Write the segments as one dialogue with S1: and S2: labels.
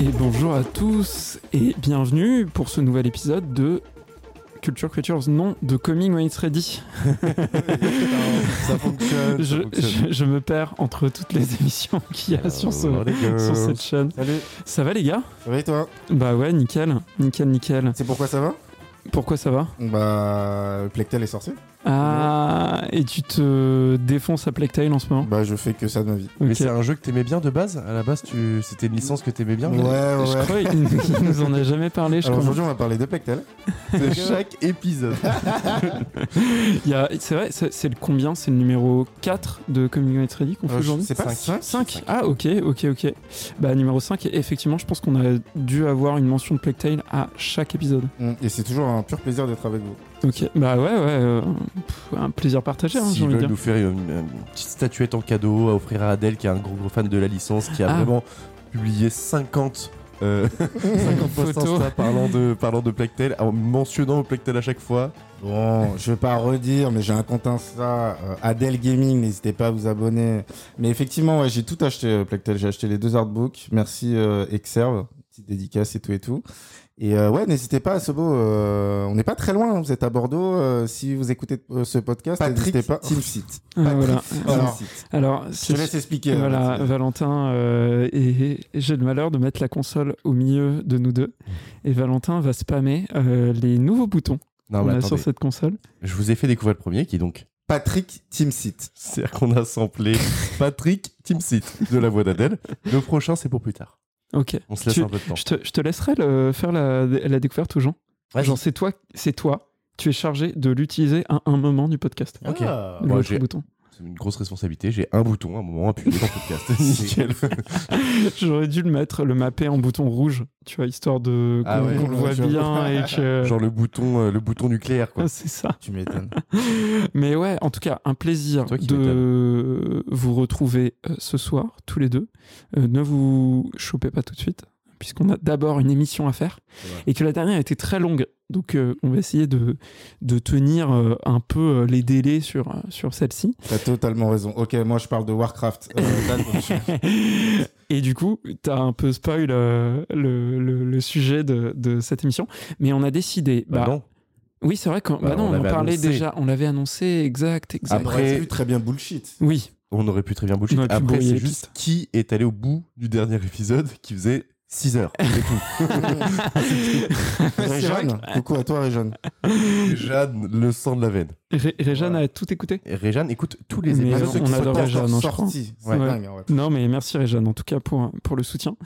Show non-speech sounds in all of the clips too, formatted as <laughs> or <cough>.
S1: Et bonjour à tous et bienvenue pour ce nouvel épisode de Culture Creatures, non, de Coming When It's Ready.
S2: ça fonctionne.
S1: Je,
S2: ça fonctionne.
S1: je- je me perds entre toutes les <laughs> émissions qu'il y a sur, ce-
S2: Oh, les gars.
S1: sur cette chaîne.
S2: Salut,
S1: Ça va les gars
S2: ça va et toi
S1: Bah ouais, nickel, nickel, nickel.
S2: C'est pourquoi ça va
S1: Pourquoi ça va
S2: Bah, Plectel est sorti.
S1: Ah, et tu te défonces à Plectail en ce moment
S2: Bah, je fais que ça de ma vie.
S3: Mais
S1: Ok.
S3: c'est un jeu que t'aimais bien de base À la base, tu... c'était une licence que t'aimais bien
S2: ouais, ouais.
S1: Ah Je crois qu'il il nous en a jamais parlé. Je
S2: Alors
S1: crois.
S2: aujourd'hui, on va parler de Plectel. Euh,
S3: De chaque épisode.
S1: Il y a- C'est vrai, c'est c'est le combien C'est le numéro 4 de Coming It's Ready qu'on fait
S2: Euh, je-
S1: aujourd'hui
S2: C'est pas
S3: Cinq.
S2: 5
S1: 5 Ah ok ok ok. Bah numéro 5 et effectivement je pense qu'on a dû avoir une mention de Plectail à chaque épisode.
S2: Et c'est toujours un pur plaisir d'être avec vous.
S1: Ok bah ouais ouais euh, pff, un plaisir partagé hein, j'ai
S3: S'ils
S1: envie de
S3: veulent
S1: dire.
S3: nous faire une, une petite statuette en cadeau à offrir à Adèle, qui est un gros gros fan de la licence, qui a
S1: Ah.
S3: vraiment publié 50. euh,
S1: <laughs>
S3: 50 posts
S1: Photos.
S3: Insta parlant de, parlant de Plectel, en mentionnant Plectel à chaque fois.
S2: Bon, je vais pas redire, mais j'ai un compte Insta, euh, Adèle Gaming, n'hésitez pas à vous abonner. Mais effectivement, ouais, j'ai tout acheté, euh, Plectel. J'ai acheté les deux artbooks. Merci, euh, Exerve. Petite dédicace et tout et tout. Et euh, ouais, n'hésitez pas à Sobo. euh, on n'est pas très loin, hein, vous êtes à Bordeaux. euh, si vous écoutez euh, ce podcast, n'hésitez pas. <laughs>
S3: Teamsit.
S1: Ah, voilà.
S2: Alors,
S1: Alors
S2: je
S1: c'est-
S2: te laisse expliquer. euh,
S1: voilà
S2: Mathilde.
S1: Valentin euh, et, et j'ai le malheur de mettre la console au milieu de nous deux et Valentin va spammer euh, les nouveaux boutons
S3: Non,
S1: qu'on
S3: mais
S1: a
S3: Ah attendez,
S1: sur cette console.
S3: je vous ai fait découvrir le premier qui est donc.
S2: Patrick Teamsit.
S3: C'est-à-dire qu'on
S1: <laughs>
S3: a samplé Patrick Teamsit de la voix d'Adèle. Le prochain, c'est pour plus tard.
S1: Ok.
S3: On se laisse
S1: Tu-
S3: un peu de temps.
S1: Je te, je te laisserai le- faire la, la découverte aux gens.
S3: Vas-y.
S1: Genre c'est toi c'est toi tu es chargé de l'utiliser à un moment du podcast.
S3: Ok.
S2: Ah.
S3: Moi,
S1: L'autre
S3: j'ai-
S1: bouton.
S3: C'est une grosse responsabilité. J'ai un bouton à un moment appuyé dans
S1: <laughs>
S3: le podcast. Nickel.
S1: <laughs> J'aurais dû le mettre, le mapper en bouton rouge, tu vois, histoire de qu'on
S3: Ah ouais.
S1: qu'on le voit
S2: Je vois.
S1: bien et
S3: <laughs>
S1: que.
S3: Genre le bouton, euh, le bouton nucléaire, quoi.
S1: Ah, <laughs> C'est ça.
S2: Tu m'étonnes.
S1: Mais ouais, en tout cas, un plaisir
S3: Toi qui
S1: de vous retrouver euh, ce soir, tous les deux. Euh, ne vous chopez pas tout de suite, puisqu'on a d'abord une émission à faire
S2: vrai.
S1: et que la dernière était très longue. Donc, euh, on va essayer de, de tenir euh, un peu euh, les délais sur, euh, sur celle-ci.
S2: T'as totalement raison. Ok, moi je parle de Warcraft. Euh, <laughs> Dan,
S1: <laughs> Et du coup, t'as un peu spoil euh, le, le- le sujet de, de cette émission. Mais on a décidé.
S3: Bah,
S1: bah,
S3: non.
S1: Oui, c'est vrai qu'on
S3: Bah,
S1: bah non,
S3: on
S1: on, en
S3: l'avait
S1: parlait
S3: annoncé.
S1: déjà, on l'avait annoncé, exact, exact.
S2: on
S3: Après-
S2: aurait pu très bien bullshit.
S3: Ah.
S1: Oui,
S3: On aurait pu très bien bouger.
S1: On aurait pu
S3: Après,
S1: brouiller
S3: c'est
S1: les
S3: juste qui est allé au bout du dernier épisode qui faisait 6 heures.
S1: <laughs>
S3: C'est tout.
S1: C'est vrai
S2: Réjeanne, coucou à toi Réjeanne.
S3: Jeanne, le sang de la veine.
S1: Ré- Réjeanne a tout écouté.
S3: Et Réjeanne écoute tous les
S2: Ah
S1: Mais
S3: épisodes.
S1: on
S3: qui sont <laughs>
S1: adore
S3: pas-
S1: Réjeanne. Jeanne, hein, je
S2: sorti. C'est
S1: Ouais.
S2: dingue. en fait.
S1: Non, mais merci Réjeanne, en tout cas pour, pour le soutien.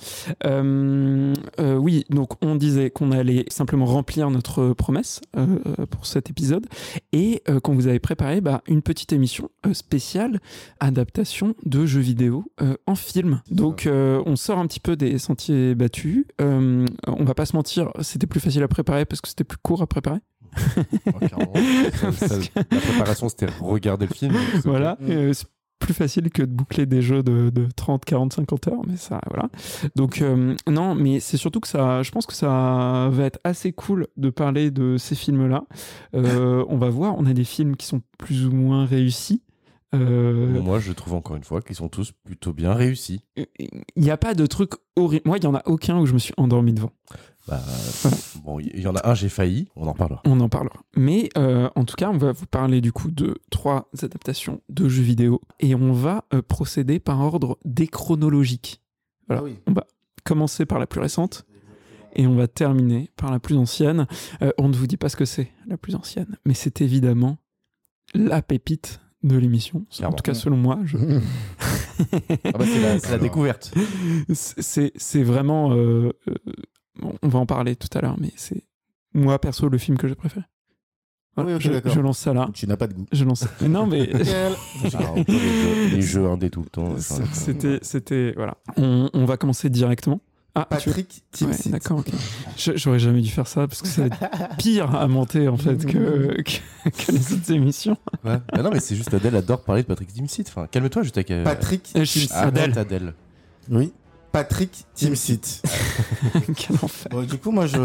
S1: Euh, euh, oui, donc on disait qu'on allait simplement remplir notre promesse euh, euh, pour cet épisode et euh, qu'on vous avait préparé bah, une petite émission euh, spéciale adaptation de jeux vidéo euh, en film. Donc euh, on sort un petit peu des sentiers battus. Euh, on va pas se mentir, c'était plus facile à préparer parce que c'était plus court à préparer.
S3: Ouais, Oh, clairement. Ça- ça- La préparation, c'était regarder
S1: <laughs>
S3: le film. donc c'est
S1: Voilà,
S2: Mm.
S1: euh, c'est plus facile que de boucler des jeux de, de 30, 40, 50 heures, mais ça, voilà. Donc, euh, non, mais c'est surtout que ça, je pense que ça va être assez cool de parler de ces films-là. Euh, on va voir, on a des films qui sont plus ou moins réussis.
S3: ok.
S1: Euh,
S3: Moi, je trouve encore une fois qu'ils sont tous plutôt bien réussis.
S1: Il n'y a pas de truc horrible. Moi, il n'y en a aucun où je me suis endormi devant. <laughs>
S3: Bah, bon, il y en a un, j'ai failli. On en parlera.
S1: On en parlera. Mais euh, en tout cas, on va vous parler du coup de trois adaptations de jeux vidéo et on va euh, procéder par ordre déchronologique. Voilà.
S2: Ah oui.
S1: commencer par la plus récente et on va terminer par la plus ancienne. Euh, on ne vous dit pas ce que c'est, la plus ancienne, mais c'est évidemment la pépite de l'émission. En
S3: Clairement.
S1: tout cas, selon moi,
S2: <laughs>
S1: je-
S3: Ah bah, c'est la, c'est la
S2: Alors.
S3: découverte.
S1: c'est c'est vraiment. euh, euh, bon, on va en parler tout à l'heure, mais c'est moi perso le film que j'ai préféré.
S2: Oui, ok,
S1: je,
S2: d'accord.
S1: je lance ça là.
S2: Tu n'as pas de goût.
S1: Je lance. Non
S2: <laughs>
S1: mais <laughs>
S3: Ah, les, jeux, les jeux indés tout le temps. enfin,
S1: c'était c'était voilà. On, on va commencer directement. Ah, tu-
S2: Patrick
S1: Ouais,
S2: Timsit.
S1: D'accord, ok. Je- J'aurais jamais dû faire ça parce que ça va être pire à monter en fait <laughs> que, que, que les autres émissions.
S3: Ouais. Bah non, mais c'est juste Adèle adore parler de Patrick Timsit. Enfin, calme-toi, juste avec. euh,
S2: Patrick
S1: Euh, je-
S2: Timsit.
S3: arrête,
S1: Adèle.
S3: Adèle.
S2: Oui. Patrick Timsit.
S1: Quel enfer.
S2: Bon, du coup, moi je,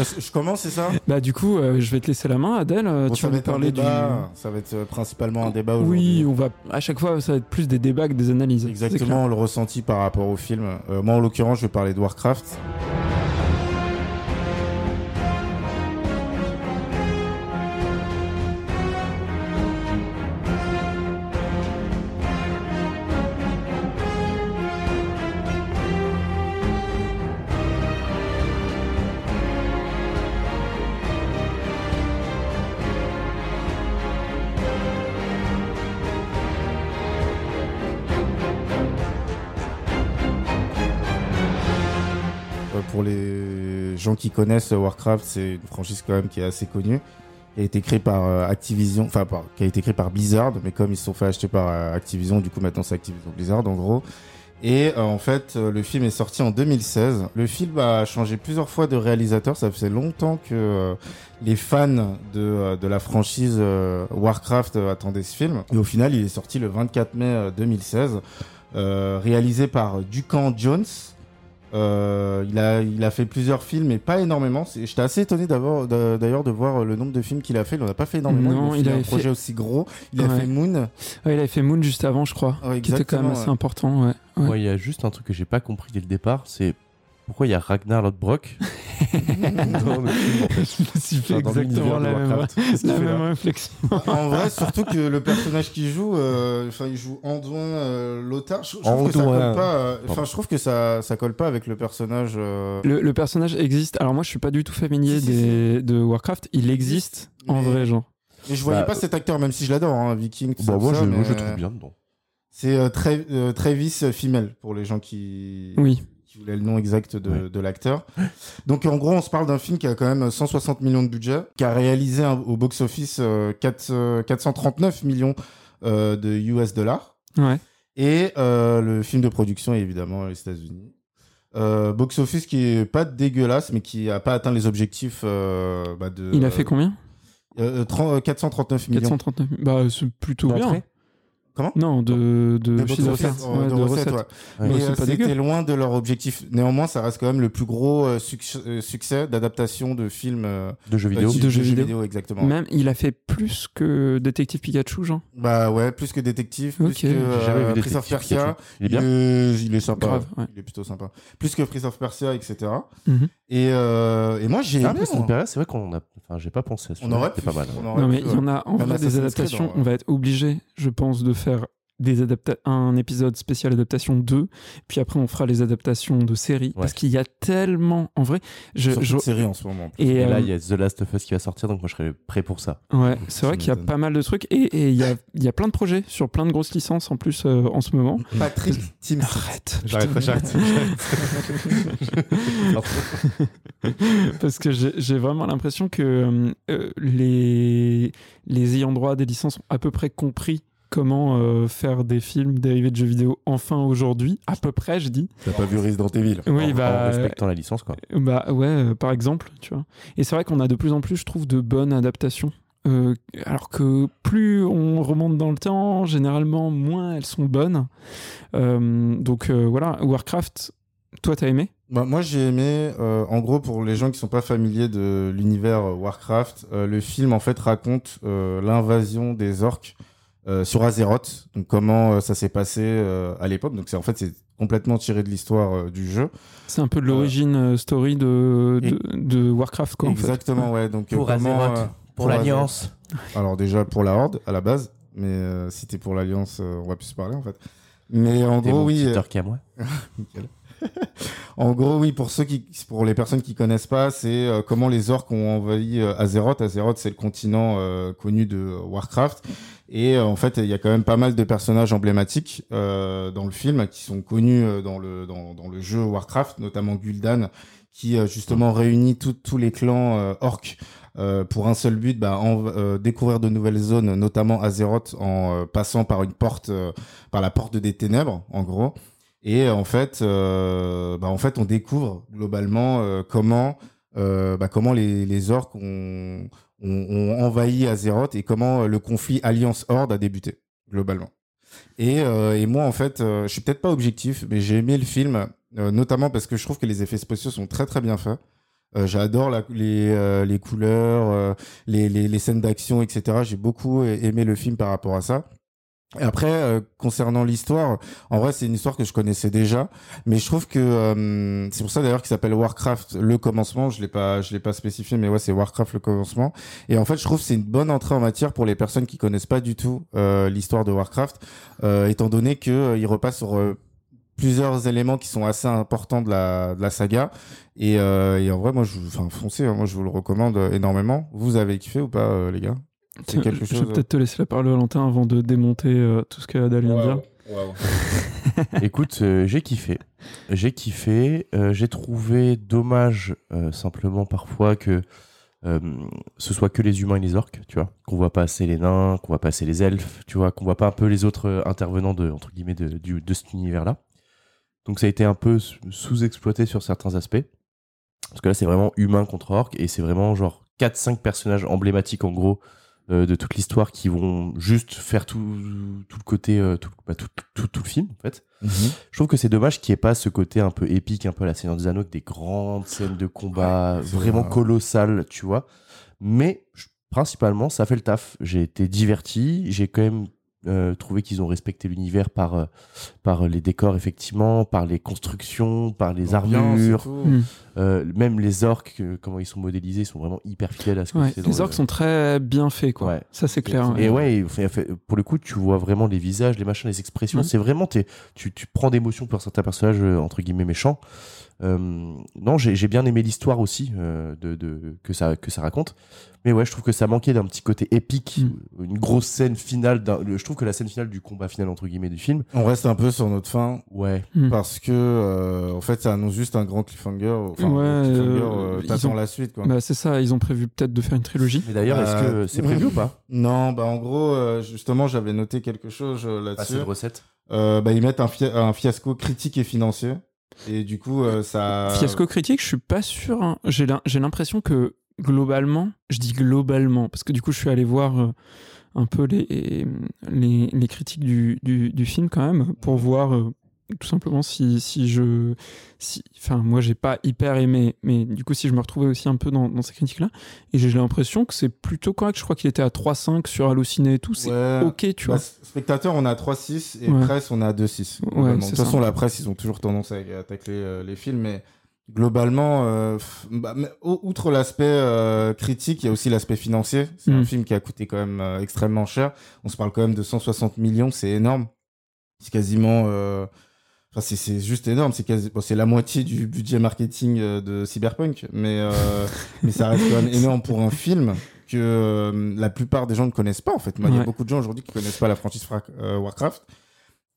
S2: est-ce que je commence, c'est ça
S1: Bah, du coup, euh, je vais te laisser la main, Adèle. Euh,
S2: Bon,
S1: tu
S2: ça
S1: vas
S2: va
S1: nous
S2: être un
S1: parler du.
S2: débat. Ça va être euh, principalement un débat
S1: Oui,
S2: aujourd'hui.
S1: on va. À chaque fois, ça va être plus des débats que des analyses. c'est clair.
S2: Exactement, le ressenti par rapport au film. Euh, moi, en l'occurrence, je vais parler de Warcraft. Euh, pour les gens qui connaissent euh, Warcraft, c'est une franchise quand même qui est assez connue. Qui a été créée par euh, Activision, enfin par- qui a été créée par Blizzard, mais comme ils se sont fait acheter par euh, Activision, du coup maintenant c'est Activision Blizzard en gros. Et euh, en fait, euh, le film est sorti en 2016. Le film a changé plusieurs fois de réalisateur. Ça faisait longtemps que euh, les fans de, euh, de la franchise euh, Warcraft euh, attendaient ce film. Et au final, il est sorti le 24 mai euh, 2016, euh, réalisé par Ducan Jones. Euh, il, a, il a fait plusieurs films, mais pas énormément. C'est- J'étais assez étonné d'avoir- d'a- d'ailleurs de voir le nombre de films qu'il a fait. Il en a pas fait énormément.
S1: Non,
S2: a
S1: il
S2: fait
S1: avait
S2: un
S1: fait-
S2: projet aussi gros. Il a
S1: Ouais. <laughs>
S2: fait Moon.
S1: Ouais, Ah, il avait fait Moon juste avant, je crois,
S2: Ouais,
S1: qui était quand même
S2: exactement,
S1: assez
S2: ouais.
S1: important. Oh, Ouais. Ouais.
S3: Moi, il y a juste un truc que j'ai pas compris dès le départ, c'est pourquoi il y a
S2: <laughs>
S3: Ragnar Lodbrok dans le film, en fait.
S1: <laughs> Je me suis fait
S3: Enfin, dans
S1: exactement
S3: l'univers de
S1: la même,
S3: Warcraft. Qu'est-ce qu'il
S1: la
S3: fait là
S1: même réflexion.
S2: en vrai, surtout que le personnage qu'il joue, euh, enfin, il joue Anduin euh, Lothar. Je, je trouve que ça
S3: Anduin.
S2: colle pas. euh, Enfin, je trouve que ça, ça colle pas avec le personnage. euh,
S1: Le, le personnage existe. Alors moi, je suis pas du tout familier
S2: Si, si,
S1: des- de Warcraft. Il existe en
S2: Mais-
S1: vrai, genre.
S2: Et je voyais
S3: Bah,
S2: pas cet acteur, même si je l'adore, hein, Viking. tout ça,
S3: Bon, moi,
S2: tout ça,
S3: je, moi,
S2: mais,
S3: je le trouve bien dedans.
S2: C'est euh, Tra- euh, Travis Fimmel pour les gens qui.
S1: Oui.
S2: qui voulait le nom exact de,
S3: Ouais.
S2: de l'acteur. Donc en gros, on se parle d'un film qui a quand même 160 millions de budget, qui a réalisé un- au box-office euh, 4, euh, 439 millions euh, de US dollars.
S1: Ouais.
S2: Et euh, le film de production est évidemment les États-Unis. Euh, box-office qui est pas dégueulasse, mais qui a pas atteint les objectifs euh, bah, de.
S1: Il a fait combien
S2: euh, euh, 30 euh, 439 millions.
S1: 439. Bah, c'est plutôt bien.
S3: D'entrée
S2: Comment
S1: Non, de de,
S2: de
S1: chiffre
S2: box-office,
S1: d'affaires.
S2: euh,
S1: Ouais,
S2: de recettes, ouais.
S3: Ouais.
S2: Mais
S1: c'est
S2: euh,
S1: pas
S2: c'était
S1: dégueu.
S2: loin de leur objectif. Néanmoins, ça reste quand même le plus gros euh, succ- euh, succès d'adaptation de films euh,
S3: De jeux vidéo.
S2: euh,
S1: De jeux vidéo.
S2: exactement.
S1: Même, il a fait plus que Détective Pikachu, genre.
S2: Bah ouais, plus que détective, plus
S1: Ok.
S2: que
S1: J'ai
S3: J'ai jamais
S2: euh,
S3: vu
S2: Prince of
S3: Détective
S2: Persia.
S3: Pikachu. Il est bien.
S2: Euh, il est sympa.
S1: Grave, ouais.
S2: Il est plutôt sympa. Plus que Prince of Persia, etc.
S1: Mhm.
S2: Et euh, et moi j'ai
S3: Ah,
S2: aimé.
S3: Prince
S2: moi.
S3: of Persia, c'est vrai qu'on en a. Enfin, j'ai pas pensé à ce
S2: On aurait
S3: C'est
S2: pu.
S3: pas mal. hein.
S2: On
S1: non,
S2: aurait
S1: mais
S2: pu,
S1: il y en a en
S2: Même
S1: vrai des
S2: Assassin's Creed,
S1: adaptations.
S2: ouais.
S1: On va être obligé, je pense, de faire des adapta- un épisode spécial adaptation 2. Puis après, on fera les adaptations de séries. Parce qu'il y a tellement. En vrai, je.
S2: Surtout
S1: je-
S2: de séries en ce moment.
S1: Et,
S3: Et
S1: euh,
S3: là, il y a The Last of Us qui va sortir, donc moi, je serais prêt pour ça.
S1: Ouais, c'est vrai
S2: Tu
S1: qu'il y a
S2: m'étonnes.
S1: pas mal de trucs et et il y a, il y a plein de projets sur plein de grosses licences en plus euh, en ce moment.
S2: <laughs> Patrick Tim.
S1: Arrête,
S3: J'arrête, j'arrête.
S1: parce que j'ai j'ai vraiment l'impression que euh, euh, les, les ayants droit des licences ont à peu près compris comment euh, faire des films dérivés de jeux vidéo enfin aujourd'hui, à peu près je dis.
S2: T'as pas vu Resident Evil
S1: Oui,
S3: en,
S1: bah,
S3: en respectant la licence, quoi.
S1: Bah ouais, euh, par exemple, tu vois. Et c'est vrai qu'on a de plus en plus, je trouve, de bonnes adaptations. Euh, alors que plus on remonte dans le temps, généralement, moins elles sont bonnes. Euh, donc euh, voilà, Warcraft, toi t'as aimé
S2: Bah, moi j'ai aimé, euh, en gros pour les gens qui sont pas familiers de l'univers euh, Warcraft, euh, le film en fait raconte euh, l'invasion des orques euh, sur Azeroth, donc comment euh, ça s'est passé euh, à l'époque. Donc c'est en fait c'est complètement tiré de l'histoire euh, du jeu.
S1: C'est un peu de l'origine euh, story de, de, de Warcraft, quoi. en fait.
S2: Exactement ouais. Donc euh,
S3: Pour
S2: comment,
S3: Azeroth.
S2: pour l'Alliance. Alors déjà pour la Horde à la base, mais euh, si t'es pour l'Alliance, euh, on va plus se parler en fait. Mais en
S3: Des
S2: gros oui. euh,
S3: qui à moi.
S2: En gros, oui, pour ceux qui, pour les personnes qui connaissent pas, c'est euh, comment les orques ont envahi euh, Azeroth. Azeroth, c'est le continent euh, connu de Warcraft. Et euh, en fait, il y a quand même pas mal de personnages emblématiques euh, dans le film qui sont connus euh, dans le dans, dans le jeu Warcraft, notamment Gul'dan, qui euh, justement réunit tout- tous les clans euh, orques euh, pour un seul but, bah, en- euh, découvrir de nouvelles zones, notamment Azeroth, en euh, passant par une porte, euh, par la porte des ténèbres, en gros. Et euh, en fait, euh, bah, en fait, on découvre globalement euh, comment, euh, bah, comment les, les orques ont, ont, ont envahi Azeroth et comment euh, le conflit Alliance Horde a débuté globalement. Et, euh, et moi, en fait, euh, je suis peut-être pas objectif, mais j'ai aimé le film, euh, notamment parce que je trouve que les effets spéciaux sont très très bien faits. Euh, J'adore la- les, euh, les couleurs, euh, les, les, les scènes d'action, etc. J'ai beaucoup aimé le film par rapport à ça. Et après, euh, concernant l'histoire, en vrai, c'est une histoire que je connaissais déjà, mais je trouve que euh, c'est pour ça d'ailleurs qu'il s'appelle Warcraft le commencement. Je l'ai pas, je l'ai pas spécifié, mais ouais, c'est Warcraft le commencement. Et en fait, je trouve que c'est une bonne entrée en matière pour les personnes qui connaissent pas du tout euh, l'histoire de Warcraft, euh, étant donné que euh, il repasse sur euh, plusieurs éléments qui sont assez importants de la, de la saga. Et, euh, et en vrai, moi, je, enfin, foncez, hein, moi, je vous le recommande euh, énormément. Vous avez kiffé ou pas, euh, les gars C'est
S1: Tiens, je-
S2: quelque
S1: Je
S2: chose-
S1: vais peut-être te laisser la parole, Valentin, avant de démonter euh, tout ce que Adal vient de dire.
S3: Écoute, euh, j'ai kiffé. J'ai kiffé. Euh, j'ai trouvé dommage euh, simplement parfois que euh, ce soit que les humains et les orques, tu vois. Qu'on voit pas assez les nains, qu'on voit pas assez les elfes, tu vois. Qu'on voit pas un peu les autres euh, intervenants de, entre guillemets, de, du- de cet univers-là. Donc ça a été un peu s- sous-exploité sur certains aspects. Parce que là, c'est vraiment humain contre orque et c'est vraiment genre 4-5 personnages emblématiques en gros euh, de toute l'histoire qui vont juste faire tout, tout le côté, euh, tout, bah, tout, tout, tout le film en fait.
S2: Mhm.
S3: Je trouve que c'est dommage qu'il n'y ait pas ce côté un peu épique, un peu à la Seigneur des Anneaux, avec des grandes scènes de combat
S2: Ouais, c'est
S3: vraiment
S2: vrai.
S3: colossales, tu vois. Mais je- principalement, ça fait le taf. J'ai été diverti, j'ai quand même euh, trouvé qu'ils ont respecté l'univers par, euh, par les décors, effectivement, par les constructions, par les armures,
S1: Hmm.
S3: euh, même les orques, euh, comment ils sont modélisés, ils sont vraiment hyper fidèles à ce que
S1: Ouais,
S3: c'est dans
S1: Les
S3: le-
S1: orques sont très bien faits, quoi.
S3: Ouais.
S1: Ça, c'est clair. ouais.
S3: et ouais, il fait- fait- pour le coup, tu vois vraiment les visages, les machins, les expressions.
S1: Mhm.
S3: C'est vraiment, t'es- tu, tu prends d'émotion pour certains personnages, euh, entre guillemets, méchants. Euh, non, j'ai j'ai bien aimé l'histoire aussi euh, de, de- que, ça, que ça raconte. Mais ouais, je trouve que ça manquait d'un petit côté épique,
S1: Mhm.
S3: euh, une grosse scène finale. d'un- le- Je trouve que la scène finale du combat final, entre guillemets, du film,
S2: On reste un peu sur notre fin.
S3: ouais,
S1: Hmm.
S2: Parce que, euh, en fait, ça annonce juste un grand cliffhanger. Enfin,
S1: Ouais,
S2: un cliffhanger,
S1: euh,
S2: euh,
S1: ils
S2: t'attends
S1: ont-
S2: la suite, quoi.
S1: Bah, c'est ça, ils ont prévu peut-être de faire une trilogie.
S3: Mais d'ailleurs, est-ce que
S2: Euh,
S3: euh, c'est prévu ou pas
S2: Non, bah, en gros, euh, justement, j'avais noté quelque chose euh,
S3: Assez
S2: là-dessus.
S3: de recette.
S2: Euh, bah, ils mettent un, fia- un fiasco critique et financier. Et du coup, euh, ça.
S1: Fiasco critique, je suis pas sûr. hein. J'ai l'im- j'ai l'impression que globalement, je dis globalement, parce que du coup, je suis allé voir euh, un peu les, les, les critiques du, du, du film quand même, pour voir euh, tout simplement si, si je. si- Enfin, moi, j'ai pas hyper aimé, mais du coup, si je me retrouvais aussi un peu dans, dans ces critiques-là, et j'ai l'impression que c'est plutôt correct. Je crois qu'il était à 3,5 sur Halluciné et tout. C'est
S2: Ouais.
S1: ok, tu
S2: Bah,
S1: vois.
S2: spectateur, on a 3-6 et
S1: Ouais.
S2: presse, on a 2-6.
S1: Ouais,
S2: globalement. de
S1: c'est
S2: toute
S1: ça.
S2: façon, la presse, ils ont toujours tendance à à attaquer euh, les films, mais globalement, euh, pff, bah, mais au- outre l'aspect euh, critique, il y a aussi l'aspect financier. C'est
S1: Mm.
S2: un film qui a coûté quand même euh, extrêmement cher. On se parle quand même de 160 millions, c'est énorme. C'est quasiment. euh, Enfin, c'est- c'est juste énorme, c'est quasi... bon, c'est la moitié du budget marketing euh, de Cyberpunk, mais,
S1: <laughs>
S2: euh, mais ça reste quand même énorme pour un film que euh, la plupart des gens ne connaissent pas en fait. Moi, Il y
S1: Ouais.
S2: a beaucoup de gens aujourd'hui qui connaissent pas la franchise Fra- euh, Warcraft.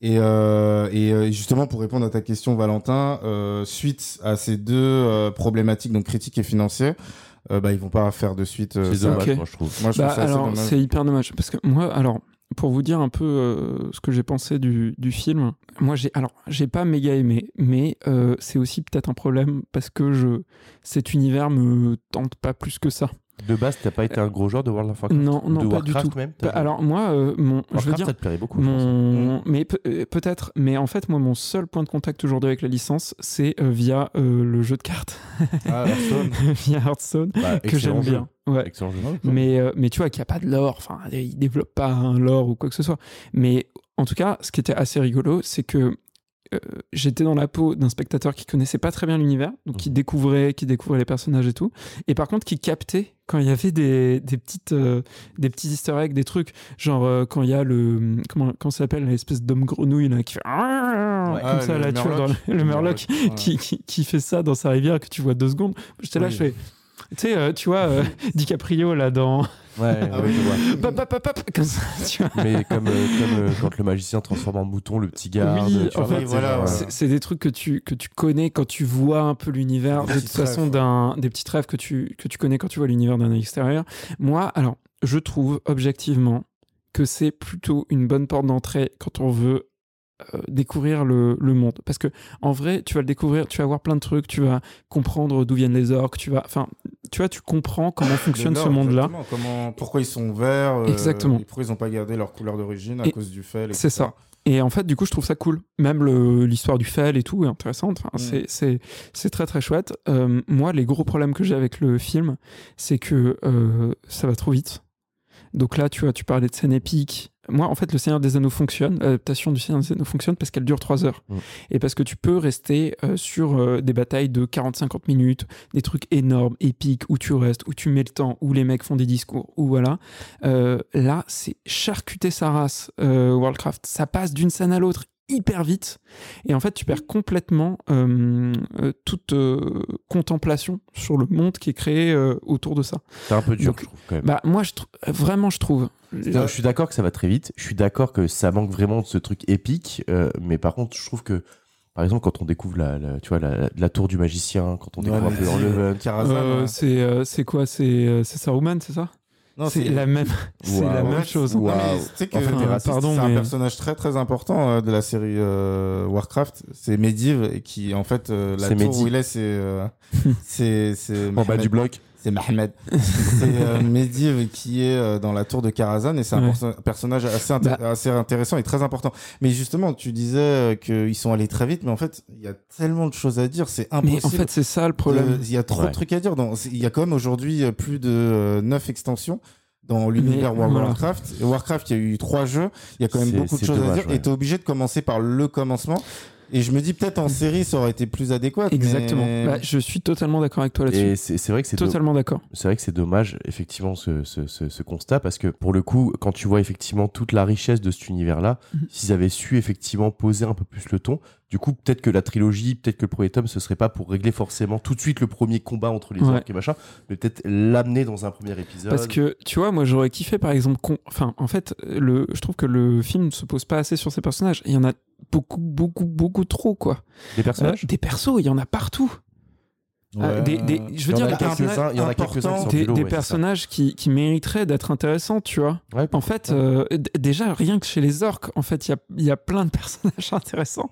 S2: Et, euh, et euh, justement, pour répondre à ta question, Valentin, euh, suite à ces deux euh, problématiques, donc critiques et financières, euh, bah, ils vont pas faire de suite. euh,
S3: C'est
S2: ça.
S3: dommage,
S1: ok.
S3: moi, je trouve.
S2: Moi, je
S1: Bah,
S2: trouve ça assez
S1: alors,
S2: dommage.
S1: c'est hyper dommage. Parce que moi, alors, pour vous dire un peu euh, ce que j'ai pensé du, du film, moi, j'ai alors j'ai pas méga aimé, mais euh, c'est aussi peut-être un problème parce que je cet univers me tente pas plus que ça.
S3: De base, t'as pas été un gros joueur de World of Warcraft
S1: Non, non,
S3: de
S1: pas
S3: Warcraft
S1: du tout.
S3: même
S1: Bah,
S3: t'as-
S1: alors, moi, euh, mon, je veux
S3: Warcraft,
S1: dire.
S3: ça Mm. te plairait beaucoup. je pense.
S1: Mon... Mais pe- euh, peut-être, mais en fait, moi, mon seul point de contact aujourd'hui avec la licence, c'est euh, via euh, le jeu de cartes, <laughs>
S2: Ah, alors, Sean,
S1: via Hearthstone,
S3: Bah,
S1: que
S3: excellent
S1: j'aime
S3: jeu.
S1: bien. Ouais.
S3: Excellent jeu.
S2: Mm.
S1: Mais, euh, mais tu vois qu'il n'y a pas de lore, enfin, il développe pas un lore ou quoi que ce soit. Mais en tout cas, ce qui était assez rigolo, c'est que euh, j'étais dans la peau d'un spectateur qui connaissait pas très bien l'univers, donc
S2: Mm.
S1: qui découvrait, qui découvrait les personnages et tout, et par contre qui captait quand il y avait des, des petites euh, des petits Easter eggs, des trucs, genre euh, quand il y a le comment, comment ça s'appelle l'espèce d'homme grenouille là qui fait comme
S2: Ah,
S1: ça
S2: le
S1: là, tu vois, dans le,
S2: Murloc.
S1: le Murloc
S2: voilà.
S1: qui, qui, qui fait ça dans sa rivière que tu vois deux secondes. J'étais là,
S2: Oui.
S1: je fais. Tu sais, euh, tu vois, euh, DiCaprio là dans.
S3: Ouais,
S2: Ah
S3: ouais,
S2: oui.
S3: je vois.
S1: Pop, pop, pop, pop, comme ça, tu vois.
S3: Mais comme, euh, comme, euh, quand le magicien transforme en mouton le petit gars.
S1: Oui,
S3: tu vois,
S1: en fait,
S3: c'est
S2: voilà,
S3: genre,
S2: ouais.
S3: euh,
S1: C'est c'est des trucs que tu, que tu connais quand tu vois un peu l'univers,
S2: Des
S1: de toute
S2: petits rêves,
S1: façon,
S2: ouais.
S1: d'un des petits rêves que tu, que tu connais quand tu vois l'univers d'un œil extérieur. Moi, alors, je trouve objectivement que c'est plutôt une bonne porte d'entrée quand on veut euh, découvrir le, le monde. Parce que, en vrai, tu vas le découvrir, tu vas voir plein de trucs, tu vas comprendre d'où viennent les orques, tu vas. Enfin, tu vois, tu comprends comment fonctionne
S2: Le
S1: ce
S2: Nord,
S1: monde-là.
S2: exactement. Comment, pourquoi ils sont verts euh,
S1: Exactement.
S2: et pourquoi ils n'ont pas gardé leur couleur d'origine à
S1: Et-
S2: cause du fel.
S1: C'est
S2: etc.
S1: ça. Et en fait, du coup, je trouve ça cool. Même le- l'histoire du fel et tout est intéressante. Enfin,
S2: Mm.
S1: c'est- C'est c'est très très chouette. Euh, moi, les gros problèmes que j'ai avec le film, c'est que euh, ça va trop vite. Donc là, tu vois, tu parlais de scènes épiques. Moi, en fait, Le Seigneur des Anneaux fonctionne, l'adaptation du Seigneur des Anneaux fonctionne parce qu'elle dure 3 heures.
S3: Mm.
S1: Et parce que tu peux rester euh, sur euh, des batailles de 40-50 minutes, des trucs énormes, épiques, où tu restes, où tu mets le temps, où les mecs font des discours, où voilà. Euh, là, c'est charcuter sa race, euh, Worldcraft. Ça passe d'une scène à l'autre hyper vite. Et en fait, tu perds complètement euh, euh, toute euh, contemplation sur le monde qui est créé euh, autour de ça.
S3: C'est un peu dur,
S1: Donc,
S3: je trouve, quand même.
S1: Bah, moi, je trou- vraiment, je trouve. Euh,
S3: Non, je suis d'accord que ça va très vite. Je suis d'accord que ça manque vraiment de ce truc épique. euh, mais par contre, je trouve que, par exemple, quand on découvre la, la- tu vois, la, la tour du magicien, quand on
S2: Ouais,
S3: découvre un
S2: mais
S3: peu
S2: si,
S3: Enleven,
S2: Karazhan, hein.
S1: Euh,
S2: ouais.
S1: c'est euh, c'est quoi C'est euh, c'est Saruman, c'est ça
S2: Non,
S1: C'est la même, <laughs> c'est la
S3: Waouh.
S1: même chose. hein.
S2: Non, mais
S3: Waouh.
S2: tu sais que
S3: En fait, t'es
S2: euh,
S1: raciste.
S2: c'est un
S1: mais-
S2: personnage très très important euh, de la série euh, Warcraft. C'est Medivh et qui en fait euh, la
S3: C'est
S2: tour
S3: Medivh.
S2: où il est c'est euh, <laughs> c'est c'est
S3: en bas
S2: Mohamed.
S3: du bloc.
S1: <laughs>
S2: C'est Mohamed. c'est euh, Medivh qui est euh, dans la tour de Karazhan et c'est un
S1: Ouais. Bah.
S2: perso- personnage assez, inté- assez intéressant et très important. Mais justement, tu disais euh, qu'ils sont allés très vite, mais en fait, il y a tellement de choses à dire, c'est impossible.
S1: Mais en fait, c'est ça le
S2: Euh,
S1: problème.
S2: Il y a trop
S3: Ouais.
S2: de trucs à dire. Dans, c'est- il y a quand même aujourd'hui euh, plus de 9 extensions dans l'univers
S1: Mais
S2: War-
S1: voilà.
S2: Warcraft. Et Warcraft, il y a eu trois jeux. Il y a quand même
S3: C'est-
S2: beaucoup de
S3: c'est
S2: choses à
S3: dommage,
S2: dire.
S3: ouais.
S2: Et t'es obligé de commencer par le commencement. Et je me dis peut-être
S1: <laughs>
S2: en série, ça aurait été plus adéquat. mais-
S1: Exactement. Bah, je suis totalement d'accord avec toi là-dessus.
S3: Et c'est c'est vrai que c'est do-
S1: Totalement d'accord.
S3: c'est vrai que c'est dommage, effectivement, ce, ce- ce- ce constat, parce que pour le coup, quand tu vois effectivement toute la richesse de cet univers-là,
S1: Mhm.
S3: s'ils avaient su effectivement poser un peu plus le ton, du coup, peut-être que la trilogie, peut-être que le premier tome, ce serait pas pour régler forcément tout de suite le premier combat entre les
S1: Ouais.
S3: orques et machin, mais peut-être l'amener dans un premier épisode.
S1: Parce que tu vois, moi j'aurais kiffé par exemple. qu'on- Enfin, en fait, le... je trouve que le film ne se pose pas assez sur ces personnages. Il y en a beaucoup, beaucoup, beaucoup trop quoi.
S3: les personnages.
S1: Euh, des persos, il y en a partout. Euh, des- des- je veux
S3: Il y
S1: dire,
S3: en a
S1: des
S3: quelques-uns-
S1: personnages,
S3: il y en a quelques-uns qui
S2: importants,
S3: sont
S1: des,
S3: du lot,
S1: des
S3: ouais, c'est ça.
S1: personnages qui, qui mériteraient d'être intéressants, tu vois.
S3: Ouais,
S1: En fait, euh, d- déjà, rien que chez les orques, en fait, il y a, il y a plein de <laughs> personnages intéressants.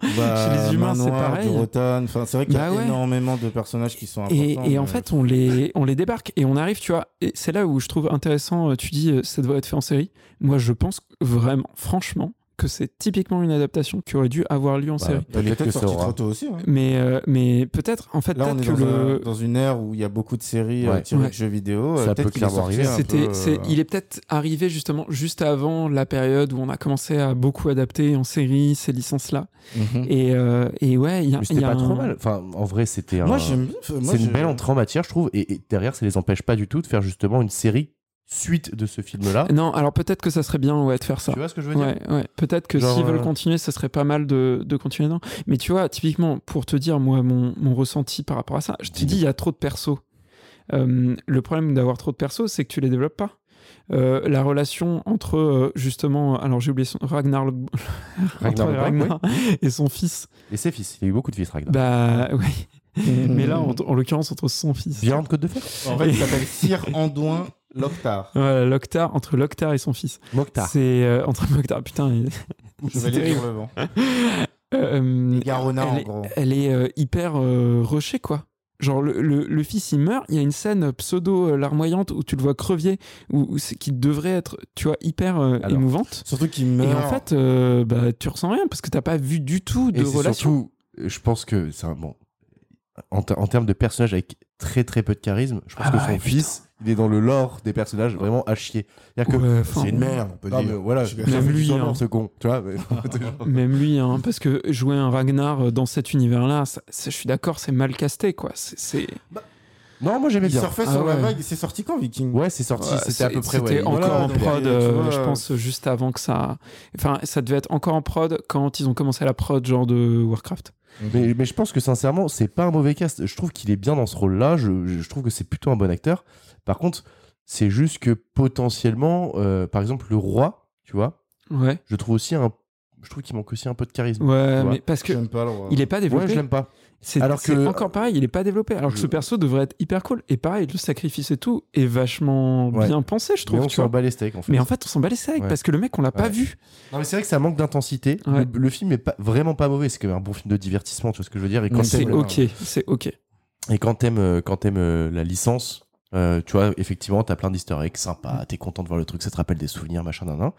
S1: <laughs>
S2: Bah,
S1: Chez les humains, c'est
S2: Manowar,
S1: pareil.
S2: Durotan. Enfin, c'est vrai qu'il y a
S1: Bah ouais.
S2: énormément de personnages qui sont importants. euh,
S1: Et, et en
S2: mais-
S1: fait, on les, on les débarque et on arrive, tu vois. Et c'est là où je trouve intéressant, euh, tu dis, euh, ça devrait être fait en série. Moi, je pense vraiment, franchement, que c'est typiquement une adaptation qui aurait dû avoir lieu en
S3: Bah,
S1: série.
S2: Elle est
S3: peut-être que
S2: peut-être
S3: ça
S2: sortie
S3: aura-
S2: trop tôt aussi. hein.
S1: Mais, euh, mais peut-être, en fait,
S2: Là, on
S1: peut-être
S2: est
S1: que
S2: dans, un-
S1: le.
S2: dans une ère où il y a beaucoup de séries euh,
S3: Ouais.
S2: tirées
S1: Ouais.
S2: de jeux vidéo.
S3: Ça
S2: euh, peut-être
S3: peut
S2: qu'il est
S3: clairement
S2: sorti
S3: arriver.
S2: un
S1: C'était,
S2: peu, euh,
S1: c'est, il est peut-être arrivé justement juste avant la période où on a commencé à beaucoup adapter en série ces licences-là.
S2: Mhm.
S1: Et, euh, et ouais, il y a,
S3: Mais
S1: il
S3: c'était
S1: y a
S3: pas trop
S1: un-
S3: mal. Enfin, en vrai, c'était un-
S2: Moi, j'aime bien. Enfin, moi,
S3: C'est une
S2: je-
S1: <laughs>
S3: belle entrée en matière, je trouve. Et, et derrière, ça les empêche pas du tout de faire justement une série suite de ce film-là.
S1: Non, alors peut-être que ça serait bien ouais, de faire ça.
S3: Tu vois ce que je veux dire
S1: Ouais, ouais. Peut-être que
S3: Genre,
S1: s'ils veulent
S3: euh,
S1: continuer, ça serait pas mal de, de continuer. Non. Mais tu vois, typiquement, pour te dire, moi, mon, mon ressenti par rapport à ça, je te
S3: Dis-le.
S1: dis, il y a trop de persos. Euh, le problème d'avoir trop de persos, c'est que tu les développes pas. Euh, la relation entre euh, justement, alors j'ai oublié son Ragnar, le- entre
S3: Ragnarok,
S1: Ragnar et son fils.
S3: Et ses fils. Il y a eu beaucoup de fils, Ragnar.
S1: Bah oui, mais là en,
S2: on...
S1: en l'occurrence entre son fils.
S3: Mm. Bjorn Côte de
S2: <laughs>
S3: Fer
S2: en fait,
S1: <laughs>
S2: il s'appelle Sir Andouin Loctar.
S1: Voilà, Loctar, entre Loctar et son fils.
S3: Mokhtar.
S1: C'est euh, entre Loctar, putain. il-
S2: Chevalier sur le vent.
S1: Euh,
S2: Garona, en
S1: elle, est-
S2: gros.
S1: elle est euh, hyper euh, rushée, quoi. Genre, le, le- le fils, il meurt. Il y a une scène pseudo-larmoyante où tu le vois crevier, où, où c'est- qui devrait être, tu vois, hyper euh,
S3: Alors,
S1: émouvante.
S2: Surtout qu'il
S1: Et
S2: meurt.
S1: en fait, euh, bah, tu ressens rien parce que t'as pas vu du tout de
S3: Et c'est
S1: relation.
S3: surtout, euh, je pense que c'est un bon. En, te- en termes de personnage avec très très peu de charisme, je pense
S1: Ah
S3: que
S1: ouais,
S3: son fils, il est dans le lore des personnages vraiment à chier. C'est-à-dire que.
S1: Ouais, enfin,
S2: merde, on peut
S3: Ah, mais voilà,
S2: Je-
S3: ça fait
S1: Même
S3: du
S1: lui,
S3: solo,
S1: hein.
S3: ce con. Tu
S1: <laughs>
S3: vois, mais- <laughs>
S1: Même lui, hein, parce que jouer un Ragnar euh, dans cet univers-là, ça- ça- je suis d'accord, c'est mal casté, quoi. C'est- C'est.
S3: Non, moi j'aimais
S2: Il
S3: bien.
S2: surfait
S1: Ah
S2: sur la
S1: ouais.
S2: vague. C'est sorti quand, Viking
S3: Ouais, c'est sorti,
S1: Ouais,
S3: c'était à peu près.
S1: c'était
S3: ouais,
S1: encore
S2: Voilà,
S1: en
S2: donc,
S1: prod,
S2: tu
S1: euh,
S2: vois,
S1: je
S2: euh,
S1: pense, juste avant que ça. Enfin, ça devait être encore en prod quand ils ont commencé la prod, genre de Warcraft.
S3: Mais, mais je pense que sincèrement, c'est pas un mauvais cast. Je trouve qu'il est bien dans ce rôle-là. Je, je trouve que c'est plutôt un bon acteur. Par contre, c'est juste que potentiellement, euh, par exemple, le roi, tu vois,
S1: Ouais.
S3: je trouve aussi un. Je trouve qu'il manque aussi un peu de charisme.
S1: Ouais,
S3: vois.
S1: mais parce que
S2: J'aime pas le roi.
S1: il est pas
S3: Ouais, je
S1: développé.
S3: l'aime pas.
S1: c'est
S3: alors
S1: c'est
S3: que-
S1: encore pareil, il est pas développé. Alors que
S3: Je-
S1: ce perso devrait être hyper cool. Et pareil, le sacrifice et tout est vachement
S3: Ouais.
S1: bien pensé, je
S3: Mais
S1: trouve.
S3: on
S1: tu
S3: s'en
S1: vois.
S3: bat les steaks en fait.
S1: Mais en fait, on s'en bat les steaks
S3: Ouais.
S1: parce que le mec, on l'a pas
S3: Ouais.
S1: vu.
S3: Non, mais c'est vrai que ça manque d'intensité.
S1: Ouais.
S3: Le, le film est pas, vraiment pas mauvais. C'est quand même un bon film de divertissement, tu vois ce que je veux dire. Et quand
S2: Oui,
S1: C'est
S3: t'aimes-
S2: vrai.
S1: ok, c'est ok.
S3: Et quand t'aimes euh, quand t'aimes euh, la licence, euh, tu vois, effectivement, t'as plein d'easter eggs
S1: Mm.
S3: sympa, t'es content de voir le truc, ça te rappelle des souvenirs, machin, nan, nan.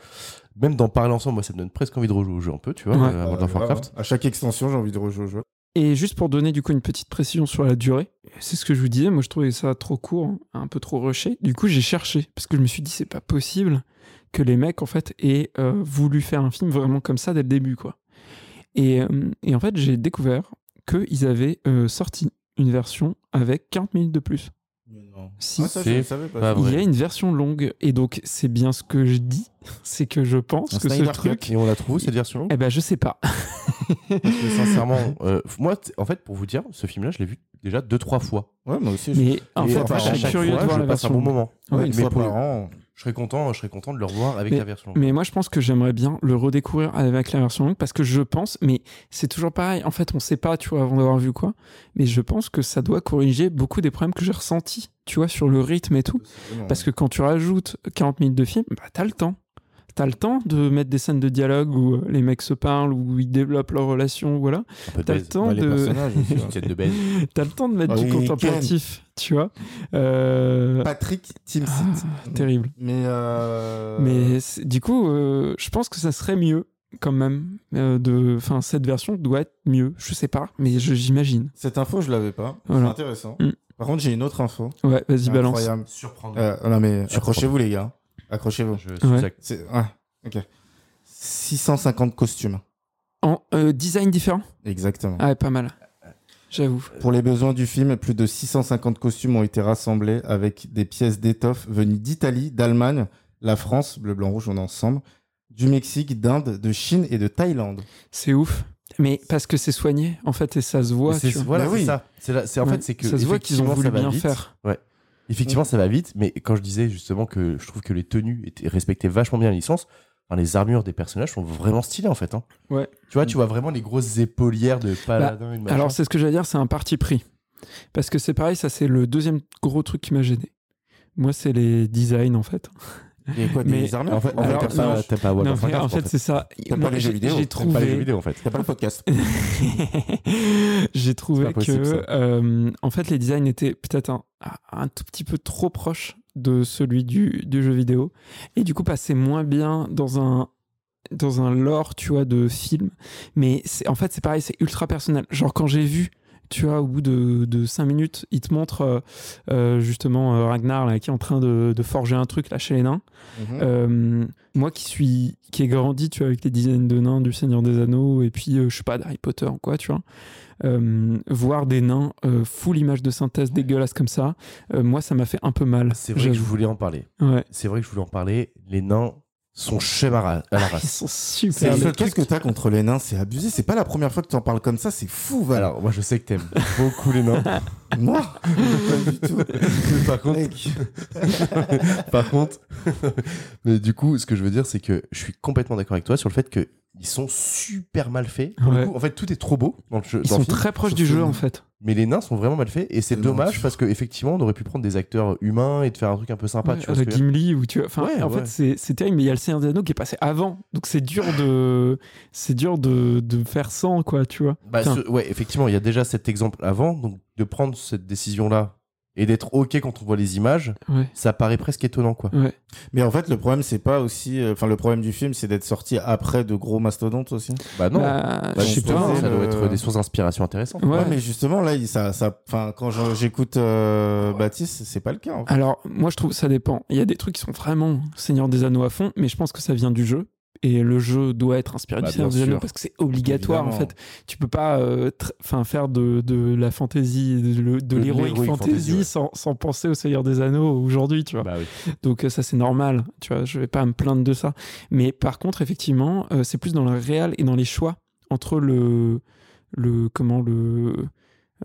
S3: Même d'en parler ensemble, moi, ça me donne presque envie de rejouer au jeu un peu, tu vois,
S1: Ouais.
S3: euh, à
S2: Ah,
S3: World
S2: grave,
S3: of Warcraft.
S2: hein. À chaque extension, j'ai envie de rejouer au jeu.
S1: Et juste pour donner du coup une petite précision sur la durée, c'est ce que je vous disais, moi je trouvais ça trop court, hein, un peu trop rushé. Du coup j'ai cherché, parce que je me suis dit c'est pas possible que les mecs en fait aient euh, voulu faire un film vraiment comme ça dès le début quoi. Et, euh, et en fait j'ai découvert qu'ils avaient euh, sorti une version avec 40 minutes de plus. Si.
S2: Ah, ça, je
S3: C'est
S2: le savais pas.
S3: pas
S2: ça.
S3: vrai.
S1: Il y a une version longue, et donc c'est bien ce que je dis, c'est que je pense
S2: Un
S1: que ce
S2: Snyder
S1: truc...
S3: Et on la trouve, cette version
S1: Eh ben je sais pas.
S3: Parce que sincèrement, euh, moi, t- en fait, pour vous dire, ce film-là, je l'ai vu déjà deux, trois fois.
S2: Ouais, moi aussi. je-
S1: Mais en
S3: Et
S1: fait,
S2: à
S3: à
S1: Ah,
S2: part
S1: je
S3: chaque
S1: suis curieux
S3: fois,
S1: de voir
S3: je
S1: la
S3: passe
S1: version.
S3: un bon moment.
S1: Ouais,
S2: une
S3: mais
S2: fois
S3: pour
S2: par
S3: le-
S2: an.
S3: Je serais content, je serais content de le revoir avec la version. longue.
S1: Mais moi, je pense que j'aimerais bien le redécouvrir avec la version longue parce que je pense, mais c'est toujours pareil. En fait, on sait pas, tu vois, avant d'avoir vu quoi. Mais je pense que ça doit corriger beaucoup des problèmes que j'ai ressentis, tu vois, sur le rythme et tout. Parce que quand tu rajoutes 40 minutes de film, bah, t'as le temps. T'as le temps de mettre des scènes de dialogue où euh, les mecs se parlent, où ils développent leur relation, voilà.
S3: Un peu de
S1: T'as le
S3: baise.
S1: temps
S2: Ouais, les
S1: de,
S2: personnages
S1: <laughs>
S2: aussi, hein.
S3: Une
S2: ouais.
S3: tête de baise.
S1: t'as le temps de mettre
S2: Ah
S1: du
S2: oui,
S1: contemplatif, tu vois. Euh,
S2: <laughs> Patrick Timsit.
S1: Ah, terrible.
S2: Mais. euh,
S1: Mais c'est- du coup, euh, je pense que ça serait mieux quand même. euh, de, enfin, cette version doit être mieux. Je sais pas, mais je- j'imagine.
S2: Cette info, je l'avais pas.
S1: Voilà.
S2: C'est intéressant.
S1: Mm.
S2: Par contre, j'ai une autre info.
S1: Ouais, vas-y, balance.
S2: Incroyable.
S3: Surprendre.
S2: Euh, non, mais
S3: Surprendre.
S2: accrochez-vous, les gars. Accrochez-vous.
S3: Je
S1: Ouais.
S3: sous-acte.
S2: C'est... Ouais, ok. 650 costumes.
S1: En euh, design différent.
S2: Exactement.
S1: Ah, ouais, pas mal. J'avoue.
S2: Pour les besoins du film, plus de 650 costumes ont été rassemblés avec des pièces d'étoffe venues d'Italie, d'Allemagne, la France, bleu, blanc, rouge, on est ensemble, du Mexique, d'Inde, de Chine et de Thaïlande.
S1: C'est ouf. Mais parce que c'est soigné, en fait, et ça se
S3: Mais
S1: voit.
S3: c'est-
S1: tu vois.
S3: voilà,
S2: Bah
S3: c'est
S2: oui.
S3: ça. C'est la- c'est- en
S1: Ouais.
S3: fait, c'est que
S1: ça se voit qu'ils ont
S3: effectivement,
S1: voulu
S3: ça va
S1: bien
S3: vite.
S1: faire.
S3: Effectivement, ça va vite, mais quand je disais justement que je trouve que les tenues étaient, respectaient vachement bien la licence, enfin, les armures des personnages sont vraiment stylées en fait. hein.
S1: Ouais. Bah,
S3: Tu vois, tu vois vraiment les grosses épaulières de paladin et de machin.
S1: Alors, c'est ce que j'allais dire, c'est un parti pris. Parce que c'est pareil, ça, c'est le deuxième gros truc qui m'a gêné. Moi, c'est les designs, en fait.
S2: Et quoi,
S1: Mais-
S2: des armées
S3: en fait, en fait,
S1: Alors,
S3: t'as pas-
S1: non.
S3: t'as pas
S2: bah,
S3: World
S1: Non,
S3: of
S1: mais
S3: Warcraft,
S1: en fait, c'est ça.
S2: pas
S1: Moi,
S2: les jeux
S1: j'ai-
S2: vidéo.
S1: J'ai
S2: T'aimes
S3: T'aimes pas les jeux
S1: trouvé.
S3: vidéo en fait.
S2: T'as pas le podcast.
S1: <laughs> J'ai trouvé
S3: C'est pas possible,
S1: que,
S3: ça.
S1: euh, en fait, les designs étaient peut-être un, un tout petit peu trop proches de celui du, du jeu vidéo. Et du coup, passaient moins bien dans un dans un lore, tu vois, de film. Mais c'est- en fait, c'est pareil, c'est ultra personnel. Genre, quand j'ai vu, tu vois, au bout de, de 5 minutes, il te montre euh, euh, justement euh, Ragnar là, qui est en train de, de forger un truc là chez les nains.
S2: Mhm.
S1: Euh, moi qui suis qui ai grandi tu vois avec les dizaines de nains du Seigneur des Anneaux et puis euh, je sais pas d'Harry Potter ou quoi tu vois euh, voir des nains euh, full image de synthèse dégueulasse comme ça euh, moi ça m'a fait un peu mal
S3: C'est vrai que je
S1: j'avoue.
S3: voulais en parler.
S1: ouais.
S3: C'est vrai que je voulais en parler. Les nains sont chers à ra- à la
S1: ils
S3: race.
S1: sont
S2: C'est
S1: super
S2: le
S1: beaux.
S2: seul truc que t'as contre les nains, c'est abusé. C'est pas la première fois que t'en parles comme ça, c'est fou, Val.
S3: Alors, moi je sais
S1: <laughs>
S3: que t'aimes beaucoup les nains.
S2: <laughs> Moi Pas du tout.
S3: Mais par contre,
S2: Mec.
S3: Par contre, <laughs> mais du coup, ce que je veux dire, c'est que je suis complètement d'accord avec toi sur le fait que ils sont super mal faits. Pour le
S1: Ouais.
S3: coup, en fait, tout est trop beau dans le jeu,
S1: ils
S3: dans
S1: sont
S3: le film,
S1: très proches
S2: sauf
S1: du
S2: que
S1: jeu
S2: non.
S1: en fait
S3: mais les nains sont vraiment mal faits et c'est
S2: C'est
S3: dommage
S2: mentir.
S3: parce que effectivement, on aurait pu prendre des acteurs humains et de faire un truc un peu sympa.
S1: Ouais,
S3: Ah, tu vois ce
S1: avec
S3: que je veux dire
S1: Gimli ou tu vois enfin
S3: Ouais,
S1: en
S3: ouais.
S1: fait c'est- c'est terrible mais il y a le Seigneur des Anneaux qui est passé avant donc c'est dur de c'est dur de, de faire sans quoi tu vois
S3: Bah,
S1: Putain.
S3: ce- ouais, effectivement, il y a déjà cet exemple avant, donc de prendre cette décision là et d'être ok quand on voit les images,
S1: ouais
S3: ça paraît presque étonnant quoi.
S1: ouais
S2: Mais en fait, le problème, c'est pas aussi. euh, Enfin, le problème du film, c'est d'être sorti après de gros mastodontes aussi.
S3: Bah non,
S1: Bah,
S3: Bah,
S1: je sais
S3: justement,
S1: pas
S2: hein.
S3: ça doit être
S2: Euh,
S3: des sources d'inspiration intéressantes.
S1: Ouais,
S2: Ouais, mais justement, là, il- ça, ça, enfin, quand j'en- j'écoute euh, Baptiste, c'est pas le cas. En fait.
S1: Alors, moi, je trouve que ça dépend. Il y a des trucs qui sont vraiment Seigneur des Anneaux à fond, mais je pense que ça vient du jeu. Et le jeu doit être inspiré
S3: Bah,
S1: du Seigneur
S3: bien
S1: des Anneaux
S3: sûr.
S1: parce que c'est obligatoire, en
S2: Évidemment.
S1: fait. Tu peux pas euh, tr- enfin, faire de, de la fantasy, de, le- de
S3: De
S1: l'heroic
S3: l'heroic
S1: fantasy,
S3: fantasy, ouais.
S1: sans, sans penser au Seigneur des Anneaux aujourd'hui, tu vois.
S3: Bah oui.
S1: Donc euh, ça c'est normal, tu vois, je vais pas me plaindre de ça. Mais par contre, effectivement, euh, c'est plus dans le réel et dans les choix entre le le comment le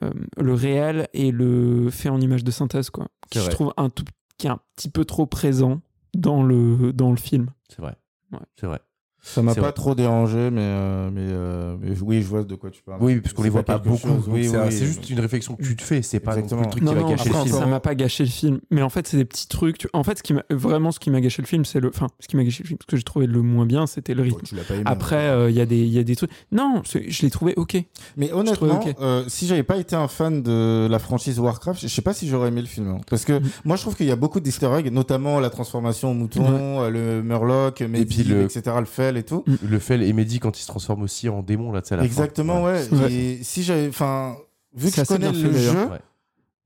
S1: euh, le réel et le fait en image de synthèse quoi, qui
S3: C'est
S1: je
S3: vrai.
S1: trouve un tout qui est un petit peu trop présent dans le dans le film.
S3: c'est vrai.
S1: Ouais.
S3: C'est vrai.
S2: Ça m'a
S3: c'est
S2: pas
S3: vrai.
S2: trop dérangé, mais, euh, mais, euh, mais oui, je vois de quoi tu parles.
S3: Oui, parce qu'on
S2: C'est
S3: les voit
S2: pas
S3: pas,
S2: quelque
S3: beaucoup.
S2: chose,
S3: donc
S2: oui,
S3: c'est un-
S2: oui.
S3: c'est juste une réflexion que tu te fais. C'est pas non plus le
S2: Exactement.
S3: truc qui va gâcher
S1: après,
S3: le film.
S1: ça m'a pas gâché le film. Mais en fait, c'est des petits trucs. tu- En fait, ce qui m'a- vraiment ce qui m'a gâché le film, c'est le enfin ce qui m'a gâché le film, ce que j'ai trouvé le moins bien, c'était le
S2: Bon,
S1: rythme.
S2: tu l'as pas aimé,
S1: Après,
S2: hein.
S1: euh, il y, a des- il y a des trucs. Non, c'est- je l'ai trouvé ok.
S2: mais
S1: trouvais
S2: honnêtement,
S1: ok.
S2: euh, si j'avais pas été un fan de la franchise Warcraft, je je sais pas si j'aurais aimé le film. hein. Parce que
S1: Mm.
S2: moi, je trouve qu'il y a beaucoup d'easter eggs, notamment la transformation en mouton, euh, le Murloc, Medivh,
S3: le-
S2: etc., le Fel et tout.
S3: Le fait et Mehdi quand il se transforme aussi en démon là, tu sais, à la fin.
S2: Exactement, ouais.
S1: Ouais.
S2: Et si j'avais, enfin, vu que
S1: C'est
S2: je
S1: assez
S2: connais
S1: bien fait,
S2: le
S1: d'ailleurs.
S2: jeu,
S3: Ouais.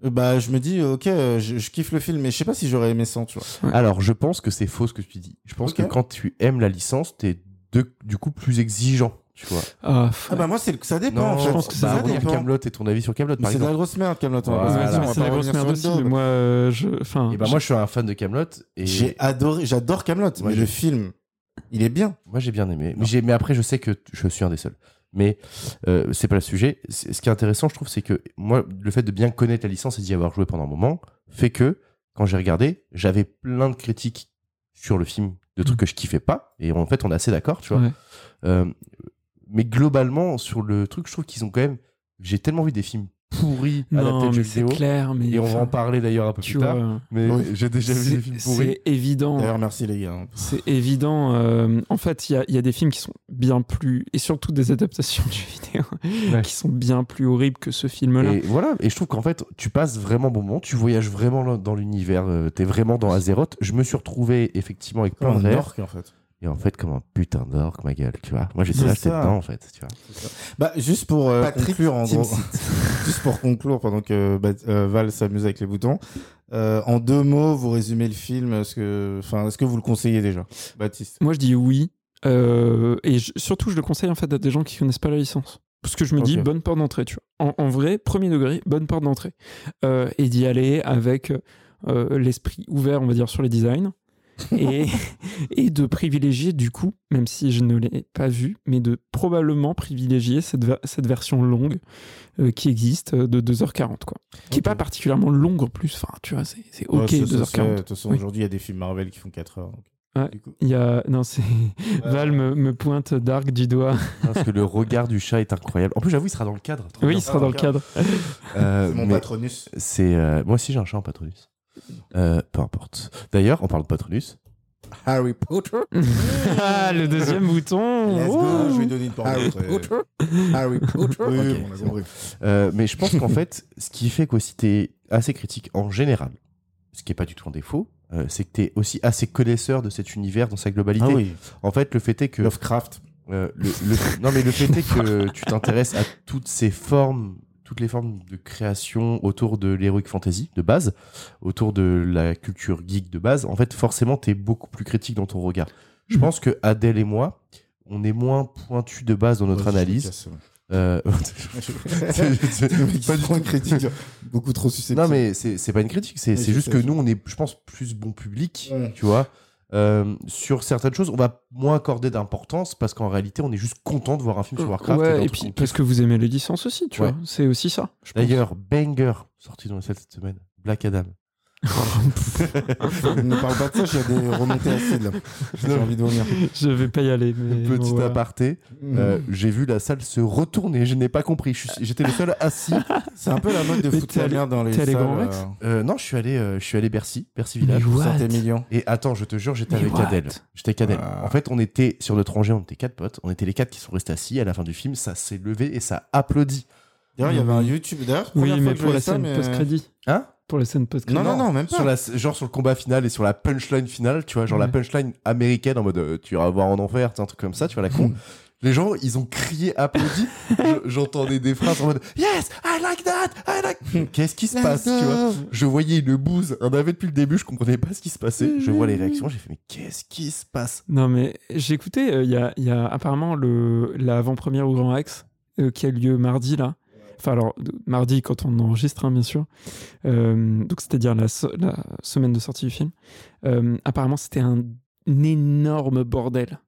S2: euh, bah, je me dis, ok, euh, je, je kiffe le film, mais je sais pas si j'aurais aimé sans, tu vois.
S3: <laughs> Alors, je pense que c'est faux ce que tu dis. Je pense
S2: Ok.
S3: que quand tu aimes la licence, t'es de- du coup plus exigeant, tu vois.
S1: Ah,
S2: Ah bah moi, c'est le- ça dépend. en
S1: je
S2: fait.
S1: pense que c'est
S2: ça
S3: bah,
S1: vrai,
S3: regarde
S2: dépend.
S3: Camelot et ton avis sur Camelot,
S2: Mais
S3: par
S2: c'est de la
S3: exemple.
S2: grosse merde, Camelot.
S3: Voilà.
S1: Ouais,
S3: Voilà.
S1: mais c'est la grosse merde aussi, mais moi, euh, je. Enfin,
S3: Et bah moi, je suis un fan de Camelot et
S2: J'ai adoré, j'adore Camelot,
S3: Ouais,
S2: mais
S3: j'ai-
S2: le film, il est bien.
S3: moi j'ai bien aimé. Mais, j'ai- mais après, je sais que t- je suis un des seuls. mais euh, c'est pas le sujet. C'est- Ce qui est intéressant, je trouve, c'est que moi, le fait de bien connaître la licence et d'y avoir joué pendant un moment, fait que quand j'ai regardé, j'avais plein de critiques sur le film, de trucs que je kiffais pas, et en fait, on est assez d'accord, tu vois.
S1: Mm. Ouais.
S3: Euh, mais globalement, sur le truc, je trouve qu'ils ont quand même. J'ai tellement vu des films pourris adaptés
S1: Non,
S3: de
S1: mais
S3: jeux
S1: c'est
S3: vidéo.
S1: clair, mais
S3: Et on va en
S1: enfin,
S3: parler d'ailleurs un peu
S1: tu
S3: plus tard.
S1: vois,
S3: Mais
S2: Oui.
S3: <laughs> j'ai déjà vu des
S1: c'est
S3: films pourris.
S1: c'est évident.
S2: D'ailleurs, merci les gars. hein.
S1: C'est évident. euh, en fait, il y a, il y a des films qui sont bien plus, et surtout des adaptations de jeux vidéo,
S3: Ouais.
S1: qui sont bien plus horribles que ce film-là.
S3: Et voilà, et je trouve qu'en fait, tu passes vraiment bon moment, tu voyages vraiment là- dans l'univers, euh, t'es vraiment dans Azeroth. Je me suis retrouvé effectivement avec plein
S2: Comme
S3: de
S2: un
S3: rêves,
S2: orc en fait.
S3: et en fait, comme un putain d'orque, ma gueule, tu vois. Moi, j'étais
S2: C'est
S3: là, j'étais
S2: ça.
S3: dedans, en fait, tu vois.
S2: Bah, juste pour euh,
S3: Patrick
S2: conclure, en gros, <laughs>
S3: Timsit.
S2: juste pour conclure, pendant que bah, euh, Val s'amuse avec les boutons, euh, en deux mots, vous résumez le film. Est-ce que, enfin, est-ce que vous le conseillez déjà, Baptiste
S1: Moi, je dis oui. euh, et je- surtout, je le conseille en fait à des gens qui connaissent pas la licence. Parce que je me dis,
S2: Ok.
S1: bonne porte d'entrée, tu vois. En, en vrai, premier degré, bonne porte d'entrée. Euh, et d'y aller avec euh, l'esprit ouvert, on va dire, sur les designs. et, et de privilégier, du coup, même si je ne l'ai pas vu, mais de probablement privilégier cette, va- cette version longue euh, qui existe euh, de 2h40, quoi. Qui n'est
S2: Ok.
S1: pas particulièrement longue en plus. Enfin, tu vois, c'est c'est
S2: Ouais,
S1: ok,
S2: ça, ça se fait.
S1: 2h40.
S2: De toute façon,
S1: Oui.
S2: aujourd'hui, il y a des films Marvel qui font 4 heures. donc,
S1: Ouais.
S2: du coup.
S1: Il y a. Non, c'est.
S2: Ouais.
S1: Val me, me pointe Dark du doigt.
S3: <laughs>
S1: <laughs>
S3: Parce que le regard du chat est incroyable. En plus, j'avoue, il sera dans le cadre. trop
S1: Oui,
S3: bien.
S1: il sera dans le
S2: <laughs>
S1: cadre.
S3: Euh,
S2: C'est mon
S3: mais-
S2: patronus.
S3: C'est euh, moi aussi j'ai un chat en patronus. Euh, peu importe. D'ailleurs, on parle de patronus.
S2: Harry Potter.
S1: Ah, le deuxième bouton.
S2: Let's
S1: Ouh.
S2: go, je vais donner une porte.
S4: Harry
S2: d'entrée.
S4: Potter Harry Potter
S2: Oui,
S3: Ok,
S2: on a
S3: c'est
S2: compris.
S3: Euh, mais
S2: <laughs>
S3: je pense qu'en fait, ce qui fait qu'aussi t'es assez critique en général, ce qui est pas du tout un défaut, euh, c'est que t'es aussi assez connaisseur de cet univers dans sa globalité.
S2: Ah oui,
S3: En fait, le fait est que
S2: Lovecraft.
S3: euh, le, le- non mais le fait est
S2: <laughs>
S3: que tu t'intéresses à toutes ces formes, toutes les formes de création autour de l'heroic fantasy de base, autour de la culture geek de base. En fait, forcément, t'es beaucoup plus critique dans ton regard. Je
S1: Mhm.
S3: pense que Adèle et moi, on est moins pointus de base dans notre
S2: Ouais, je
S3: analyse.
S2: casse, <laughs> ouais.
S3: Euh, <laughs>
S2: Le mec, c'est trop critique, beaucoup trop susceptible.
S3: non mais c'est c'est pas une critique, c'est
S2: Mais
S3: c'est
S2: je
S3: juste
S2: sais,
S3: que
S2: je
S3: nous, on est, je pense, plus bon public,
S2: Ouais.
S3: tu vois. Euh, sur certaines choses, on va moins accorder d'importance parce qu'en réalité, on est juste content de voir un film sur Warcraft. d'un
S1: Euh, Ouais, et
S3: truc
S1: puis
S3: qu'on
S1: parce que vous aimez les licences aussi, tu
S3: Ouais.
S1: vois. C'est aussi ça. je pense.
S3: D'ailleurs, Banger, sorti dans les salles cette semaine, Black Adam.
S1: Hein
S2: ne parle pas de ça, j'ai des remontées acides là. J'ai envie de venir.
S1: <laughs> je vais pas y aller. Mais
S3: Petit
S1: bon, voilà.
S3: aparté, euh, j'ai vu la salle se retourner, je n'ai pas compris, je suis- j'étais
S1: <laughs>
S3: le seul assis.
S2: C'est un peu la mode de
S1: Mais
S2: foutre
S1: t'es
S2: la
S1: allé-
S2: merde dans les
S1: t'es allé
S2: salles.
S1: Grand Rex
S3: Euh, non, je suis allé, euh, je suis allé Bercy, Bercy
S1: Mais
S3: Village.
S1: what
S2: millions.
S3: Et attends, je te jure, j'étais
S1: Mais
S3: avec
S1: what
S3: Adèle. J'étais Cadel.
S2: Ah.
S3: En fait, on était sur notre rangée, on était quatre potes. On était les quatre qui sont restés assis. À la fin du film, ça s'est levé et ça applaudit.
S2: D'ailleurs, il y avait un YouTube. D'ailleurs, première
S1: Oui,
S2: fois
S1: mais
S2: que je
S1: pour la
S2: voyais ça,
S1: scène
S2: mais- euh,
S1: post-crédit.
S3: Hein
S1: Pour la scène post-crédit.
S2: Non, non, non, même
S3: sur
S2: pas.
S3: la, Genre sur le combat final et sur la punchline finale, tu vois, genre la
S1: Ouais.
S3: punchline américaine en mode euh, tu iras voir en enfer, tu sais, un truc comme ça, tu vois,
S2: <laughs>
S3: la con. Les gens, ils ont crié, applaudi. Je- J'entendais des phrases en mode Yes, I like that, I
S2: Hmm.
S3: like. Qu'est-ce qui se passe, tu vois Je voyais une bouse, un avait depuis le début, je comprenais pas ce qui se passait. Je
S2: Hmm.
S3: vois les réactions, j'ai fait Mais qu'est-ce qui se passe
S1: Non, mais j'ai écouté, il y, a, y a apparemment le, la avant-première au Grand Rex euh, qui a lieu mardi, là. Enfin, alors, de- mardi quand on enregistre, hein, bien sûr. Euh, donc, c'est-à-dire la, so- la semaine de sortie du film. Euh, apparemment, c'était un, un énorme bordel.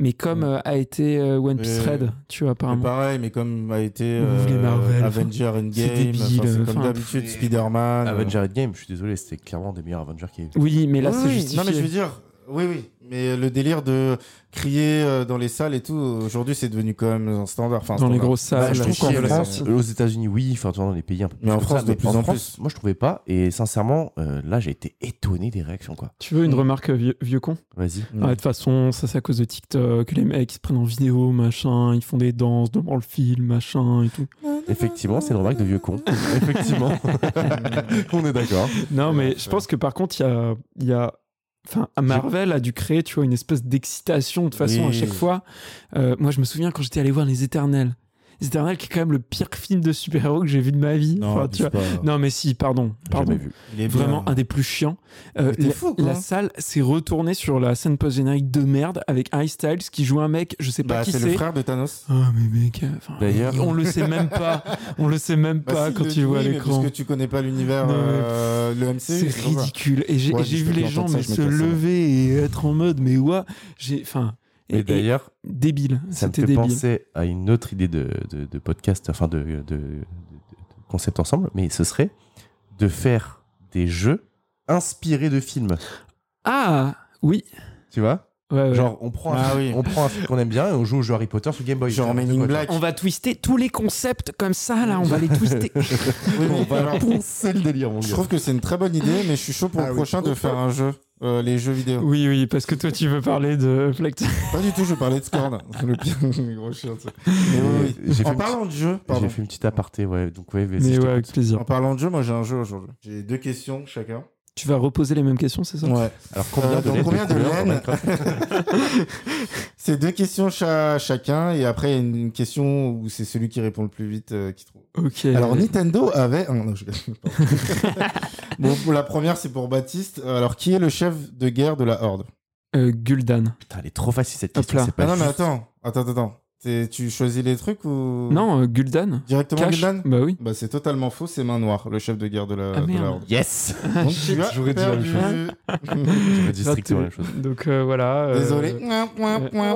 S1: Mais comme euh, a été euh, One Piece
S2: Ouais.
S1: Red, tu vois,
S2: Mais
S1: apparemment.
S2: pareil, mais comme a été
S1: Vous voulez Marvel,
S2: euh, Avenger Endgame, enfin,
S1: débile, euh,
S2: c'est
S1: enfin,
S2: comme d'habitude,
S3: pff.
S2: Spider-Man. euh.
S3: Avenger Ah, Endgame, je suis désolé, c'était clairement des meilleurs Avengers qui
S1: Oui, mais là,
S2: Oui,
S1: c'est
S2: oui,
S1: justifié.
S2: Non, mais je veux dire, oui, oui. Mais euh, le délire de crier euh, dans les salles et tout, aujourd'hui, c'est devenu quand même un standard. Enfin, un
S1: Dans les
S2: standard.
S1: grosses
S3: Bah,
S1: salles.
S3: je trouve
S2: Chier,
S3: qu'en
S2: là,
S3: France,
S2: ça.
S3: euh, aux États-Unis, oui, enfin, tu vois, dans les pays un peu plus
S2: Mais en
S3: comme
S2: France,
S3: ça,
S2: de plus en plus.
S3: Moi, je trouvais pas, et sincèrement, euh, là, j'ai été étonné des réactions, quoi.
S1: Tu veux une remarque euh, vieux, vieux con
S3: Vas-y.
S1: <laughs> Ah, De toute façon, ça c'est à cause de TikTok, les mecs ils se prennent en vidéo, machin, ils font des danses devant le film, machin et tout.
S3: Effectivement, c'est une remarque de
S2: <laughs>
S3: vieux con. Effectivement. On est d'accord.
S1: Non,
S2: Ouais,
S1: mais
S2: c'est
S1: je
S2: vrai.
S1: pense que par contre, il y a, il y a. Enfin, Marvel a dû créer, tu vois, une espèce d'excitation de toute façon à
S2: Oui.
S1: chaque fois. Euh, moi, je me souviens quand j'étais allé voir Les Éternels. Les Éternels, qui est quand même le pire film de super-héros que j'ai vu de ma vie.
S2: <laughs> Non,
S1: Enfin,
S2: dis
S1: tu vois.
S2: pas.
S1: non mais si, pardon.
S3: Jamais
S1: pardon.
S3: vu.
S2: Il est
S1: Vraiment
S2: bien.
S1: un des plus chiants. Euh,
S2: Mais t'es
S1: la,
S2: fou, quoi.
S1: la salle s'est retournée sur la scène post-générique de merde avec Harry Styles qui joue un mec, je sais pas
S2: Bah,
S1: qui
S2: c'est le
S1: c'est.
S2: frère de Thanos.
S1: Ah mais mec, euh, enfin,
S3: D'ailleurs-
S1: on le sait même pas, on le sait même
S2: Bah,
S1: pas
S2: si,
S1: quand
S2: le-
S1: tu le vois à
S2: oui, mais
S1: l'écran.
S2: Parce que tu connais pas l'univers,
S1: Non, mais-
S2: euh, le MCU.
S1: C'est
S2: je vois pas.
S1: ridicule. Et j'ai
S2: Ouais,
S1: et j'ai
S2: je
S1: vu
S2: peux
S1: les
S2: plus
S1: gens
S2: entendre ça,
S1: mais
S2: je me
S1: se
S2: casse, ça va.
S1: lever et être en mode mais ouah, j'ai enfin Et,
S3: Et
S1: et
S3: d'ailleurs,
S1: débile.
S3: ça me
S1: C'était
S3: fait
S1: débile.
S3: penser à une autre idée de, de- de podcast, enfin de, de- de- de concept ensemble, mais ce serait de faire des jeux inspirés de films.
S1: Ah oui.
S3: Tu vois
S1: Ouais, ouais.
S3: Genre, on prend, un,
S2: Ah
S3: film-
S2: oui.
S3: on prend un film qu'on aime bien et on joue au jeu Harry Potter sur Game Boy.
S2: Genre Men in
S3: Quoi, tu
S2: Black.
S1: on va twister tous les concepts comme ça là. On va les twister.
S2: Oui, mais
S3: vois. On va
S2: alors,
S3: <laughs> poncer le délire, mon
S2: je
S3: gars.
S2: trouve que c'est une très bonne idée, mais je suis chaud pour
S4: Ah
S2: le
S4: oui.
S2: prochain de faire un jeu. Euh, les jeux vidéo.
S1: oui oui parce que toi tu veux parler de Flex.
S2: Pas du tout, je parlais de Scorn. le pire, le gros chien, tu sais. Mais oui, oui.
S3: J'ai fait
S2: En
S3: une
S2: parlant de jeu, pardon.
S3: J'ai fait une petite aparté, ouais. Donc, ouais, vas-y, je
S1: Mais ouais
S3: t'écoute.
S1: avec plaisir.
S2: En parlant de jeu, moi j'ai un jeu aujourd'hui. J'ai deux questions chacun.
S1: Tu vas reposer les mêmes questions c'est ça
S2: Ouais.
S3: Alors, combien
S2: Euh,
S3: de
S2: donc,
S3: lettres
S2: combien de
S3: couleur dans
S2: laine
S3: Minecraft
S2: C'est deux questions cha- chacun et après il y a une, une question où c'est celui qui répond le plus vite euh, qui trouve.
S1: Ok.
S2: Alors Nintendo avait. ah, non,
S1: <laughs>
S2: je... pardon. bon, pour la première c'est pour Baptiste. Euh, Alors qui est le chef de guerre de la Horde
S1: Euh, Gul'dan.
S3: Putain, elle est trop facile cette
S1: Hop là.
S3: question. c'est pas
S2: Ah non mais
S3: juste.
S2: attends, attends, attends, attends. T'es- Tu choisis les trucs ou
S1: Non euh, Gul'dan.
S2: directement
S1: Cash.
S2: Gul'dan
S1: Bah oui.
S2: Bah c'est totalement faux. C'est Main Noire, le chef de guerre de la,
S1: Ah,
S2: de la
S1: merde. Ah,
S2: Horde.
S3: Yes
S2: Donc,
S3: shit,
S2: tu as
S3: j'aurais dit la même
S2: perdu. Mmh.
S1: <laughs>
S3: J'aurais dit strictement la même chose.
S1: Donc euh, voilà. euh,
S2: <laughs> Désolé. Oh.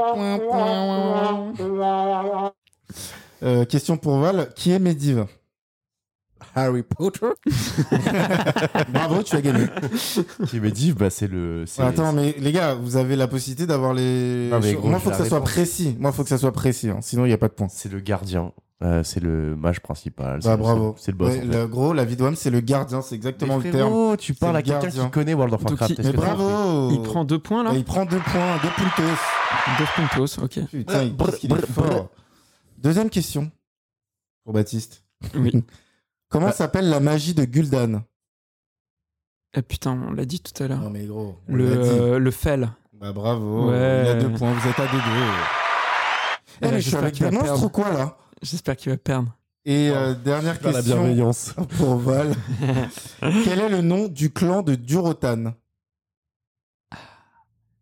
S2: Euh, question pour Val. Qui est Medivh
S4: Harry Potter
S2: <laughs> Bravo, tu as gagné.
S3: Qui me dit, bah, c'est le. c'est-
S2: Attends, mais les gars, vous avez la possibilité d'avoir les.
S3: Non, mais gros,
S2: Moi, faut
S3: la
S2: que ça soit
S3: réponse.
S2: précis. Moi, faut que ça soit précis. hein. Sinon, il n'y a pas de points.
S3: C'est le gardien, euh, c'est le mage principal. c'est
S2: Bah,
S3: le-
S2: bravo.
S3: C'est le boss.
S2: Ouais,
S3: en fait.
S2: le gros, la vie de homme, c'est le gardien. C'est exactement
S3: Mais
S2: le terme.
S3: frérot, tu parles
S2: le
S3: à quelqu'un
S2: gardien.
S3: qui connaît World of
S1: Donc,
S3: Warcraft.
S1: il-
S3: est-ce
S2: Mais
S3: que t'as compris
S2: bravo
S1: Il prend deux points là.
S2: Et il prend deux points, deux puntos.
S1: Deux puntos. Ok.
S2: Putain, il-
S3: Brr,
S2: qu'est-ce qu'il est
S3: brr, brr.
S2: fort. Deuxième question pour Baptiste.
S1: Oui.
S2: Mm-hmm. Comment
S3: Bah-
S2: s'appelle la magie de Gul'dan
S1: Ah putain on l'a dit tout à l'heure.
S2: mais gros, Ah, on
S1: Le
S2: l'a dit.
S1: euh, le fel.
S2: Bah bravo,
S1: Ouais.
S2: il y a deux points, vous êtes à deux deux. Eh,
S1: Ouais,
S2: mais je suis
S1: j'espère
S2: avec
S1: qu'il
S2: des
S1: va
S2: monstres
S1: perdre.
S2: ou quoi là
S1: J'espère qu'il va perdre.
S2: Et euh, dernière
S3: Dans la
S2: question
S3: bienveillance.
S2: <laughs> pour
S3: <laughs>
S2: Val. Quel est le nom du clan de Durotan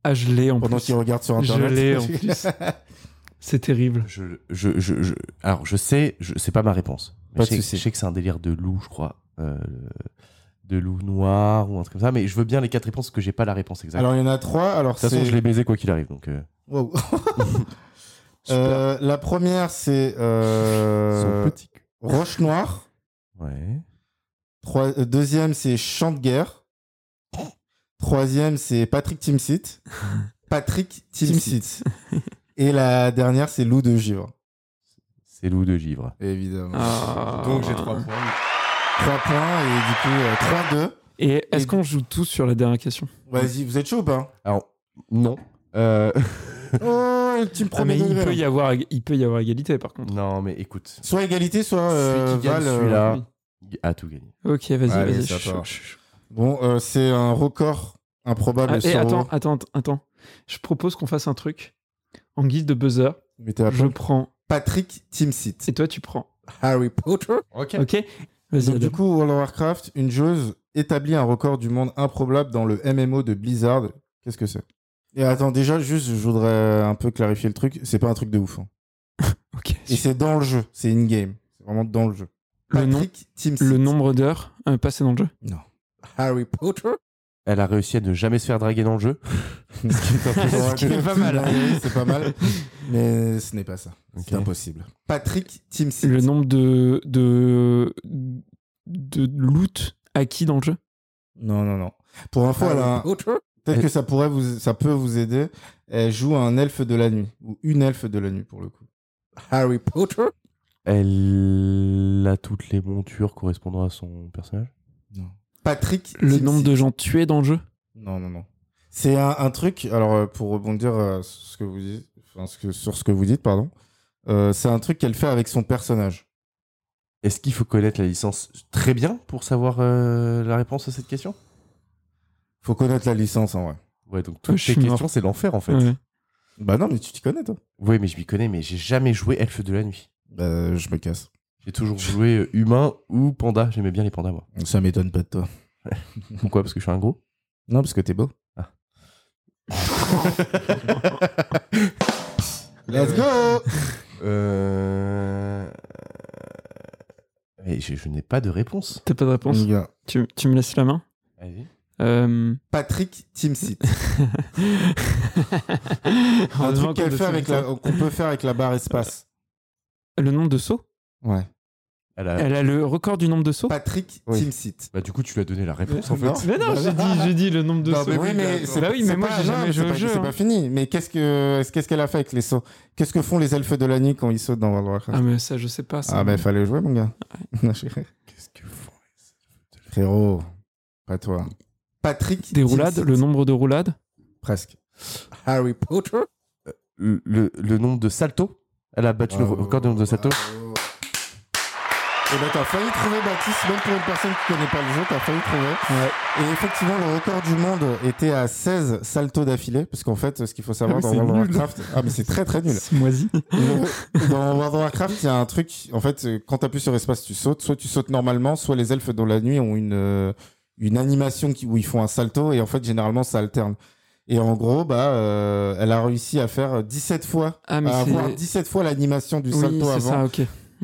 S1: Ah je l'ai en
S2: Pendant
S1: plus.
S2: qu'il regarde sur
S1: Je
S2: internet.
S1: l'ai
S2: <laughs>
S1: en plus. C'est terrible.
S3: Je, je, je, je- alors, je sais, je, c'est pas ma réponse. Mais
S2: Pas
S3: je,
S2: de
S3: sais,
S2: souci.
S3: je sais que c'est un délire de loup, je crois. euh, de loup noir ou un truc comme ça. Mais je veux bien les quatre réponses parce que j'ai pas la réponse exacte.
S2: Alors il y en a trois. Alors
S3: de toute façon,
S2: c'est-
S3: je l'ai baisé quoi qu'il arrive. Donc, euh,
S2: Wow.
S1: Super.
S2: Euh, la première c'est euh,
S3: son petit cul.
S2: Roche Noire.
S3: Ouais.
S2: Trois- euh, Deuxième c'est Champ de Guerre. Troisième c'est Patrick
S3: <laughs>
S2: Timsit. Patrick Timsit. Et la dernière c'est Loup de Givre.
S3: C'est loup de givre.
S2: Évidemment.
S1: Ah.
S3: points.
S2: 3 points et du coup euh, 3-2.
S1: Et est-ce qu'on joue tous sur la dernière question
S2: Vas-y, vous êtes chaud ou <laughs> pas
S3: Alors, non. Euh, <laughs>
S2: Oh, tu me
S1: Ah, mais
S2: promets
S1: il peut, y avoir, il peut y avoir égalité par contre.
S3: non, mais écoute.
S2: Soit égalité, soit euh,
S3: Celui qui gagne
S2: Val. euh,
S3: celui-là a tout gagné.
S1: Ok, vas-y,
S2: Allez,
S1: vas-y.
S2: ça
S1: je suis chaud,
S2: part.
S1: je suis chaud.
S2: Bon, euh, c'est un record improbable.
S1: Ah, et
S2: sur-
S1: attends, attends, attends. Je propose qu'on fasse un truc. En guise de buzzer,
S2: Mais t'es à
S1: je
S2: fond.
S1: prends
S2: Patrick Timsit. <laughs>
S1: et toi tu prends.
S4: Harry Potter
S3: Ok.
S1: Ok Vas-y,
S2: Donc, du
S1: Adam.
S2: coup, World of Warcraft, une joueuse établit un record du monde improbable dans le MMO de Blizzard. Qu'est-ce que c'est Et attends, déjà, juste, je voudrais un peu clarifier le truc. C'est pas un truc de ouf. hein.
S1: Ok.
S2: Et c'est dans le jeu. C'est in-game. C'est vraiment dans le jeu.
S1: Le, nom-
S2: Patrick Timsit.
S1: le nombre d'heures euh, passées dans le jeu.
S4: Harry Potter
S3: Elle a réussi à ne jamais se faire draguer dans le jeu.
S1: Ce qui est pas mal.
S2: Oui, C'est pas mal. Mais ce n'est pas ça.
S3: Ok.
S2: C'est impossible. Patrick Timsit.
S1: Le nombre de, de, de loot acquis dans le jeu.
S2: Non, non, non. Pour info, elle a un-
S4: Harry Potter
S2: peut-être que ça pourrait vous, ça peut vous aider. Elle joue un elfe de la nuit ou une elfe de la nuit pour le coup.
S4: Harry Potter
S3: Elle a toutes les montures correspondant à son personnage.
S2: Non. Patrick.
S1: Le
S2: Timsit.
S1: nombre de gens tués dans le jeu.
S2: Non, non, non. C'est un, un truc. Alors euh, pour rebondir euh, sur ce que vous dites, enfin, ce que- sur ce que vous dites, pardon. euh, c'est un truc qu'elle fait avec son personnage.
S3: Est-ce qu'il faut connaître la licence très bien pour savoir euh, la réponse à cette question
S2: Faut connaître la licence en vrai.
S3: Ouais, donc
S1: Ouais,
S3: toutes
S1: je
S3: tes
S1: suis mort.
S3: questions, c'est l'enfer en fait.
S1: Ouais.
S2: Bah non, mais tu t'y connais toi.
S3: Ouais, mais je m'y connais, mais j'ai jamais joué elfe de la nuit.
S2: Bah, je me casse.
S1: <laughs>
S3: J'ai toujours joué euh, humain ou panda. J'aimais bien les pandas, moi.
S2: Ça m'étonne pas de toi.
S3: Pourquoi Parce que je suis un gros
S2: Non, parce que t'es beau.
S3: Ah.
S2: <laughs> Let's go
S3: Euh. Mais je, je n'ai pas de réponse.
S1: T'as pas de réponse
S2: Les gars,
S1: tu, tu me laisses la main
S3: Vas-y.
S2: <laughs>
S1: Euh,
S2: Patrick Timsit. Un
S1: heureusement
S2: truc
S1: qu'on
S2: qu'elle
S1: le
S2: fait avec la- qu'on peut faire avec la barre espace.
S1: Le nombre de sauts
S2: Ouais.
S3: Elle a-
S1: Elle a le record du nombre de sauts
S2: Patrick
S3: Oui.
S2: Timsit.
S3: Bah, du coup, tu lui as donné la réponse en
S2: Non.
S3: fait.
S1: Mais Euh, non, j'ai dit, j'ai dit le nombre de
S2: Non,
S1: sauts.
S2: mais bah, oui, mais c'est
S1: Bah oui, mais
S2: c'est
S1: moi
S2: pas-
S1: j'ai
S2: non,
S1: jamais
S2: mais
S1: joué
S2: c'est
S1: au
S2: pas-
S1: jeu.
S2: C'est
S1: hein.
S2: pas fini. Mais qu'est-ce que qu'est-ce qu'elle a fait avec les sauts Qu'est-ce que font les elfes de la nuit quand ils sautent dans World of Warcraft
S1: Ah mais ça je sais pas. Ça.
S2: Ah, ben fallait jouer, mon gars. <laughs>
S3: Qu'est-ce que font
S2: Frérot, pas toi. Patrick.
S1: Des roulades,
S2: Timsit.
S1: le nombre de roulades.
S2: Presque.
S4: Harry Potter,
S3: le, le- le nombre de saltos Elle a battu le record du nombre de saltos
S2: Et Ah. ben t'as failli trouver Baptiste, même pour une personne qui connaît pas le jeu, t'as failli trouver. Et effectivement, le record du monde était à 16 saltos d'affilée, parce qu'en fait, ce qu'il faut savoir
S1: Ah,
S2: dans
S1: mais
S2: World of
S1: c'est nul.
S2: Warcraft, ah mais c'est très très nul.
S1: <laughs> C'est moisi.
S2: Le- dans World of Warcraft, il y a un truc, en fait, euh, quand t'appuies sur espace, tu sautes, soit tu sautes normalement, soit les elfes dans la nuit ont une euh, une animation qui, où ils font un salto, et en fait, généralement, ça alterne. Et en gros, bah, euh, elle a réussi à faire 17 fois,
S1: Ah mais
S2: à Bah, avoir
S1: c'est.
S2: 17 fois l'animation du
S1: Oui,
S2: salto
S1: c'est
S2: avant.
S1: ça. Ok.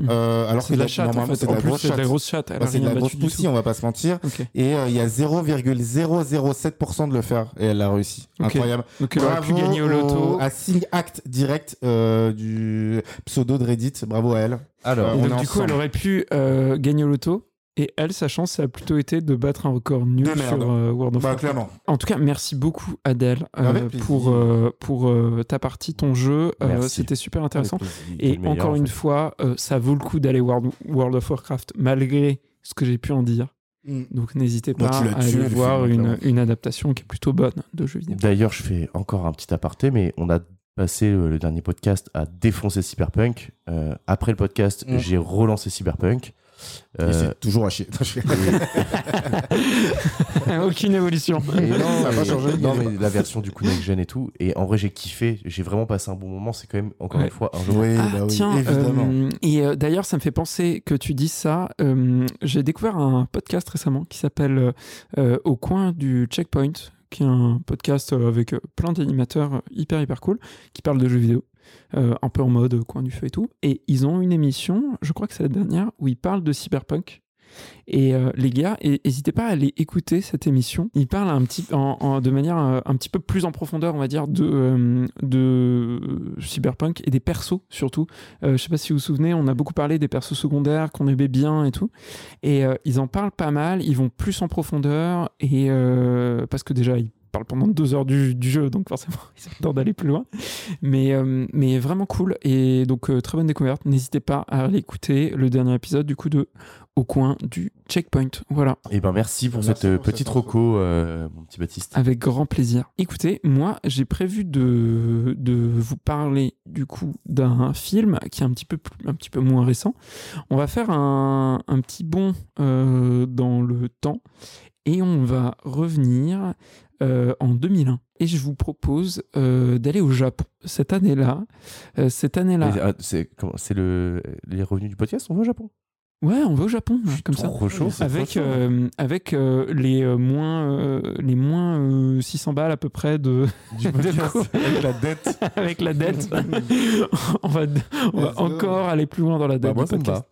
S2: Euh, alors que
S1: C'est de la
S2: là,
S1: chatte en
S2: normalement,
S1: fait.
S2: c'est de
S1: En
S2: la
S1: plus
S2: grosse
S1: c'est de la
S2: chatte.
S1: grosse chatte. Elle a
S2: Bah, c'est de
S1: rien
S2: la grosse
S1: battu du
S2: poussie,
S1: tout.
S2: on va pas se mentir.
S1: Ok.
S2: Et euh, il y a 0,007% de le faire. Et elle l'a réussi.
S1: Ok.
S2: Incroyable.
S1: Donc elle aurait pu gagner au loto. Ah,
S2: à Sing Act Direct euh, du pseudo de Reddit. Bravo à elle.
S1: Et
S3: Alors,
S2: on
S1: donc,
S2: est
S1: du coup,
S2: ensemble.
S1: elle aurait pu euh, gagner au loto. Et elle, sa chance, ça a plutôt été de battre un record nul
S2: De Ah, merde.
S1: sur euh, World of
S2: Bah,
S1: Warcraft.
S2: clairement.
S1: En tout cas, merci beaucoup Adèle euh,
S2: Avec plaisir.
S1: pour, euh, pour euh, ta partie, ton jeu. Euh,
S3: Merci.
S1: C'était super intéressant.
S3: Allez,
S1: Et
S3: le meilleur,
S1: encore
S3: en
S1: une
S3: fait.
S1: fois, euh, ça vaut le coup d'aller World, World of Warcraft malgré ce que j'ai pu en dire. Donc n'hésitez
S2: Bah,
S1: pas
S2: tu l'as
S1: à
S2: tué,
S1: aller
S2: le
S1: voir
S2: film,
S1: une,
S2: clairement.
S1: une adaptation qui est plutôt bonne de jeux
S3: <laughs>
S1: vidéo.
S3: D'ailleurs, je fais encore un petit aparté, mais on a passé euh, le dernier podcast à défoncer Cyberpunk. Euh, après le podcast,
S2: Mm.
S3: j'ai relancé Cyberpunk. <laughs>
S2: Et
S3: Euh,
S2: c'est toujours à chier. <laughs> bah
S1: Aucune évolution.
S3: Et non,
S2: Ça a pas
S3: mais-
S2: changé,
S3: non,
S2: il est
S3: mais la version du coup next gen et tout. Et en vrai, j'ai kiffé. J'ai vraiment passé un bon moment. C'est quand même encore
S1: Ouais.
S3: une fois un jeu.
S2: oui,
S1: Ah,
S2: bah oui,
S1: tiens,
S2: évidemment.
S1: euh, et euh, d'ailleurs, ça me fait penser que tu dis ça. euh, J'ai découvert un podcast récemment qui s'appelle euh, euh, Au coin du checkpoint, qui est un podcast euh, avec euh, plein d'animateurs euh, hyper hyper cool qui parlent de jeux vidéo, euh, un peu en mode euh, coin du feu et tout. Et ils ont une émission, je crois que c'est la dernière, où ils parlent de cyberpunk. Et euh, les gars, n'hésitez pas à aller écouter cette émission. Ils parlent un petit, en- en- de manière euh, un petit peu plus en profondeur, on va dire, de, euh, de euh, cyberpunk et des persos surtout. Euh, je sais pas si vous vous souvenez, on a beaucoup parlé des persos secondaires qu'on aimait bien et tout. Et euh, ils en parlent pas mal. Ils vont plus en profondeur et euh, parce que déjà ils parlent pendant deux heures du, du jeu, donc forcément <laughs> ils ont le temps d'aller plus loin. Mais euh, mais vraiment cool et donc euh, très bonne découverte. N'hésitez pas à aller écouter le dernier épisode du coup de au coin du checkpoint. Voilà.
S3: Et ben merci pour
S2: Merci
S3: cette euh,
S2: pour cette
S3: petite
S2: info.
S3: roco, euh, mon petit Baptiste.
S1: Avec grand plaisir. Écoutez, moi, j'ai prévu de, de vous parler du coup d'un film qui est un petit peu, plus- un petit peu moins récent. On va faire un, un petit bond euh, dans le temps et on va revenir euh, en 2001. Et je vous propose euh, d'aller au Japon cette année-là. Euh, cette année-là.
S3: Mais, ah, C'est comment- c'est le les revenus du podcast. On va au Japon.
S1: Ouais, on va au Japon,
S3: Je suis
S1: comme ça.
S3: trop chaud.
S2: C'est
S1: avec
S2: trop chaud.
S1: euh, avec euh, les euh, moins euh, les moins euh, 600 balles à peu près
S2: <laughs>
S1: de <laughs>
S2: Du podcast avec la dette.
S1: avec la dette <laughs> on va, on va
S2: Let's go.
S1: encore aller plus loin dans la dette
S3: Bah, moi,
S1: du
S3: ça me
S1: podcast.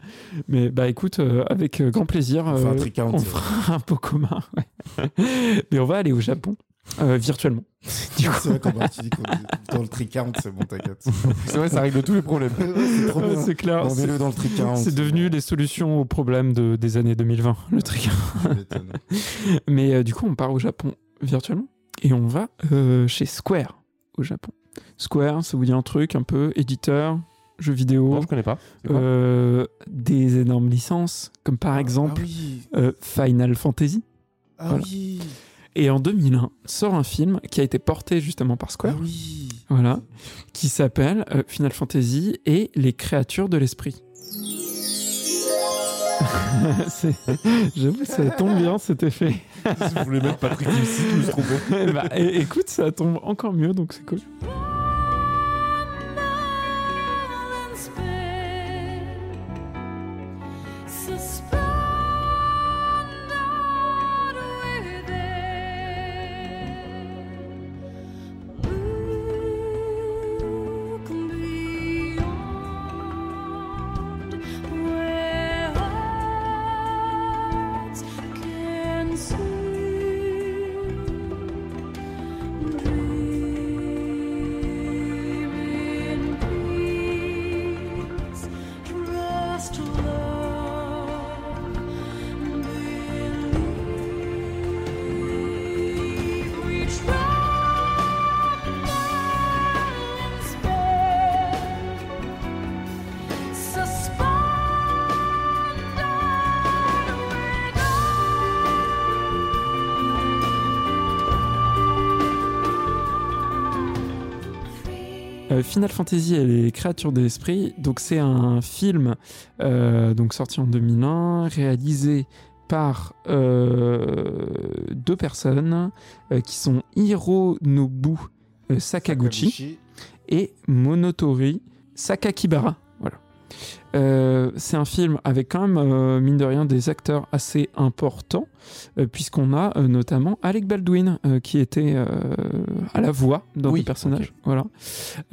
S1: mais bah écoute euh, avec euh, grand plaisir
S2: On fait un
S1: euh,
S2: trick out.
S1: on fera un pot commun <laughs> ouais. mais on va aller au Japon euh, virtuellement <laughs> du coup
S2: C'est vrai qu'on tu dis qu'on est dans le trick out, c'est bon,
S1: <laughs>
S2: t'inquiète. C'est vrai, ça règle tous les problèmes. c'est trop
S1: ouais,
S2: bien.
S1: c'est clair
S2: On
S1: c'est-
S2: met le euh, dans le trick out.
S1: c'est devenu les solutions aux problèmes de, des années 2020 le trick
S2: Tu m'étonnes.
S1: Mais euh, du coup, on part au Japon virtuellement et on va euh, chez Square au Japon. Square, ça vous dit un truc un peu éditeur, jeux vidéo,
S3: Non, je connais pas. C'est quoi
S1: euh, des énormes licences comme <laughs> par exemple
S2: Ah oui.
S1: euh, Final Fantasy.
S2: Ah
S1: Voilà.
S2: oui.
S1: Et en 2001 sort un film qui a été porté justement par Square,
S2: Ah oui.
S1: voilà, qui s'appelle euh, Final Fantasy et les créatures de l'esprit. <laughs> C'est- J'avoue, ça tombe bien cet
S2: <laughs>
S1: effet.
S3: Je voulais mettre Patrick Timsit, je me trompais.
S1: Eh bah, é- écoute, ça tombe encore mieux, donc c'est cool.
S5: Where hearts can see.
S1: Euh, Final Fantasy et les créatures de l'esprit. Donc c'est un film euh, donc sorti en 2001, réalisé par euh, deux personnes euh, qui sont Hironobu euh, Sakaguchi et Monotori Sakakibara. Voilà. Euh, c'est un film avec quand même, euh, mine de rien, des acteurs assez importants, euh, puisqu'on a euh, notamment Alec Baldwin, euh, qui était euh, à la voix dans
S3: Oui,
S1: le personnage. Voilà.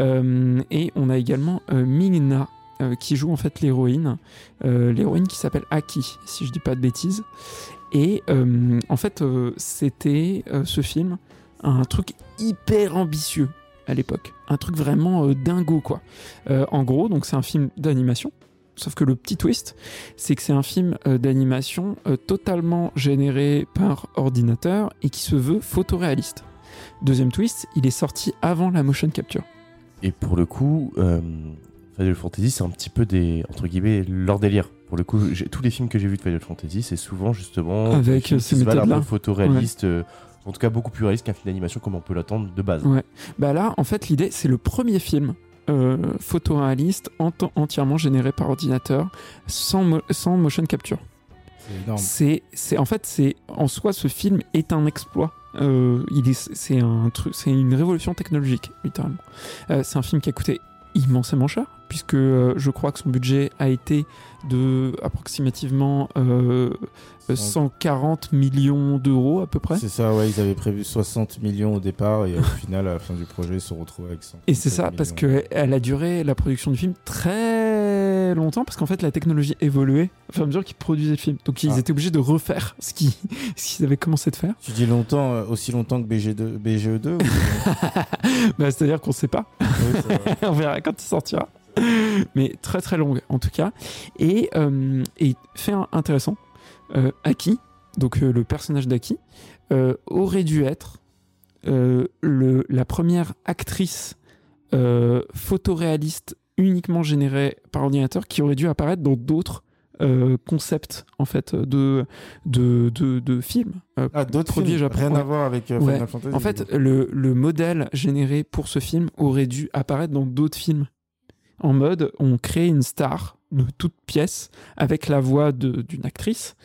S1: Euh, et on a également euh, Mingna, euh, qui joue en fait l'héroïne, euh, l'héroïne qui s'appelle Aki, si je dis pas de bêtises. Et euh, en fait, euh, c'était euh, ce film, un truc hyper ambitieux à l'époque. Un truc vraiment euh, dingo, quoi. Euh, en gros, donc c'est un film d'animation. Sauf que le petit twist, c'est que c'est un film euh, d'animation euh, totalement généré par ordinateur et qui se veut photoréaliste. Deuxième twist, il est sorti avant la motion capture.
S3: Et pour le coup, euh, Final Fantasy, c'est un petit peu des. entre guillemets, leur délire. Pour le coup, j'ai- tous les films que j'ai vus de Final Fantasy, c'est souvent justement.
S1: Avec,
S3: des films
S1: euh, ces
S3: qui se valent un
S1: méthodes-là.
S3: peu photoréalistes, euh, en tout cas beaucoup plus réalistes qu'un film d'animation comme on peut l'attendre de base.
S1: Ouais. Bah là, en fait, l'idée, c'est le premier film euh, photoréaliste ent- entièrement généré par ordinateur sans, mo- sans motion capture.
S2: C'est énorme.
S1: C'est, c'est en fait, c'est en soi, ce film est un exploit. Euh, il est, c'est un truc, c'est une révolution technologique littéralement. Euh, c'est un film qui a coûté immensément cher puisque euh, je crois que son budget a été de approximativement euh, 140 millions d'euros à peu près.
S2: C'est ça, ouais, ils avaient prévu 60 millions au départ et au final, à la fin du projet, ils se retrouvent avec 100.
S1: Et c'est ça, parce qu'elle a duré la production du film très longtemps, parce qu'en fait la technologie évoluait au fur et à mesure qu'ils produisaient le film. Donc ils
S2: Ah.
S1: étaient obligés de refaire ce qu'ils <laughs> ce qu'ils avaient commencé de faire.
S2: Tu dis longtemps, euh, aussi longtemps que BG2, BGE2 E ou-
S1: Bah, C'est-à-dire qu'on ne sait pas, <laughs>
S2: Oui, ça va.
S1: on verra quand il sortira. Mais très très longue en tout cas. Et, euh, et fait un- intéressant, euh, Aki, donc euh, le personnage d'Aki, euh, aurait dû être euh, le, la première actrice euh, photoréaliste uniquement générée par ordinateur qui aurait dû apparaître dans d'autres euh, concepts en fait de, de, de, de films. Euh,
S2: Ah, d'autres
S1: Produit
S2: films,
S1: japonais,
S2: rien
S1: ouais.
S2: à voir avec euh,
S1: Ouais.
S2: Final Fantasy.
S1: en fait, le, le modèle généré pour ce film aurait dû apparaître dans d'autres films. En mode, on crée une star de toute pièce avec la voix de- d'une actrice,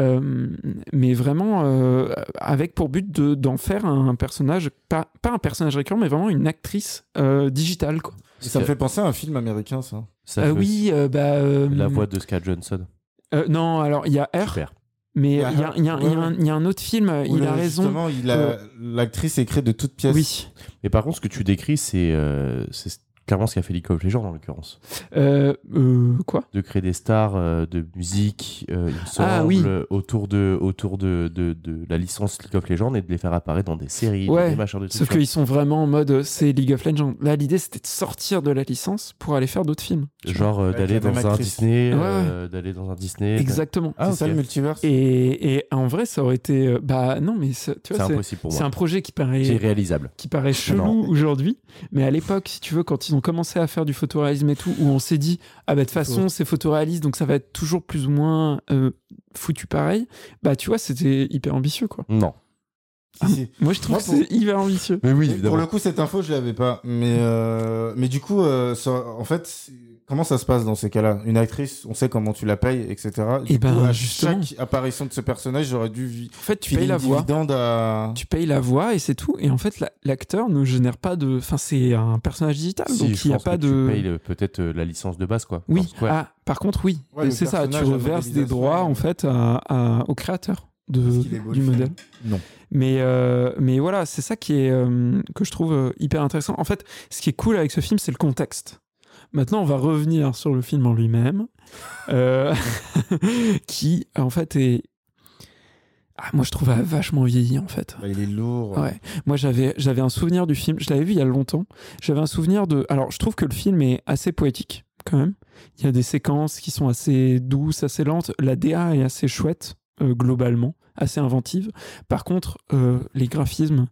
S1: euh, mais vraiment euh, avec pour but de- d'en faire un personnage, pas, pas un personnage récurrent, mais vraiment une actrice euh, digitale. Quoi.
S2: ça me fait penser à un film américain, ça.
S3: Ça
S1: Euh,
S3: fait aussi
S1: oui, euh, bah. euh,
S3: La voix de Scar Johnson.
S1: euh, non, alors il y a R,
S3: Super.
S1: mais il y
S2: Ah,
S1: a- il y, a- il y a- il y a un- il y a un autre film,
S2: Où
S1: il
S2: le-
S1: a raison. Euh,
S2: Justement, il a- l'actrice est créée de toutes pièces.
S1: Oui.
S3: Mais par contre, ce que tu décris, c'est euh, c'est clairement ce qu'a fait League of Legends en l'occurrence.
S1: Euh, euh, quoi
S3: de créer des stars euh, de musique, euh, il me semble,
S1: Ah, oui.
S3: euh, autour, de, autour de, de, de la licence League of Legends et de les faire apparaître dans des séries, dans
S1: Ouais,
S3: des machins de
S1: Sauf
S3: trucs,
S1: qu'ils sont vraiment en mode euh, c'est League of Legends. Là, l'idée c'était de sortir de la licence pour aller faire d'autres films.
S3: tu vois. Genre euh,
S2: Avec
S3: d'aller
S2: la
S3: dans,
S2: même
S3: un
S2: actrice.
S3: Disney,
S1: Ouais,
S3: euh, d'aller dans un Disney.
S1: Exactement.
S3: Ah,
S2: c'est
S3: ok.
S2: ça le multivers.
S1: Et, et en vrai, ça aurait été. euh, Bah non, mais ça- tu
S3: C'est
S1: vois, c'est-
S3: impossible pour
S1: c'est
S3: moi.
S1: un projet qui
S3: C'est
S1: paraît,
S3: réalisable.
S1: qui paraît chelou
S3: Non.
S1: aujourd'hui. Mais à l'époque, si tu veux, quand ils ont commencé à faire du photoréalisme et tout, où on s'est dit, ah bah de toute façon, c'est photoréaliste, donc ça va être toujours plus ou moins euh, foutu pareil. Bah tu vois, c'était hyper ambitieux quoi.
S3: Non.
S2: Si, Ah, si.
S1: Moi, je trouve
S2: Moi,
S1: que
S2: pour-
S1: c'est hyper ambitieux.
S3: Mais oui,
S2: Et Pour le coup, cette info, je l'avais pas. Mais, euh, mais du coup, euh, ça- en fait, c'est- comment ça se passe dans ces cas-là Une actrice, on sait comment tu la payes, etc. Du
S1: Eh ben,
S2: coup, à
S1: justement.
S2: chaque apparition de ce personnage, j'aurais dû vi-
S1: En fait, tu
S2: filer
S1: payes
S2: une
S1: la voix.
S2: dividende à...
S1: tu payes la voix et c'est tout. Et en fait, la- l'acteur ne génère pas de. Enfin, c'est un personnage digital,
S3: Si,
S1: donc
S3: je
S1: il n'y a
S3: pense
S1: pas
S3: que
S1: de.
S3: Tu payes euh, peut-être euh, la licence de base, quoi.
S1: Oui.
S3: Genre, quoi.
S1: Ah, par contre, oui.
S2: Ouais, le
S1: c'est ça. Tu
S2: personnage, la
S1: reverses des
S2: modélisation,
S1: droits
S2: euh,
S1: en fait à- à- au créateur de,
S2: Est-ce qu'il est beau,
S1: du
S2: le film
S1: modèle.
S2: Non.
S1: Mais euh, mais voilà, c'est ça qui est euh, que je trouve euh, hyper intéressant. En fait, ce qui est cool avec ce film, c'est le contexte. Maintenant, on va revenir sur le film en lui-même, euh, <laughs> qui en fait est. Ah, moi, je trouve a vachement vieilli en fait.
S2: Bah, il est lourd.
S1: Ouais. Moi, j'avais, j'avais un souvenir du film. Je l'avais vu il y a longtemps. J'avais un souvenir de. Alors, je trouve que le film est assez poétique, quand même. Il y a des séquences qui sont assez douces, assez lentes. La DA est assez chouette, euh, globalement, assez inventive. Par contre, euh, les graphismes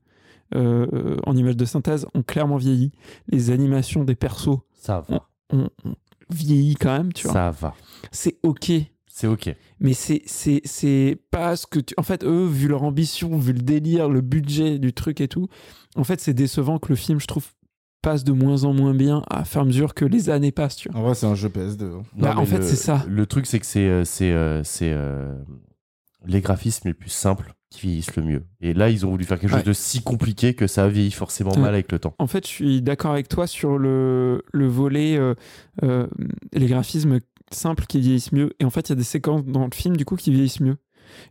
S1: euh, euh, en images de synthèse ont clairement vieilli. Les animations des persos
S3: Ça va.
S1: ont, ont vieilli quand même, tu vois.
S3: Ça va.
S1: C'est OK
S3: C'est OK.
S1: mais c'est c'est c'est pas ce que tu en fait eux vu leur ambition vu le délire le budget du truc et tout en fait c'est décevant que le film je trouve passe de moins en moins bien à fur et à mesure que les années passent, tu vois.
S2: En vrai, c'est un jeu PS2.
S1: Bah,
S3: mais
S1: en fait,
S3: le-
S1: c'est ça.
S3: Le truc, c'est que c'est euh, c'est euh, c'est, euh, les graphismes les plus simples qui vieillissent le mieux. Et là, ils ont voulu faire quelque chose
S1: Ouais.
S3: de si compliqué que ça vieillit forcément
S1: Ouais.
S3: mal avec le temps.
S1: En fait, je suis d'accord avec toi sur le, le volet euh, euh, les graphismes simples qui vieillissent mieux. Et en fait, il y a des séquences dans le film du coup qui vieillissent mieux.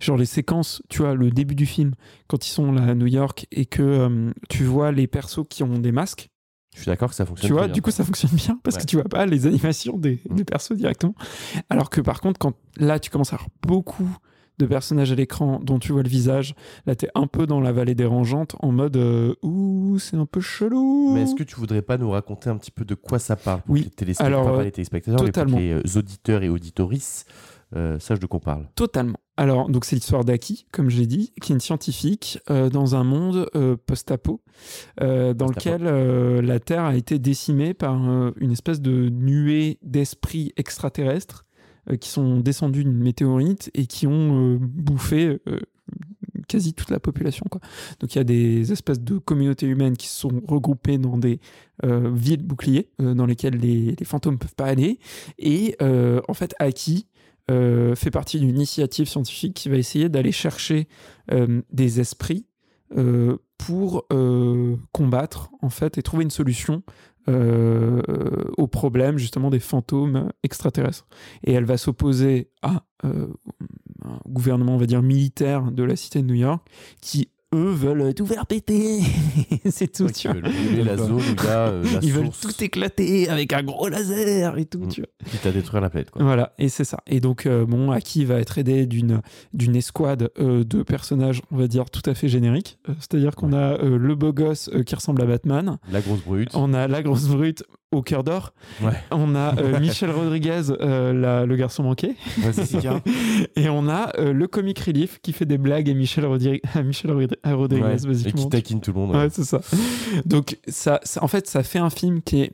S1: Genre les séquences, tu vois, le début du film, quand ils sont là à New York et que euh, tu vois les persos qui ont des masques,
S3: Je suis d'accord que ça fonctionne.
S1: tu vois,
S3: très bien.
S1: du coup ça fonctionne bien parce
S3: Ouais.
S1: que tu vois pas les animations des,
S3: Mm.
S1: des persos directement. Alors que par contre, quand là tu commences à avoir beaucoup de personnages à l'écran dont tu vois le visage, là t'es un peu dans la vallée dérangeante en mode euh, ouh c'est un peu chelou.
S3: Mais est-ce que tu voudrais pas nous raconter un petit peu de quoi ça parle pour
S1: Oui.
S3: que les téléspectateurs,
S1: Alors,
S3: pas
S1: euh,
S3: les téléspectateurs, mais pour que
S1: totalement.
S3: les euh, auditeurs et auditorices euh, sachent de quoi on parle
S1: Totalement. Alors, donc c'est l'histoire d'Aki, comme je l'ai dit, qui est une scientifique euh, dans un monde euh, post-apo, euh, dans
S3: Post-apo.
S1: lequel euh, la Terre a été décimée par euh, une espèce de nuée d'esprits extraterrestres euh, qui sont descendus d'une météorite et qui ont euh, bouffé euh, quasi toute la population. Quoi. Donc il y a des espèces de communautés humaines qui se sont regroupées dans des euh, villes boucliers euh, dans lesquelles les, les fantômes peuvent pas aller. Et euh, en fait, Aki euh, fait partie d'une initiative scientifique qui va essayer d'aller chercher euh, des esprits euh, pour euh, combattre en fait et trouver une solution euh, euh, au problème justement des fantômes extraterrestres. Et elle va s'opposer à euh, un gouvernement, on va dire militaire de la cité de New York, qui eux veulent tout faire péter. <laughs> C'est tout.
S3: Ouais,
S1: tu
S3: qui
S1: vois
S3: veulent brûler la zone où il y a euh, la
S1: <laughs> ils veulent
S3: source
S1: tout éclater avec un gros laser et tout,
S3: Mm.
S1: tu vois.
S3: quitte à détruire la planète. Quoi.
S1: Voilà, et c'est ça. Et donc, euh, bon, Aki va être aidé d'une d'une escouade euh, de personnages, on va dire, tout à fait génériques. Euh, C'est-à-dire qu'on a euh, le beau gosse euh, qui ressemble à Batman,
S3: La grosse brute.
S1: on a la grosse brute au cœur d'or,
S3: <laughs> Ouais.
S1: on a euh, Michel Rodriguez, euh, la- le garçon manqué, <laughs>
S2: Vas-y,
S1: et on a euh, le comic relief qui fait des blagues à Michel, Rodri- à Michel Rodri- à Rodriguez,
S3: Ouais. Et
S1: basiquement.
S3: qui taquine tout le monde.
S1: Ouais, c'est ça. Donc, ça, ça- en fait, ça fait un film qui est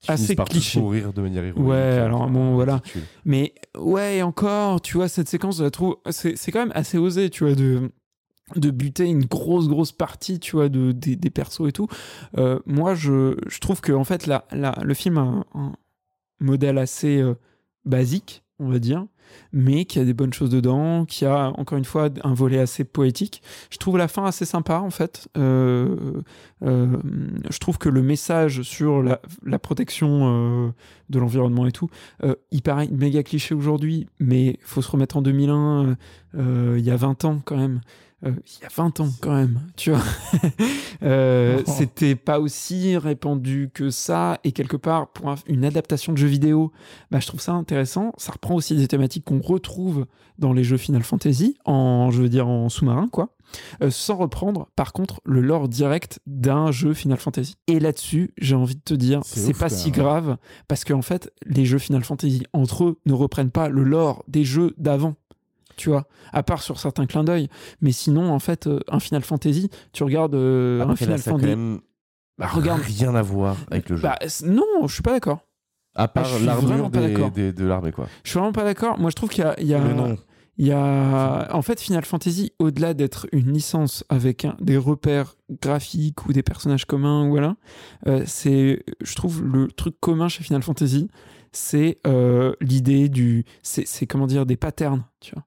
S3: Qui finissent
S1: assez
S3: par tous
S1: cliché.
S3: mourir de manière héroïque.
S1: Ouais,
S3: euh,
S1: alors, bon, voilà.
S3: ridicule.
S1: Mais ouais, et encore, tu vois, cette séquence, je la trouve. C'est c'est quand même assez osé, tu vois, de, de buter une grosse, grosse partie, tu vois, de, des, des persos et tout. Euh, moi, je, je trouve que, en fait, la, la, le film a un, un modèle assez euh, basique, on va dire, mais qui a des bonnes choses dedans, qui a, encore une fois, un volet assez poétique. Je trouve la fin assez sympa, en fait. Euh, euh, je trouve que le message sur la, la protection euh, de l'environnement et tout. Euh, il paraît méga cliché aujourd'hui, mais faut se remettre en 2001, euh, euh, il y a 20 ans quand même. Euh, il y a 20 ans quand même, tu vois. <laughs> Euh,
S2: Oh.
S1: C'était pas aussi répandu que ça, et quelque part, pour un- une adaptation de jeu vidéo, bah, je trouve ça intéressant. Ça reprend aussi des thématiques qu'on retrouve dans les jeux Final Fantasy, en, je veux dire, en sous-marin, quoi. Euh, sans reprendre, par contre, le lore direct d'un jeu Final Fantasy. Et là-dessus, j'ai envie de te dire,
S2: C'est
S1: c'est
S2: ouf, hein.
S1: pas
S2: quand
S1: si
S2: même.
S1: grave parce qu'en fait, les jeux Final Fantasy entre eux ne reprennent pas le lore des jeux d'avant. Tu vois, à part sur certains clins d'œil. Mais sinon, en fait, euh, un Final Fantasy, tu regardes euh, un
S3: Après, là,
S1: Final
S3: ça a quand
S1: Fantasy.
S3: même
S1: Bah, regarde.
S3: rien à voir avec le jeu.
S1: Bah, c- non, je suis pas d'accord.
S3: à
S1: je
S3: part
S1: suis
S3: l'armure
S1: vraiment pas
S3: des-
S1: d'accord.
S3: des- de l'armée, quoi.
S1: Je suis vraiment pas d'accord. Moi, je trouve qu'il y a. il y a-
S2: Le nom.
S1: Il y a, en fait, Final Fantasy, au-delà d'être une licence avec un- des repères graphiques ou des personnages communs, ou voilà, euh, c'est, je trouve, le truc commun chez Final Fantasy, c'est euh, l'idée du, c'est, c'est, comment dire, des patterns, tu vois.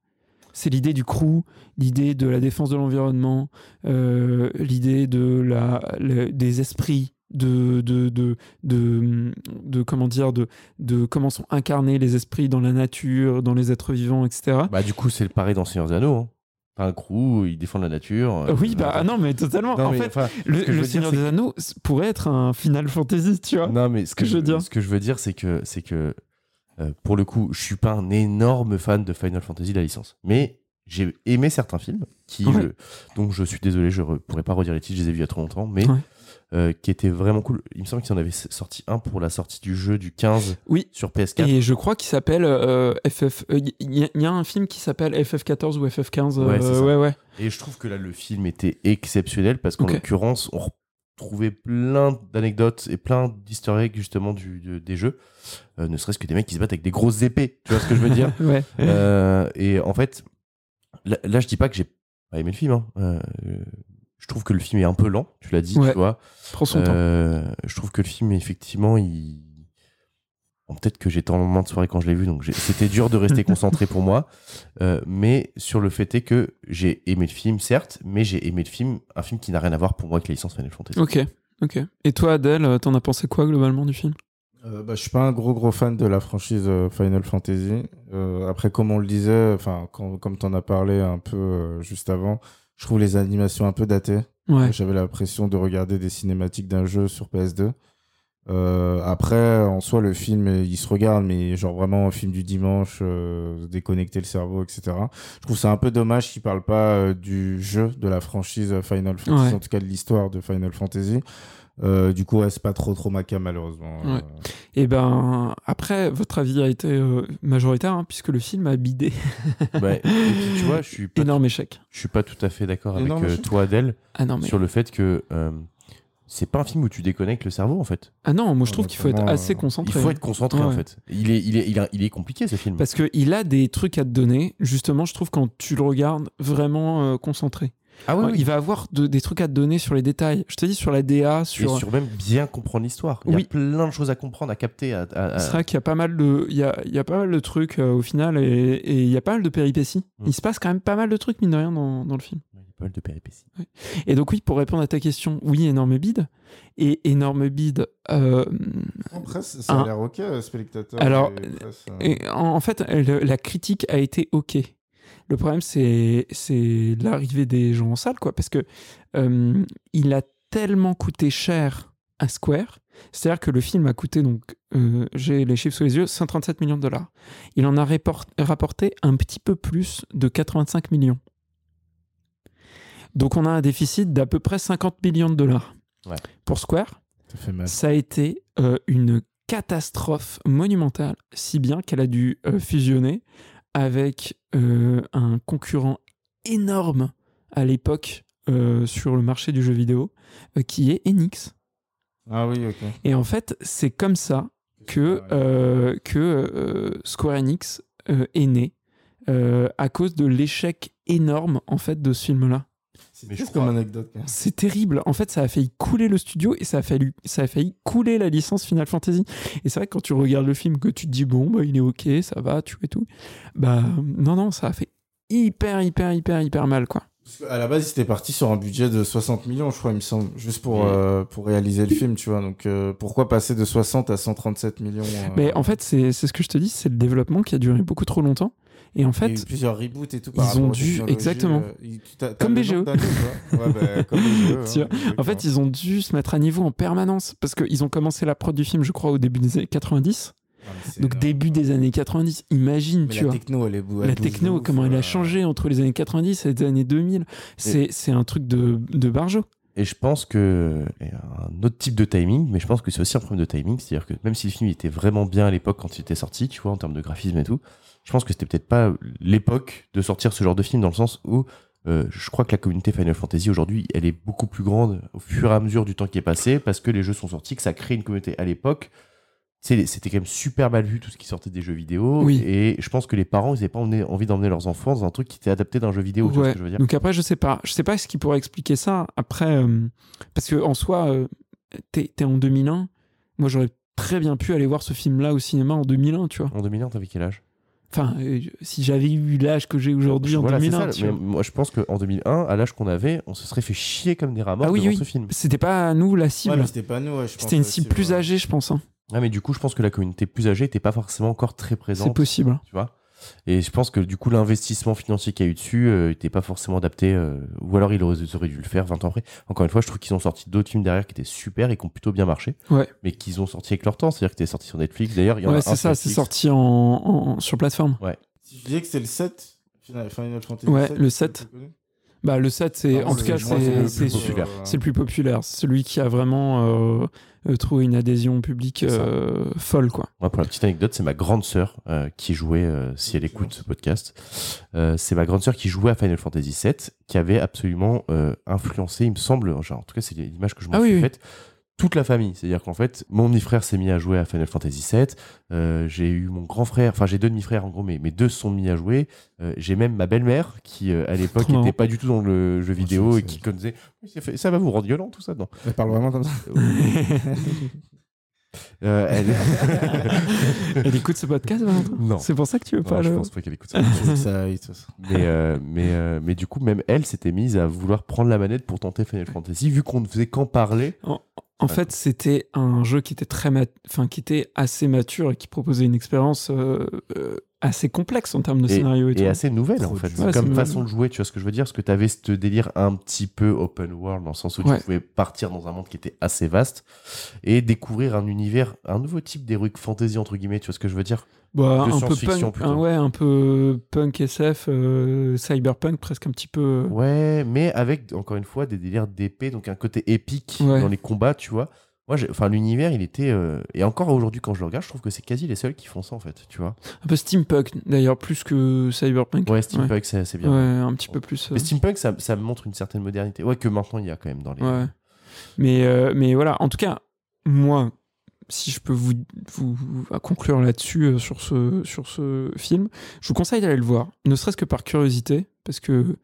S1: C'est l'idée du crew, l'idée de la défense de l'environnement, euh, l'idée de la, le- des esprits, de, de, de, de, de, comment dire, de, de comment sont incarnés les esprits dans la nature, dans les êtres vivants, etc.
S3: Bah, du coup, c'est le pareil dans Seigneur des Anneaux. hein. T'as un crew, ils défendent la nature. euh,
S1: Oui,
S3: euh,
S1: bah ah non, mais totalement.
S3: Non,
S1: en
S3: mais,
S1: fait,
S3: enfin, ce
S1: le,
S3: que je
S1: le
S3: veux dire,
S1: Seigneur
S3: c'est
S1: des Anneaux s- pourrait être un Final Fantasy, tu vois.
S3: Non, mais ce que, je veux dire, ce que je veux dire, c'est que, c'est que euh, pour le coup, je suis pas un énorme fan de Final Fantasy la licence, mais j'ai aimé certains films qui,
S1: Ouais.
S3: euh, donc je suis désolé, je ne pourrais pas redire les titres, je les ai vus il y a trop longtemps, mais
S1: Ouais.
S3: euh, qui étaient vraiment cool. Il me semble qu'ils en avaient s- sorti un pour la sortie du jeu du 15
S1: Oui.
S3: sur PS4.
S1: Et je crois qu'il s'appelle euh, FF. Il y, y a un film qui s'appelle FF14 ou FF15. euh,
S3: Ouais, c'est ça.
S1: ouais, ouais.
S3: Et je trouve que là, le film était exceptionnel parce qu'en
S1: Ok.
S3: l'occurrence, on retrouvait plein d'anecdotes et plein d'easter eggs justement du, de- des jeux. Euh, ne serait-ce que des mecs qui se battent avec des grosses épées. Tu vois ce que je
S1: <laughs>
S3: veux dire
S1: ouais.
S3: Euh, Et en fait, là, là, je dis pas que j'ai pas aimé le film. hein. Euh, Je trouve que le film est un peu lent, tu l'as dit,
S1: Ouais.
S3: tu vois.
S1: Prends son temps.
S3: Euh, je trouve que le film, effectivement, il. Bon, Peut-être que j'étais en moment de soirée quand je l'ai vu, donc j'ai- c'était dur de
S1: <laughs>
S3: rester concentré pour moi. Euh, mais sur le fait est que j'ai aimé le film, certes, mais j'ai aimé le film, un film qui n'a rien à voir pour moi avec la licence Final Fantasy.
S1: Ok, ok. Et toi, Adèle, euh, t'en as pensé quoi globalement du film
S2: Euh, bah, je suis pas un gros gros fan de la franchise euh, Final Fantasy. Euh, après, comme on le disait, enfin, quand- comme t'en as parlé un peu euh, juste avant, je trouve les animations un peu datées.
S1: Ouais.
S2: J'avais l'impression de regarder des cinématiques d'un jeu sur PS2. Euh, après, en soi, le film, euh, il se regarde, mais genre vraiment un film du dimanche, euh, déconnecter le cerveau, etc. Je trouve ça un peu dommage qu'il parle pas euh, du jeu de la franchise euh, Final Fantasy,
S1: Ouais.
S2: en tout cas de l'histoire de Final Fantasy. Euh, du coup, ouais, c'est pas trop trop ma cam, malheureusement.
S1: Ouais.
S2: Euh,
S1: Et ben, après, votre avis a été euh, majoritaire, hein, puisque le film a
S3: <laughs>
S1: bidé.
S3: Ouais. Et puis, tu vois, je suis pas,
S1: Énorme échec.
S3: je suis pas tout à fait d'accord avec
S2: Énorme
S3: euh,
S2: chute.
S3: toi, Adèle,
S1: Ah non, mais.
S3: sur le fait que euh, c'est pas un film où tu déconnectes le cerveau, en fait.
S1: Ah non, moi je trouve
S2: Ouais,
S1: qu'il faut être
S2: notamment,
S1: assez
S2: euh,
S1: concentré.
S3: Il faut être concentré,
S1: Ouais.
S3: en fait. Il est, il, est, il, a- il est compliqué, ce film.
S1: Parce qu'il a des trucs à te donner, justement, je trouve, quand tu le regardes vraiment euh, concentré.
S3: Ah oui,
S1: Ouais, Oh, Il va avoir de- des trucs à te donner sur les détails. Je te dis, sur la DA,
S3: Et
S1: sur.
S3: sur même bien comprendre l'histoire. Il y
S1: Oui.
S3: a plein de choses à comprendre, à capter, à- à- à-
S1: C'est vrai qu'il y a pas mal de, il y a, il y a pas mal de trucs euh, au final et, et il y a pas mal de péripéties.
S3: Mm.
S1: Il se passe quand même pas mal de trucs, mine de rien, dans, dans le film.
S3: Il y a pas mal de péripéties.
S1: Et donc, oui, pour répondre à ta question, oui, énorme bide. Et énorme bide. euh,
S2: Après, c- ça
S1: Un-
S2: a l'air ok, euh, spectateur.
S1: Ah. Alors,
S2: et presse, euh,
S1: et en, en fait, le- la critique a été OK. Le problème, c'est c'est l'arrivée des gens en salle, quoi, parce que euh, il a tellement coûté cher à Square. C'est-à-dire que le film a coûté, donc, euh, j'ai les chiffres sous les yeux, 137 millions de dollars. Il en a répor- rapporté un petit peu plus de 85 millions. Donc, on a un déficit d'à peu près 50 millions de dollars.
S3: Ouais.
S1: Pour Square,
S2: ça fait mal.
S1: ça a été euh, une catastrophe monumentale, si bien qu'elle a dû euh, fusionner avec euh, un concurrent énorme à l'époque euh, sur le marché du jeu vidéo, euh, qui est Enix.
S2: Ah oui, ok.
S1: Et en fait, c'est comme ça que, euh, que euh, Square Enix euh, est né euh, à cause de l'échec énorme en fait de ce film-là.
S2: C'est
S3: Mais je
S2: triste
S3: crois-
S2: comme anecdote. quand même.
S1: C'est terrible. En fait, ça a failli couler le studio et ça a failli, ça a failli couler la licence Final Fantasy. Et c'est vrai que quand tu regardes le film, que tu te dis bon, bah, il est ok, ça va, tu et tout. Bah non, non, ça a fait hyper, hyper, hyper, hyper mal, quoi.
S2: Parce que à la base, c'était parti sur un budget de 60 millions, je crois, il me semble, juste pour,
S3: Mm.
S2: euh, pour réaliser le film, tu vois. Donc, euh, pourquoi passer de 60 à 137 millions euh,
S1: Mais en fait, c'est c'est ce que je te dis, c'est le développement qui a duré beaucoup trop longtemps. Et en
S2: il y a eu
S1: fait,
S2: plusieurs reboots et tout.
S1: ils
S2: Par rapport
S1: ont
S2: aux
S1: dû-
S2: technologies,
S1: exactement.
S2: euh, il- tu t'as- t'as
S1: Comme
S2: le
S1: BGE.
S2: nombre d'années,
S1: <laughs>
S2: tu vois. Ouais, bah, comme BGE,
S1: Tu vois.
S2: hein,
S1: en fait, ils ont dû se mettre à niveau en permanence parce qu'ils ont commencé la prod du film, je crois, au début des années 90.
S2: Ah, mais c'est
S1: Donc
S2: énorme.
S1: début des années 90, imagine,
S2: Mais
S1: tu
S2: la
S1: vois.
S2: techno, elle est bou- elle
S1: La
S2: bouge de
S1: techno,
S2: ouf,
S1: comment elle
S2: euh,
S1: a changé entre les années 90 et les années 2000, c'est c'est un truc de, de barjo.
S3: Et je pense que et un autre type de timing, mais je pense que c'est aussi un problème de timing, c'est-à-dire que même si le film était vraiment bien à l'époque quand il était sorti, tu vois, en termes de graphisme et tout, je pense que c'était peut-être pas l'époque de sortir ce genre de film dans le sens où euh, je crois que la communauté Final Fantasy aujourd'hui, elle est beaucoup plus grande au fur et à mesure du temps qui est passé parce que les jeux sont sortis, que ça crée une communauté. À l'époque, c'est- c'était quand même super mal vu tout ce qui sortait des jeux vidéo
S1: Oui.
S3: et je pense que les parents, ils n'avaient pas emmené- envie d'emmener leurs enfants dans un truc qui était adapté d'un jeu vidéo, tu vois
S1: Ouais.
S3: ce que je veux dire.
S1: Donc après, je sais pas. Je sais pas ce qui pourrait expliquer ça. Après, euh, parce que en soi, euh, t'es t'es en 2001. Moi, j'aurais très bien pu aller voir ce film-là au cinéma en 2001, tu vois.
S3: En 2001, t'avais quel âge
S1: Enfin, euh, si j'avais eu l'âge que j'ai aujourd'hui en
S3: Voilà, c'est
S1: 2001,
S3: ça,
S1: tu
S3: mais
S1: vois.
S3: moi, je pense qu'en 2001, à l'âge qu'on avait, on se serait fait chier comme des rameurs
S1: Ah oui,
S3: devant
S1: oui.
S3: ce film.
S1: c'était pas nous la
S2: Ouais,
S1: cible.
S2: mais c'était pas nous, ouais, je pense
S1: c'était une
S2: aussi,
S1: cible plus
S2: ouais.
S1: âgée, je pense. hein.
S3: Ah, mais du coup, je pense que la communauté plus âgée n'était pas forcément encore très
S1: C'est
S3: présente,
S1: possible.
S3: tu vois. Et je pense que du coup, l'investissement financier qu'il y a eu dessus n'était pas forcément adapté, euh, ou alors ils auraient, ils auraient dû le faire 20 ans après. Encore une fois, je trouve qu'ils ont sorti d'autres films derrière qui étaient super et qui ont plutôt bien marché,
S1: Ouais.
S3: mais qu'ils ont sorti avec leur temps, c'est-à-dire que t'es sorti sur Netflix. D'ailleurs, il y en a
S1: Ouais,
S3: un
S1: c'est
S3: sur
S1: ça. C'est
S3: Netflix.
S1: sorti en, en- sur plateforme.
S2: Si je disais que c'est le 7, Final Final Fantasy
S1: Ouais,
S2: 7,
S1: le
S2: c'est
S1: 7.
S2: plus connu.
S1: Bah, le 7, c'est
S2: Ah,
S1: en
S2: c'est-
S1: tout cas,
S2: je crois que
S1: c'est
S2: le
S1: c'est
S2: plus
S1: sûr.
S3: populaire.
S2: euh,
S1: C'est le plus populaire, c'est celui qui a vraiment euh, euh, trouvé une adhésion publique
S3: C'est ça.
S1: euh, folle, quoi.
S3: Moi, pour la petite anecdote, c'est ma grande sœur euh, qui jouait, euh, si elle écoute ce podcast, euh, c'est ma grande sœur qui jouait à Final Fantasy VII, qui avait absolument euh, influencé, il me semble, genre, en tout cas, c'est l'image que je m'en
S1: Ah oui,
S3: suis
S1: oui.
S3: faite, toute la famille. C'est-à-dire qu'en fait, mon demi-frère s'est mis à jouer à Final Fantasy VII. euh, j'ai eu mon grand frère, enfin j'ai deux demi-frères en gros, mais mes deux se sont mis à jouer. Euh, j'ai même ma belle-mère qui, euh, à l'époque,
S1: Trop marrant.
S3: n'était pas du tout dans le jeu vidéo
S2: c'est-
S3: et qui connaissait. Mais c'est fait- Ça va vous rendre violent tout ça, non
S2: Elle parle vraiment
S1: <laughs>
S2: comme ça.
S3: Euh, <laughs> elle-
S1: <laughs> Elle écoute ce podcast, Valentin
S3: Non.
S1: C'est pour ça que tu veux
S3: Non,
S1: pas
S3: je
S1: le-
S3: pense pas qu'elle écoute ça.
S2: C'est que ça aille, de toute façon.
S3: mais, euh, mais, euh, mais du coup, même elle s'était mise à vouloir prendre la manette pour tenter Final Fantasy, vu qu'on ne faisait qu'en parler.
S1: En fait, c'était un jeu qui était très, mat- enfin, qui était assez mature et qui proposait une expérience euh, euh, assez complexe en termes de scénario et, tout.
S3: Et assez nouvelle, en
S2: Trop
S3: fait.
S1: Ouais,
S2: dur.
S1: c'est
S3: comme
S1: nouvelle.
S3: façon de jouer, tu vois ce que je veux dire Parce que tu avais ce délire un petit peu open world, dans le sens où
S1: Ouais.
S3: tu pouvais partir dans un monde qui était assez vaste et découvrir un univers, un nouveau type d'heroic fantasy, entre guillemets, tu vois ce que je veux dire
S1: Bah,
S3: de
S1: un peu
S3: science-fiction
S1: punk,
S3: plutôt.
S1: un- ouais, un peu punk SF, euh, cyberpunk, presque un petit peu.
S3: Ouais, mais avec, encore une fois, des délires d'épée, donc un côté épique
S1: Ouais.
S3: dans les combats, tu vois. Moi, j'ai- enfin, l'univers, il était. euh, Et encore aujourd'hui, quand je le regarde, je trouve que c'est quasi les seuls qui font ça, en fait, tu vois.
S1: Un peu steampunk, d'ailleurs, plus que cyberpunk.
S3: Ouais, Steampunk, c'est c'est bien.
S1: Ouais, un petit peu plus. euh,
S3: Mais Steampunk, ça, ça montre une certaine modernité. Ouais, que maintenant, il y a quand même dans les.
S1: Ouais. Mais, euh, mais voilà, en tout cas, moi, si je peux vous, vous à conclure là-dessus, euh, sur, ce, sur ce film, je vous conseille d'aller le voir, ne serait-ce que par curiosité, parce que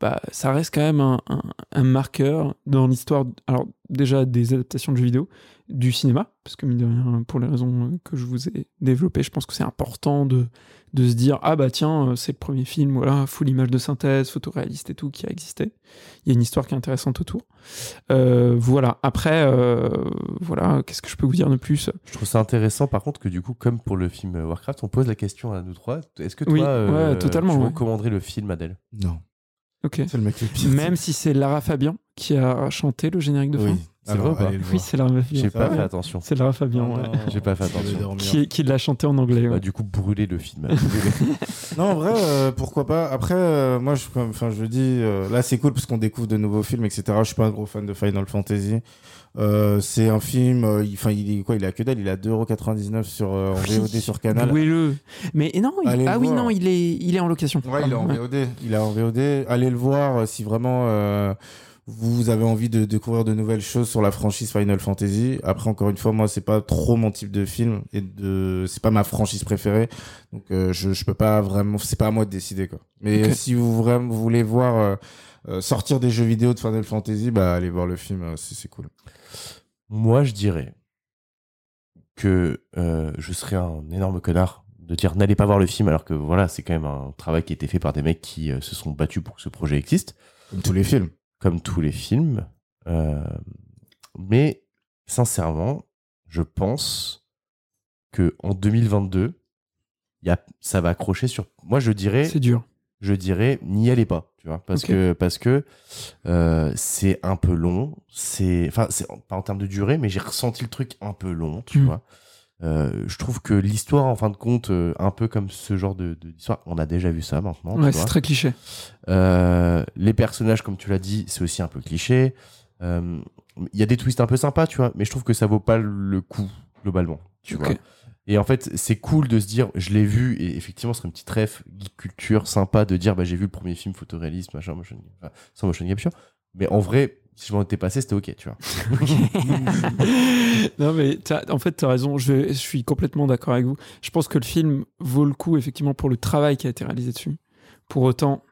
S1: bah, ça reste quand même un, un- un marqueur dans l'histoire, alors déjà des adaptations de jeux vidéo, du cinéma, parce que mine de rien, pour les raisons que je vous ai développées, je pense que c'est important de, de se dire, ah bah tiens, euh, c'est le premier film, voilà, full image de synthèse, photoréaliste et tout, qui a existé. Il y a une histoire qui est intéressante autour. Euh, voilà. Après, euh, voilà, qu'est-ce que je peux vous dire de plus
S3: Je trouve ça intéressant, par contre, que du coup, comme pour le film euh, Warcraft, on pose la question à nous trois. Est-ce que toi,
S1: Oui,
S3: euh,
S1: ouais, totalement,
S3: tu
S1: ouais.
S3: recommanderais le film, Adèle
S2: Non.
S1: Ok.
S2: C'est le mec le pire.
S1: Même si c'est Lara Fabian qui a chanté le générique de fin.
S2: Oui.
S1: Oui,
S3: C'est vrai ou pas
S2: allez le voir.
S1: c'est Lara Fabian.
S3: J'ai pas
S2: va.
S3: fait attention.
S1: Ah C'est Lara Fabian, ouais.
S2: Non, non,
S3: J'ai pas fait
S2: je vais
S3: attention.
S2: dormir.
S1: Qui, qui l'a chanté en anglais.
S3: Bah,
S1: ouais.
S3: du coup, brûler le film. <laughs>
S2: Non, en vrai, euh, pourquoi pas. Après, euh, moi, je, enfin, je dis, euh, là, c'est cool parce qu'on découvre de nouveaux films, etc. Je suis pas un gros fan de Final Fantasy. Euh, c'est un film, euh, il, enfin, il est quoi Il a que dalle. Il a 2,99€ sur euh, en
S1: Ah Oui.
S2: VOD sur Canal.
S1: Louez-le. Mais et non, il-
S2: Allez le
S1: ah oui,
S2: voir.
S1: non, il est, il est en location.
S2: Ouais, il est en
S1: Ouais.
S2: VOD. Il est en VOD. Allez le voir euh, si vraiment euh, vous avez envie de découvrir de nouvelles choses sur la franchise Final Fantasy. Après, encore une fois, moi, c'est pas trop mon type de film et de, c'est pas ma franchise préférée. Donc, euh, je, je peux pas vraiment, c'est pas à moi de décider, quoi. Mais
S1: Ok.
S2: euh, si vous vraiment vous voulez voir euh, euh, sortir des jeux vidéo de Final Fantasy, bah, allez voir le film, euh, c'est c'est cool.
S3: Moi, je dirais que euh, je serais un énorme connard de dire n'allez pas voir le film, alors que voilà, c'est quand même un travail qui a été fait par des mecs qui euh, se sont battus pour que ce projet existe.
S2: Comme tous les films.
S3: comme tous les films. euh, mais sincèrement, je pense que en 2022, il y a, ça va accrocher sur. Moi, je dirais,
S1: C'est dur.
S3: je dirais, n'y allez pas, tu vois, parce
S1: Ok.
S3: que parce que euh, c'est un peu long. C'est enfin, c'est pas en termes de durée, mais j'ai ressenti le truc un peu long, tu
S1: Mm.
S3: vois. Euh, je trouve que l'histoire, en fin de compte, euh, un peu comme ce genre de, de- d'histoire, on a déjà vu ça maintenant. tu
S1: Ouais, c'est
S3: vois.
S1: très
S2: <laughs>
S1: cliché.
S3: Euh, les personnages, comme tu l'as dit, c'est aussi un peu cliché. Euh, Il y a des twists un peu sympas, tu vois, mais je trouve que ça vaut pas le coup, globalement. Tu
S1: Ok.
S3: vois. Et en fait, c'est cool de se dire, je l'ai vu, et effectivement, ce serait une petite ref geek culture sympa de dire, bah, j'ai vu le premier film photoréaliste, machin, motion, enfin, sans motion capture. Mais en vrai, si je m'en étais passé, c'était ok, tu vois.
S1: <laughs> non mais t'as- en fait t'as raison je, vais- je suis complètement d'accord avec vous je pense que le film vaut le coup effectivement pour le travail qui a été réalisé dessus pour autant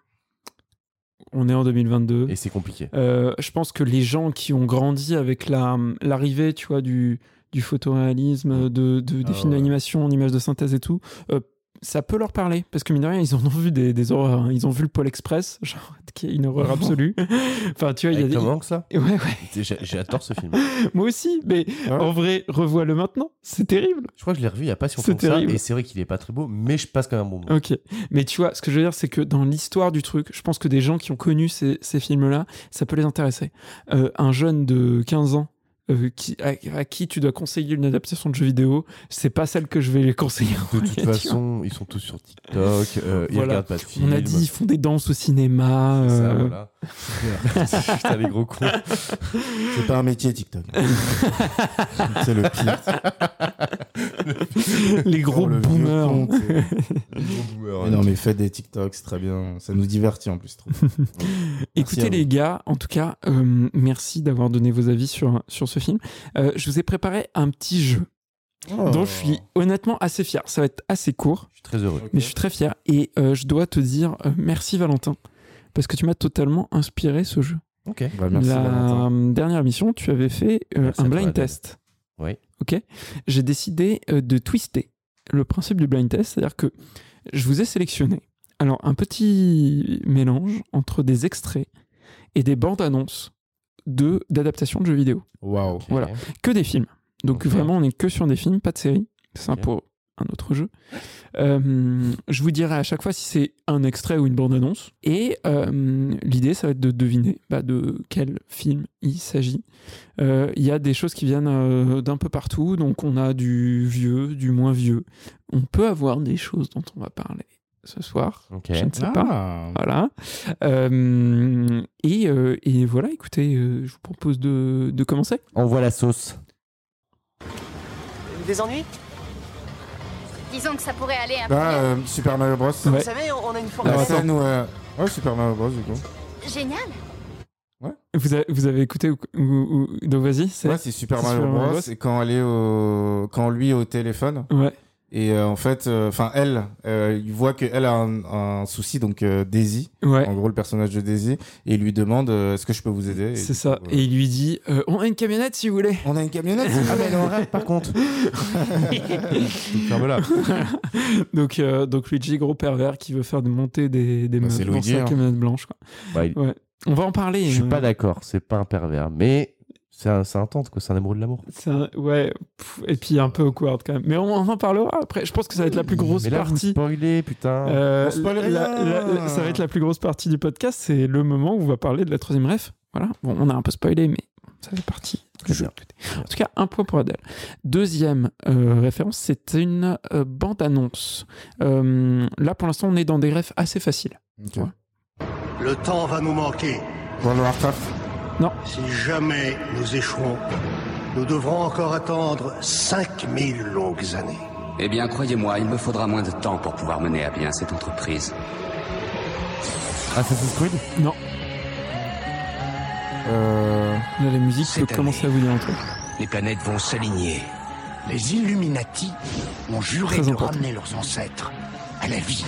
S1: on est en 2022
S3: Et
S1: <laughs>
S3: c'est compliqué.
S1: euh, je pense que les gens qui ont grandi avec la- l'arrivée, tu vois, du, du photoréalisme, de, de- des
S2: Ah
S1: films
S2: ouais.
S1: d'animation, en images de synthèse et tout, euh, ça peut leur parler. Parce que mine de rien, ils en ont vu des, des horreurs. hein. Ils ont vu le Pôle Express, <laughs> genre, qui est une
S2: Ah
S1: horreur absolue. enfin, tu vois, il y a
S3: Avec
S1: des...
S3: Tom Hanks, là
S1: <laughs> Ouais, ouais.
S3: J'ai- J'adore ce film.
S1: Moi aussi, mais
S2: Ah Ouais.
S1: en vrai, revois-le maintenant. C'est terrible.
S3: Je crois que je l'ai revu il y a pas si
S1: C'est
S3: longtemps que ça,
S1: terrible.
S3: et c'est vrai qu'il est pas très beau, mais je passe quand même un bon moment.
S1: Ok. Mais tu vois, ce que je veux dire, c'est que dans l'histoire du truc, je pense que des gens qui ont connu ces, ces films-là, ça peut les intéresser. Euh, un jeune de 15 ans. euh, qui, à, à qui tu dois conseiller une adaptation de jeu vidéo, c'est pas celle que je vais les conseiller. en
S3: De <laughs>
S1: vrai,
S3: toute
S1: <laughs> tu vois.
S3: façon, ils sont tous sur TikTok, euh, ils
S1: Voilà.
S3: regardent pas de films.
S1: on a dit ils font des danses au cinéma.
S3: C'est ça,
S1: euh, <laughs>
S3: voilà. Putain, les gros cons.
S2: C'est pas un métier TikTok. <laughs> c'est le pire.
S1: <laughs> les gros
S2: Oh, le vieux
S1: boomers.
S2: con, c'est-
S3: <laughs> Boomer,
S2: Mais non, mais faites des TikToks, c'est très bien. Ça nous divertit en
S1: <laughs>
S2: plus. Trop.
S1: Écoutez
S2: à vous.
S1: les gars, en tout cas, euh, merci d'avoir donné vos avis sur, sur ce ce film, euh, je vous ai préparé un petit jeu
S2: Oh.
S1: dont je suis honnêtement assez fier. Ça va être assez court,
S3: Je suis très heureux.
S1: mais je suis très fier. Et euh, je dois te dire euh, merci Valentin, parce que tu m'as totalement inspiré ce jeu.
S3: Ok.
S2: Bah, merci,
S1: La
S2: Valentin.
S1: euh, dernière mission, tu avais fait euh,
S3: Merci à
S1: un
S3: toi,
S1: blind
S3: Adèle.
S1: test.
S3: Oui.
S1: Ok. J'ai décidé euh, de twister le principe du blind test, c'est-à-dire que je vous ai sélectionné alors un petit mélange entre des extraits et des bandes annonces de d'adaptation de jeux vidéo,
S2: Waouh.
S3: Ok.
S1: Voilà. que des films. Donc
S3: Ok.
S1: vraiment, on est que sur des films, pas de séries. C'est ça
S3: Ok.
S1: pour un autre jeu. Euh, je vous dirai à chaque fois si c'est un extrait ou une bande-annonce. Et euh, l'idée, ça va être de deviner bah, de quel film il s'agit. Euh, Il y a des choses qui viennent euh, d'un peu partout. Donc on a du vieux, du moins vieux. On peut avoir des choses dont on va parler ce soir.
S3: Ok.
S1: Je ne sais pas.
S2: Ah.
S1: Voilà. Euh, et, euh, et voilà, écoutez, euh, je vous propose de, de commencer.
S3: On voit la sauce.
S5: Des ennuis
S6: Disons que ça pourrait aller un peu
S2: Ah,
S1: Bah,
S6: mieux.
S2: euh, Super Mario Bros.
S1: Ouais.
S5: Vous savez, on on a une forme
S2: La
S1: Attends.
S2: scène où. euh, Ouais, Super Mario Bros, du coup.
S6: Génial.
S1: Vous avez, vous avez écouté ou, ou- ou- donc vas-y, c'est
S2: Ouais, c'est Super
S1: c'est
S2: Mario
S1: Super Mario
S2: Bros.
S1: Bros.
S2: Et quand elle est au. Quand lui est au téléphone.
S1: ouais.
S2: Et euh, en fait, enfin, elle, euh, il voit qu'elle a un, un souci, donc euh, Daisy,
S1: Ouais,
S2: en gros le personnage de Daisy, et il lui demande euh, Est-ce que je peux vous aider Et
S1: c'est
S2: du
S1: ça.
S2: coup,
S1: Et
S2: euh,
S1: il lui dit euh, On a une camionnette si vous voulez. <laughs>
S2: On a une camionnette
S3: Ah, mais elle est en rêve par contre. Ferme-la.
S1: donc, euh, donc Luigi, gros pervers, qui veut faire de monter des, des
S2: Bah,
S1: meubles
S2: c'est
S1: dans
S2: Luigi,
S1: sa
S2: hein.
S1: camionnette blanche. quoi.
S3: Bah, il-
S1: On va en parler.
S3: Je suis
S1: euh,
S3: pas d'accord, c'est pas un pervers, mais c'est un, c'est un tante, quoi. C'est un amoureux de l'amour.
S1: c'est un- Ouais, pff, et puis un peu awkward quand même. Mais on, on en parlera après. Je pense que ça va être la plus grosse
S3: mais là, vous
S1: partie.
S3: spoilez, putain.
S1: Euh,
S2: On spoil
S1: la-
S2: rien.
S1: la- la- ça va être la plus grosse partie du podcast. C'est le moment où on va parler de la troisième ref. Voilà. Bon, on a un peu spoilé, mais ça fait partie. du
S3: Très
S1: jeu.
S3: bien.
S1: En tout cas, un point pour Adèle. Deuxième euh, référence, c'est une euh, bande-annonce. Euh, là, pour l'instant, on est dans des refs assez faciles.
S2: Ok.
S7: Le temps va nous manquer.
S2: World of Warcraft
S7: Si jamais nous échouons, nous devrons encore attendre 5000 longues années.
S8: Eh bien, croyez-moi, il me faudra moins de temps pour pouvoir mener à bien cette entreprise.
S3: Assassin's Creed
S1: Non,
S2: euh,
S1: là, la musique peut
S7: Cette année.
S1: commencer à vous dire un truc.
S7: Les planètes vont s'aligner. Les Illuminati ont juré
S1: Très
S7: de
S1: important.
S7: ramener leurs ancêtres à la vie.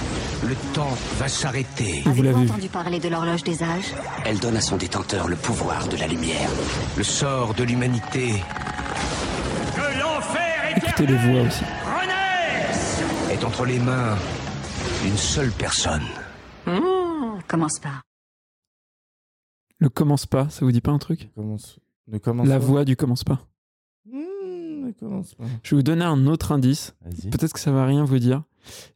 S7: Le temps va s'arrêter.
S1: Et vous
S6: Avez-vous
S1: l'avez vu.
S6: entendu parler de l'horloge des âges
S8: Elle donne à son détenteur le pouvoir de la lumière.
S7: Le sort de l'humanité
S1: Écoutez les voix aussi.
S7: est entre les mains d'une seule personne.
S6: Commence par.
S1: Le commence pas, ça vous dit pas un truc
S2: commence... ne commence
S1: La
S2: pas.
S1: voix du commence pas.
S2: Mmh, ne commence pas.
S1: Je vais vous donner un autre indice.
S3: Vas-y.
S1: peut-être que ça va rien vous dire.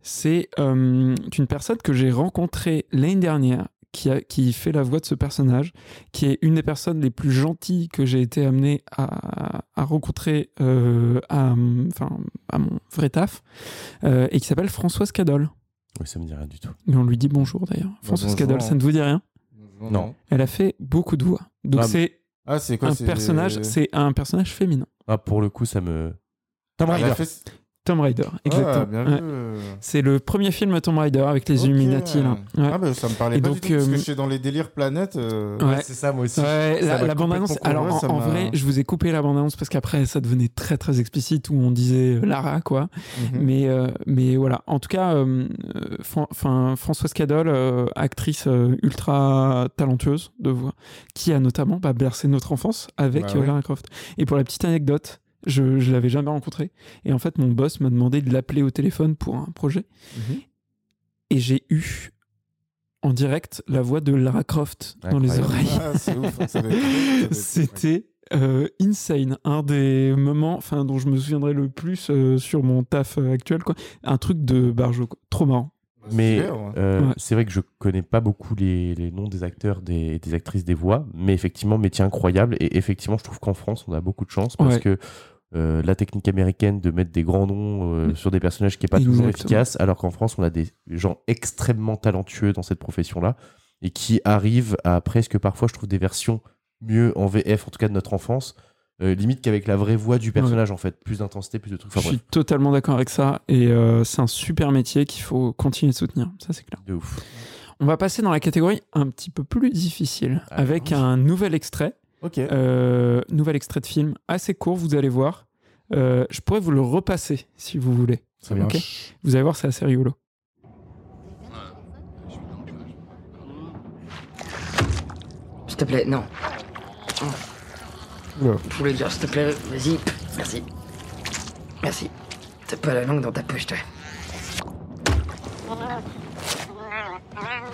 S1: C'est euh, une personne que j'ai rencontrée l'année dernière qui, a, qui fait la voix de ce personnage, qui est une des personnes les plus gentilles que j'ai été amené à, à rencontrer euh, à, enfin, à mon vrai taf, euh, et qui s'appelle Françoise Cadol.
S3: Oui, ça me dit rien du tout.
S1: Et on lui dit bonjour d'ailleurs. Françoise
S2: Bah, bonjour.
S1: Cadol, ça ne vous dit rien
S3: Non.
S1: Elle a fait beaucoup de voix. Donc
S3: Ah,
S1: c'est
S2: Ah, c'est quoi
S1: un
S2: c'est-
S1: personnage, c'est un personnage féminin.
S3: Ah, pour le coup, ça me. Tom
S2: Ah, elle a
S3: Raider.
S2: fait-
S1: Tom Rider, exactement.
S2: Ah, bien
S1: Ouais.
S2: vu. euh.
S1: C'est le premier film Tom Rider avec les
S2: Ok.
S1: Illuminati. là. Ouais.
S2: Ah, bah ça me parlait
S1: Et
S2: pas
S1: donc,
S2: du tout, parce
S1: euh,
S2: que je suis dans les délires planète. euh,
S1: Ouais.
S3: c'est ça, moi aussi.
S1: Ouais,
S2: Ça
S1: la,
S2: m'a
S1: la bande-annonce.
S2: complètement
S1: Alors,
S2: convaincu,
S1: en, en
S2: ça m'a-
S1: vrai, je vous ai coupé la bande-annonce parce qu'après, ça devenait très, très explicite où on disait euh, Lara, quoi.
S2: mhm.
S1: Mais, euh, mais voilà. En tout cas, euh, euh, Fran- enfin, Françoise Cadol, euh, actrice euh, ultra talentueuse de voix, qui a notamment bah, bercé notre enfance avec
S2: Bah
S1: euh,
S2: ouais.
S1: Lara Croft. Et pour la petite anecdote, je ne l'avais jamais rencontrée. Et en fait, mon boss m'a demandé de l'appeler au téléphone pour un projet.
S2: Mhm.
S1: Et j'ai eu en direct la voix de Lara Croft dans les
S3: Incroyable.
S1: oreilles.
S2: Ah, c'est ouf. ça doit être- ça doit être-
S1: C'était euh, insane, un des moments, enfin dont je me souviendrai le plus euh, sur mon taf euh, actuel, quoi. Un truc de barjo, quoi. trop marrant.
S3: Mais
S2: Super, hein. ouais.
S3: euh,
S1: Ouais.
S3: c'est vrai que je connais pas beaucoup les, les noms des acteurs, des, des actrices, des voix, mais effectivement, métier incroyable. Et effectivement, je trouve qu'en France, on a beaucoup de chance parce
S1: Ouais.
S3: que euh, la technique américaine de mettre des grands noms euh,
S1: Mm.
S3: sur des personnages qui est pas toujours
S1: Exactement.
S3: efficace, alors qu'en France, on a des gens extrêmement talentueux dans cette profession-là et qui arrivent à presque parfois, je trouve, des versions mieux en VF, en tout cas de notre enfance. euh, limite qu'avec la vraie voix du personnage en fait plus d'intensité plus de trucs enfin
S1: je
S3: bref
S1: suis totalement d'accord avec ça et euh, c'est un super métier qu'il faut continuer de soutenir, ça c'est clair.
S3: de ouf
S1: On va passer dans la catégorie un petit peu plus difficile
S3: Ah,
S1: avec
S3: mince.
S1: un nouvel extrait.
S2: Ok.
S1: Euh, nouvel extrait de film assez court, vous allez voir. Euh, je pourrais vous le repasser si vous voulez.
S2: Ça
S1: Ok.
S2: marche.
S1: Vous allez voir, c'est assez rigolo.
S5: S'il te plaît, non.
S2: Oula.
S5: Je voulais dire, s'il te plaît, vas-y. Merci. Merci. T'as pas la langue dans ta poche, toi.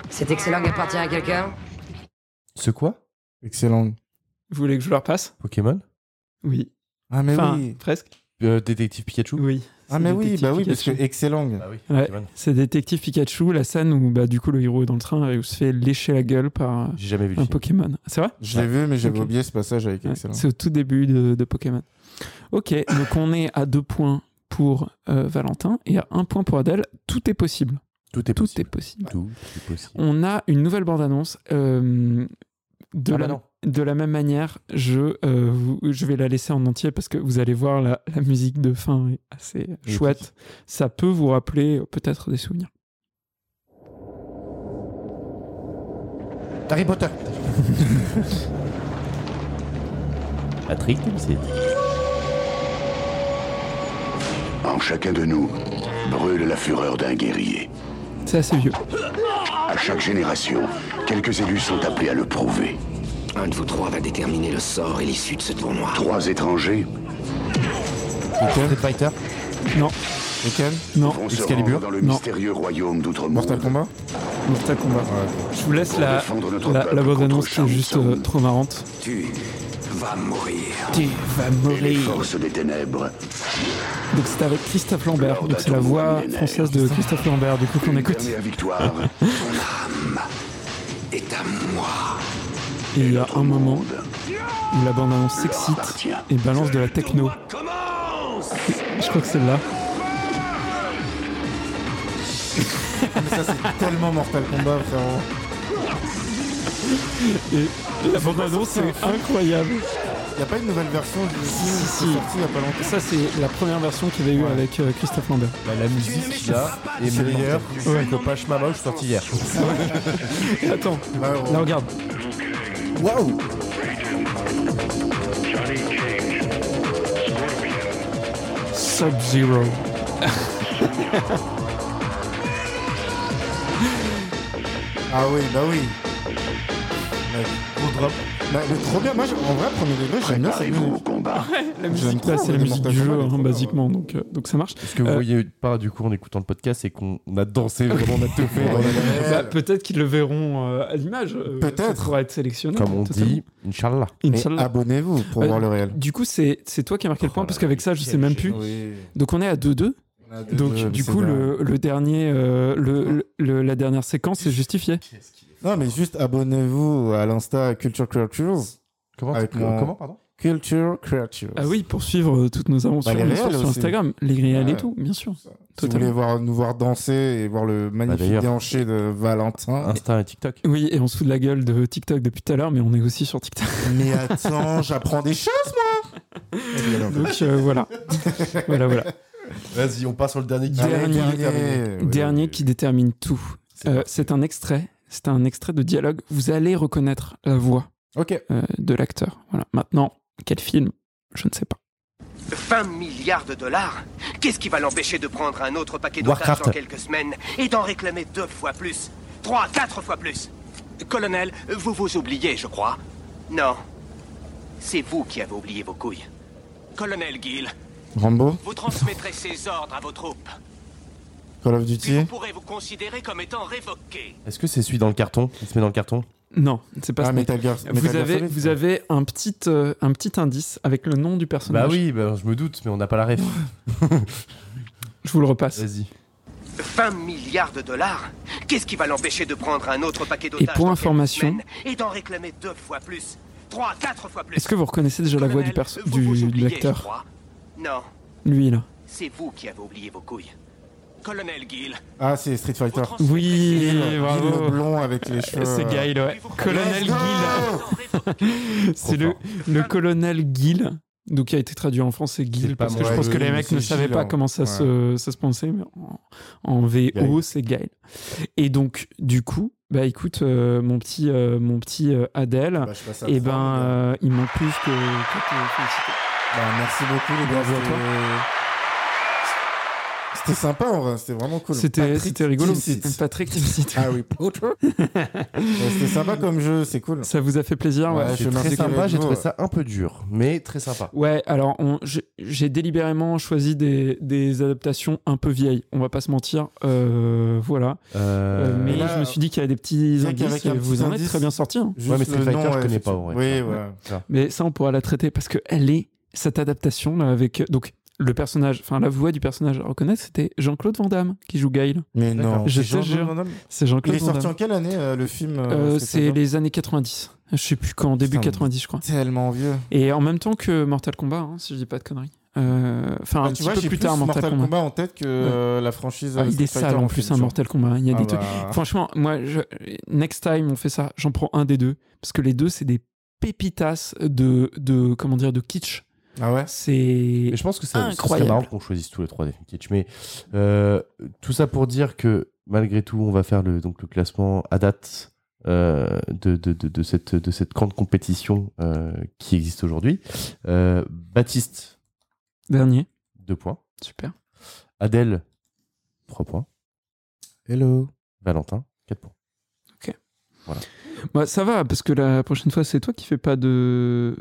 S5: Cet excellent appartient à quelqu'un
S3: C'est quoi
S2: Excellent.
S1: Vous voulez que je le repasse
S3: Pokémon
S1: Oui.
S2: Ah, mais
S1: enfin,
S2: oui.
S1: presque.
S3: Euh, Détective Pikachu
S1: Oui.
S2: Ah, mais
S1: C'est
S2: oui,
S1: Détective
S2: bah oui, parce que
S1: Pikachu.
S2: excellent.
S3: Ah oui,
S1: Ouais.
S3: Pokémon.
S1: C'est Détective Pikachu, la scène où bah, du coup le héros est dans le train et où se fait lécher la gueule par euh,
S3: J'ai jamais vu le
S1: un
S3: film.
S1: Pokémon. C'est vrai
S2: Je l'ai vu, mais j'avais
S1: Ok.
S2: oublié ce passage avec
S1: Ouais,
S2: excellent.
S1: C'est au tout début de, de Pokémon. Ok, donc on est à deux points pour euh, Valentin et à un point pour Adèle. Tout est possible.
S3: Tout est Mm.
S1: Tout
S3: possible.
S1: est possible.
S3: Tout est possible.
S1: On a une nouvelle bande-annonce. euh, de,
S3: Ah bah
S1: la,
S3: non.
S1: de la même manière, je, euh, vous- je vais la laisser en entier parce que vous allez voir, la, la musique de fin est assez
S3: Oui.
S1: chouette. Ça peut vous rappeler euh, peut-être des souvenirs.
S2: Harry Potter.
S3: Patrick Dempsey.
S7: En chacun de nous brûle la fureur d'un guerrier.
S1: C'est assez vieux.
S7: À chaque génération, quelques élus sont appelés à le prouver.
S8: Un de vous trois va déterminer le sort et l'issue de ce tournoi.
S7: Trois étrangers
S2: Street Fighter.
S1: Non,
S2: Lequel
S1: non,
S7: vont se
S2: Excalibur
S7: rendre dans le
S1: Non.
S7: mystérieux royaume
S2: Mortal
S7: d'outre-monde.
S2: Kombat
S1: Mortal Kombat. Je vous laisse la,
S7: défendre notre
S1: la,
S7: peuple
S1: la bande-annonce
S7: contre
S1: qui est juste euh,
S7: Shang Tsung.
S1: trop marrante.
S8: Tu vas mourir.
S1: Tu vas
S7: Et les forces des ténèbres
S1: Donc c'était avec Christophe Lambert.
S7: Lors
S1: Donc
S7: d'un
S1: c'est la
S7: tournoi
S1: voix
S7: millénaire.
S1: française de Christophe Lambert. Du coup, qu'on
S7: Une
S1: écoute.
S7: dernière victoire.
S8: est à moi.
S1: Et il y a un moment
S7: monde.
S1: où la bande-annonce s'excite
S7: appartient.
S1: et balance de la techno. Je crois que c'est là.
S2: Mais ça, c'est tellement Mortal Kombat, frérot.
S1: Et la bande-annonce, c'est incroyable.
S2: Y a pas une nouvelle version du film
S1: si,
S2: qui
S1: si.
S2: est sortie il y a pas longtemps
S1: Ça, c'est la première version qu'il y avait eu avec euh, Christophe Lambert.
S9: Bah, la musique là est
S2: C'est meilleure
S9: meilleure
S2: que
S9: que Copache Mama je suis sorti hier.
S1: Et attends, là, regarde.
S2: Waouh
S1: Sub-Zero.
S2: Ah oui, bah oui. Mec, gros drop. Bah, mais trop bien. Moi, j'ai- en vrai, premier degré, j'aime bien cette
S7: Préparez-vous au
S2: musique.
S7: combat.
S1: La
S2: J'aime
S1: musique, là,
S2: trop,
S1: c'est la
S2: les
S1: musique
S2: Mortal
S1: du jeu,
S2: Kombat,
S1: hein,
S2: les trois,
S1: basiquement. Donc, euh, donc ça marche.
S3: Ce que vous
S1: Euh,
S3: voyez pas du coup en écoutant le podcast, c'est qu'on a <laughs> dansé, vraiment, on a tout fait.
S2: Ouais, ouais,
S3: Euh,
S2: ouais.
S1: bah, Peut-être qu'ils le verront euh, à l'image. euh,
S2: Peut-être.
S1: Ça pourra être sélectionné.
S3: Comme on
S1: totalement.
S3: dit, Inch'Allah.
S2: Mais
S1: Inch'Allah.
S2: abonnez-vous pour
S1: Euh,
S2: voir le réel.
S1: Du coup, c'est c'est toi qui as marqué le point,
S3: Oh là
S1: parce
S3: là,
S1: qu'avec ça, je sais même plus.
S2: Oui.
S1: Donc, on est à 2-2.
S3: Euh,
S1: Donc, du coup, le, le dernier, euh, le- le- le- la dernière séquence est justifiée.
S2: Non, mais juste abonnez-vous à l'Insta Culture Creatures.
S3: Comment,
S2: Avec mon-
S3: comment pardon
S2: Culture Creatures.
S1: Ah oui, pour suivre euh, toutes nos aventures
S2: Bah, les
S1: bien sûr,
S2: réels
S1: sur
S2: aussi.
S1: Instagram, les réels et
S2: Ouais.
S1: tout, bien sûr.
S2: Si vous
S1: Totalement.
S2: voulez voir, nous voir danser et voir le magnifique
S3: d'ailleurs. Ah.
S2: déhanché de Valentin.
S3: Insta et TikTok.
S1: Oui, et on se fout de la gueule de TikTok depuis tout à l'heure, mais on est aussi sur TikTok.
S2: <laughs> Mais attends, j'apprends des choses, moi
S1: Donc euh,
S2: <laughs>
S1: voilà. voilà, voilà.
S9: <laughs>
S2: Ah,
S9: Vas-y, on part sur le dernier qui
S1: Dernier.
S9: qui est
S2: Dernier,
S9: terminé.
S2: ouais.
S1: Dernier qui détermine tout.
S2: C'est
S1: Euh,
S2: parti.
S1: C'est un extrait. C'est un extrait de dialogue. Vous allez reconnaître la voix
S2: Ok.
S1: euh, de l'acteur. Voilà. Maintenant, quel film Je ne sais pas.
S10: 20 milliards de dollars Qu'est-ce qui va l'empêcher de prendre un autre paquet d'otages
S3: Warcraft.
S10: dans quelques semaines et d'en réclamer deux fois plus Trois, quatre fois plus Colonel, vous vous oubliez, je crois. Non. C'est vous qui avez oublié vos couilles. Colonel Gill,
S2: Rambo,
S10: vous transmettrez ces ordres à vos troupes.
S2: Call of
S10: Puis vous
S2: Duty.
S10: pourrez vous considérer comme étant révoqué.
S3: Est-ce que c'est celui dans le carton Il se met dans le carton
S1: Non, c'est pas
S2: Ah,
S1: ce
S2: Metal Gear. Metal
S1: Vous
S2: Gear
S1: avez,
S2: Solid.
S1: vous avez un, petit, euh, un petit indice avec le nom du personnage.
S3: Bah oui, bah, je me doute, mais on n'a pas la ref.
S1: Je vous le repasse.
S3: Vas-y.
S10: 20 milliards de dollars Qu'est-ce qui va l'empêcher de prendre un autre paquet
S1: pour
S10: d'otages dans quelques
S1: information-
S10: semaines et d'en réclamer deux fois plus Trois, quatre fois plus
S1: Est-ce que vous reconnaissez déjà la voix du,
S10: Colonel,
S1: perso-
S10: vous vous
S1: du de
S10: oubliez, je
S1: l'acteur
S10: crois. Non,
S1: Lui, là.
S10: c'est vous qui avez oublié vos couilles. Colonel Gill,
S2: Ah, c'est Street
S10: vous
S2: Fighter.
S10: transmettrez
S1: Oui,
S10: ces ordres.
S2: Guy
S1: bravo.
S2: le blond avec les cheveux. euh,
S1: Ce gars, il ouais.
S10: Puis vous
S1: Colonel
S10: pourrez-
S1: Gill. C'est le,
S3: fort.
S1: le colonel Gill Donc qui a été traduit en français, Guil,
S2: C'est
S1: parce
S2: pas
S1: que je
S2: moi,
S1: pense que
S2: oui,
S1: les
S2: oui,
S1: mecs
S2: c'est
S1: ne savaient
S2: Gilles,
S1: pas
S2: hein.
S1: comment ça, se, ça se prononçait, mais en, en VO,
S2: Gaël.
S1: c'est Gaël. Et donc, du coup, bah écoute, euh, mon petit, euh, mon petit euh, Adèle,
S2: Bah, je passe à
S1: et ben,
S2: prendre, les gars.
S1: euh, il manque plus que, que te féliciter.
S2: Bah, merci beaucoup, les gars.
S1: Bravo à toi.
S2: c'est- C'était sympa, en vrai. C'était vraiment cool.
S1: C'était
S2: Patrick
S1: c'était rigolo.
S2: Timsit.
S1: Patrick Timsit.
S2: Ah <laughs>
S4: Harry Potter.
S2: Ouais, C'était sympa comme jeu, c'est cool.
S1: Ça vous a fait plaisir ouais.
S2: Ouais, je
S3: C'est très
S2: marquais
S3: sympa,
S2: avec
S3: j'ai
S2: vous,
S3: trouvé
S2: ouais.
S9: euh,
S3: ça un peu dur, mais très sympa.
S1: Ouais, alors on- j'ai- j'ai délibérément choisi des, des adaptations un peu vieilles, on va pas se mentir. Euh, voilà.
S3: Euh,
S1: Euh, mais
S2: là,
S1: je me suis dit qu'il y avait des petits
S2: rien
S1: indices
S2: qu'avec
S1: et
S2: un
S1: vous
S2: petit
S1: en êtes
S2: indice.
S1: très bien sorti. hein.
S2: Juste
S3: Ouais,
S2: le
S3: mais Street Fighter,
S2: nom,
S3: je
S2: ouais,
S3: connais pas,
S2: effectivement.
S3: ouais.
S2: Oui, voilà.
S1: Mais ça, on pourra la traiter parce que elle est, cette adaptation là, avec. Donc, le personnage, enfin, la voix du personnage à reconnaître, c'était Jean-Claude Van Damme qui joue Gail.
S2: Mais
S3: D'accord.
S2: non.
S1: Je
S2: c'est
S1: te
S2: Jean-Claude
S1: jure.
S2: Van Damme
S1: C'est
S2: Il
S1: Jean-Claude
S2: est
S1: Van
S2: sorti
S1: Damme.
S2: en quelle année, euh, le film euh,
S1: Euh,
S2: Street
S1: c'est
S2: Fighter
S1: les années 90. Je sais plus quand, début
S2: Putain, mais-
S1: 90, je crois.
S2: Tellement vieux.
S1: Et en même temps que Mortal Kombat, hein, si je dis pas de conneries. Euh, Enfin,
S2: Bah,
S1: un
S2: tu
S1: petit
S2: vois,
S1: peu
S2: j'ai
S1: plus,
S2: plus
S1: tard, Mortal, Kombat.
S2: en tête que euh, la franchise.
S1: Ah,
S2: euh,
S1: il est
S2: Street Fighter,
S1: sale en
S2: en
S1: plus,
S2: fait,
S1: un
S2: genre.
S1: Mortal Kombat. hein. Il y a
S2: Ah
S1: des trucs.
S2: bah.
S1: Franchement, moi, je- next time, on fait ça. J'en prends un des deux. Parce que les deux, c'est des pépitas de, de. Comment dire De kitsch.
S2: Ah ouais
S1: C'est.
S3: Mais je pense que c'est
S1: Incroyable.
S3: marrant qu'on choisisse tous les trois des films kitsch. Mais euh, tout ça pour dire que malgré tout, on va faire le, donc, le classement à date euh, de, de, de, de cette, de cette grande compétition euh, qui existe aujourd'hui. Euh, Baptiste,
S1: Dernier.
S3: 2 points.
S1: Super.
S3: Adèle, 3 points.
S2: Hello.
S3: Valentin, 4 points.
S1: Bah, ça va, parce que la prochaine fois, c'est toi qui fais pas de.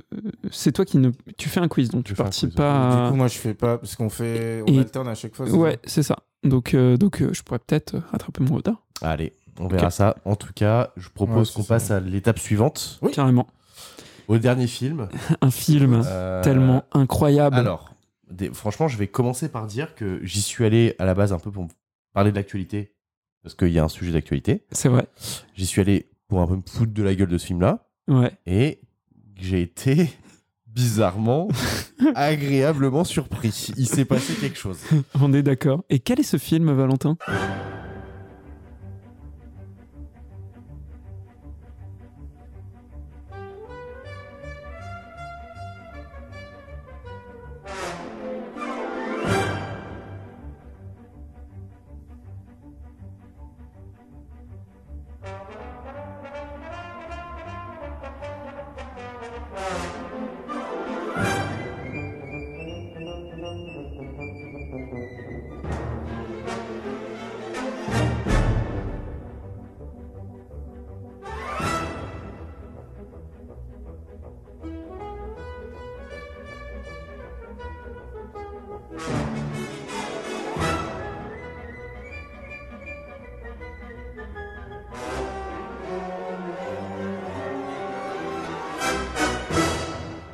S1: C'est toi qui ne. Tu fais un quiz, donc
S3: Je
S1: tu
S3: fais un
S1: participes
S3: quiz,
S1: pas.
S2: Du
S1: à-
S2: coup, moi, je fais pas, parce qu'on fait, on
S1: Et-
S2: alterne à chaque fois. c'est
S1: ouais, c'est ça. Donc, euh, donc euh, je pourrais peut-être rattraper mon retard.
S3: Allez, on verra ça. En tout cas, je propose
S2: Ouais, c'est
S3: qu'on
S2: ça.
S3: passe à l'étape suivante,
S2: Oui.
S1: Carrément. <laughs>
S3: au dernier film.
S1: Un film
S3: Euh,
S1: tellement
S2: Ah
S1: incroyable.
S3: Alors, des- franchement, je vais commencer par dire que j'y suis allé à la base un peu pour parler de l'actualité, parce qu'il y a un sujet d'actualité.
S1: C'est vrai.
S3: J'y suis allé pour un peu me foutre de la gueule de ce film-là,
S1: Ouais.
S3: et j'ai été <laughs>
S2: <laughs>
S3: bizarrement, agréablement surpris. Il s'est passé quelque chose.
S1: On est d'accord. Et quel est ce film, Valentin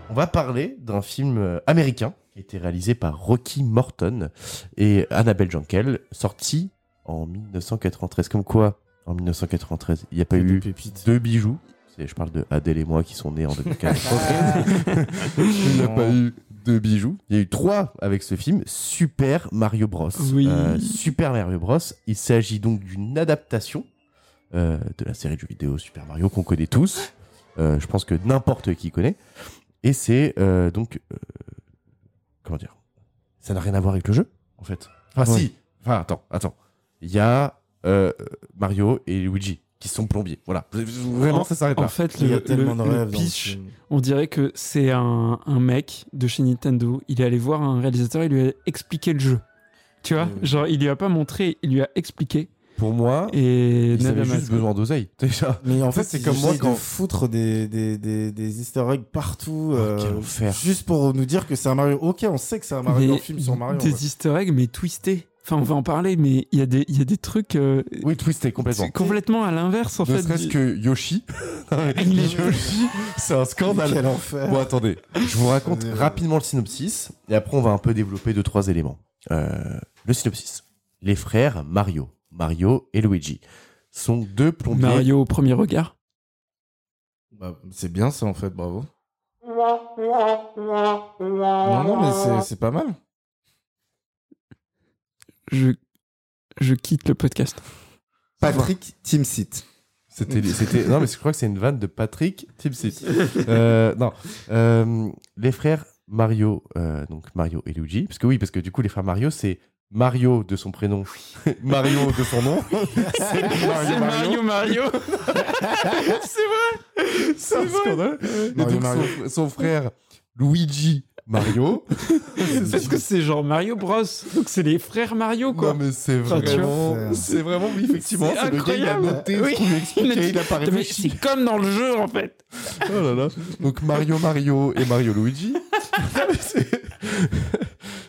S3: On va parler d'un film euh, américain qui a été réalisé par Rocky Morton et Annabelle Jankel, sorti en 1993. Comme quoi, en 1993, il n'y a pas
S2: Il y a des
S3: eu
S2: pépites.
S3: deux bijoux. C'est- Je parle de Adèle et moi qui sont nés <laughs> en 2004. il n'y a
S2: Non.
S3: pas eu deux bijoux. Il y a eu trois avec ce film. Super Mario Bros. Euh,
S1: Oui.
S3: Super Mario Bros. Il s'agit donc d'une adaptation euh, de la série de jeux vidéo Super Mario qu'on connaît tous. Euh, je pense que n'importe qui connaît. Et c'est euh, donc. euh, comment dire Ça n'a rien à voir avec le jeu, en fait. Enfin,
S2: Ouais.
S3: si. Enfin, attends, attends. Il y a euh, Mario et Luigi qui sont plombiers. Voilà. Vraiment, ça s'arrête
S1: En
S3: là.
S1: fait,
S2: Il y
S1: le,
S2: a tellement
S1: le-
S2: de
S1: le
S2: rêves dans ce
S1: pitch,
S2: film.
S1: on dirait que c'est un, un mec de chez Nintendo. Il est allé voir un réalisateur, il lui a expliqué le jeu. Tu vois,
S2: Oui, oui.
S1: genre il lui a pas montré, il lui a expliqué.
S3: Pour moi,
S1: Et
S3: ils avaient
S1: Nadia Mas-
S3: juste besoin d'oseille, <laughs> déjà.
S2: Mais en
S3: Ça,
S2: fait,
S3: c'est
S2: c'est comme moi
S3: quand-
S2: quand foutre des, des, des, des easter eggs partout. euh,
S3: quel enfer.
S2: Juste pour nous dire que c'est un Mario. Ok, on sait que c'est un Mario.
S1: Mais
S2: un film sur Mario.
S1: Des
S2: ouais.
S1: easter eggs, mais twistés. Enfin, on va en parler, mais il y, a des- il y a des trucs euh,
S3: Oui, twisté complètement.
S1: c'est complètement à l'inverse en
S3: ne
S1: fait.
S3: serait-ce
S1: du-
S3: que Yoshi.
S1: Il est-
S3: <laughs> Yoshi, c'est un scandale.
S2: Quel enfer.
S3: Bon, attendez, je vous raconte
S2: Euh.
S3: rapidement le synopsis et après on va un peu développer deux trois éléments. Euh, le synopsis les frères Mario, Mario et Luigi sont deux plombiers.
S1: Mario au premier regard.
S2: Bah, c'est bien ça en fait, bravo. Non, non, mais c'est- c'est pas mal.
S1: Je, je quitte le podcast.
S2: Patrick Timsit.
S3: C'était,
S2: <laughs>
S3: c'était, non mais je crois que c'est une vanne de Patrick Timsit. Euh, non, Euh, les frères Mario, euh, donc Mario et Luigi. Parce que oui, parce que du coup, les frères Mario, c'est Mario de son prénom, <laughs> Mario de son nom.
S1: C'est Mario Mario.
S2: <laughs>
S1: c'est vrai. <laughs> C'est
S3: C'est
S1: vrai.
S3: scandaleux. Et
S2: Mario,
S3: donc,
S2: Mario.
S3: Son, son frère Luigi Mario.
S1: Parce que <laughs> c'est genre Mario Bros. Donc c'est les frères Mario quoi.
S3: Non, mais c'est
S1: Enfin, tu
S3: vraiment.
S2: vois.
S3: C'est vraiment, oui, effectivement.
S1: C'est
S3: C'est le gars, il a
S1: incroyable.
S3: noté
S1: Oui.
S3: ce qu'on lui expliquait, il a pas
S1: Putain, mais
S3: réfléchi.
S1: c'est comme dans le jeu en fait.
S3: Oh là là. Donc Mario Mario et Mario
S2: <laughs>
S3: Luigi <laughs> c'est-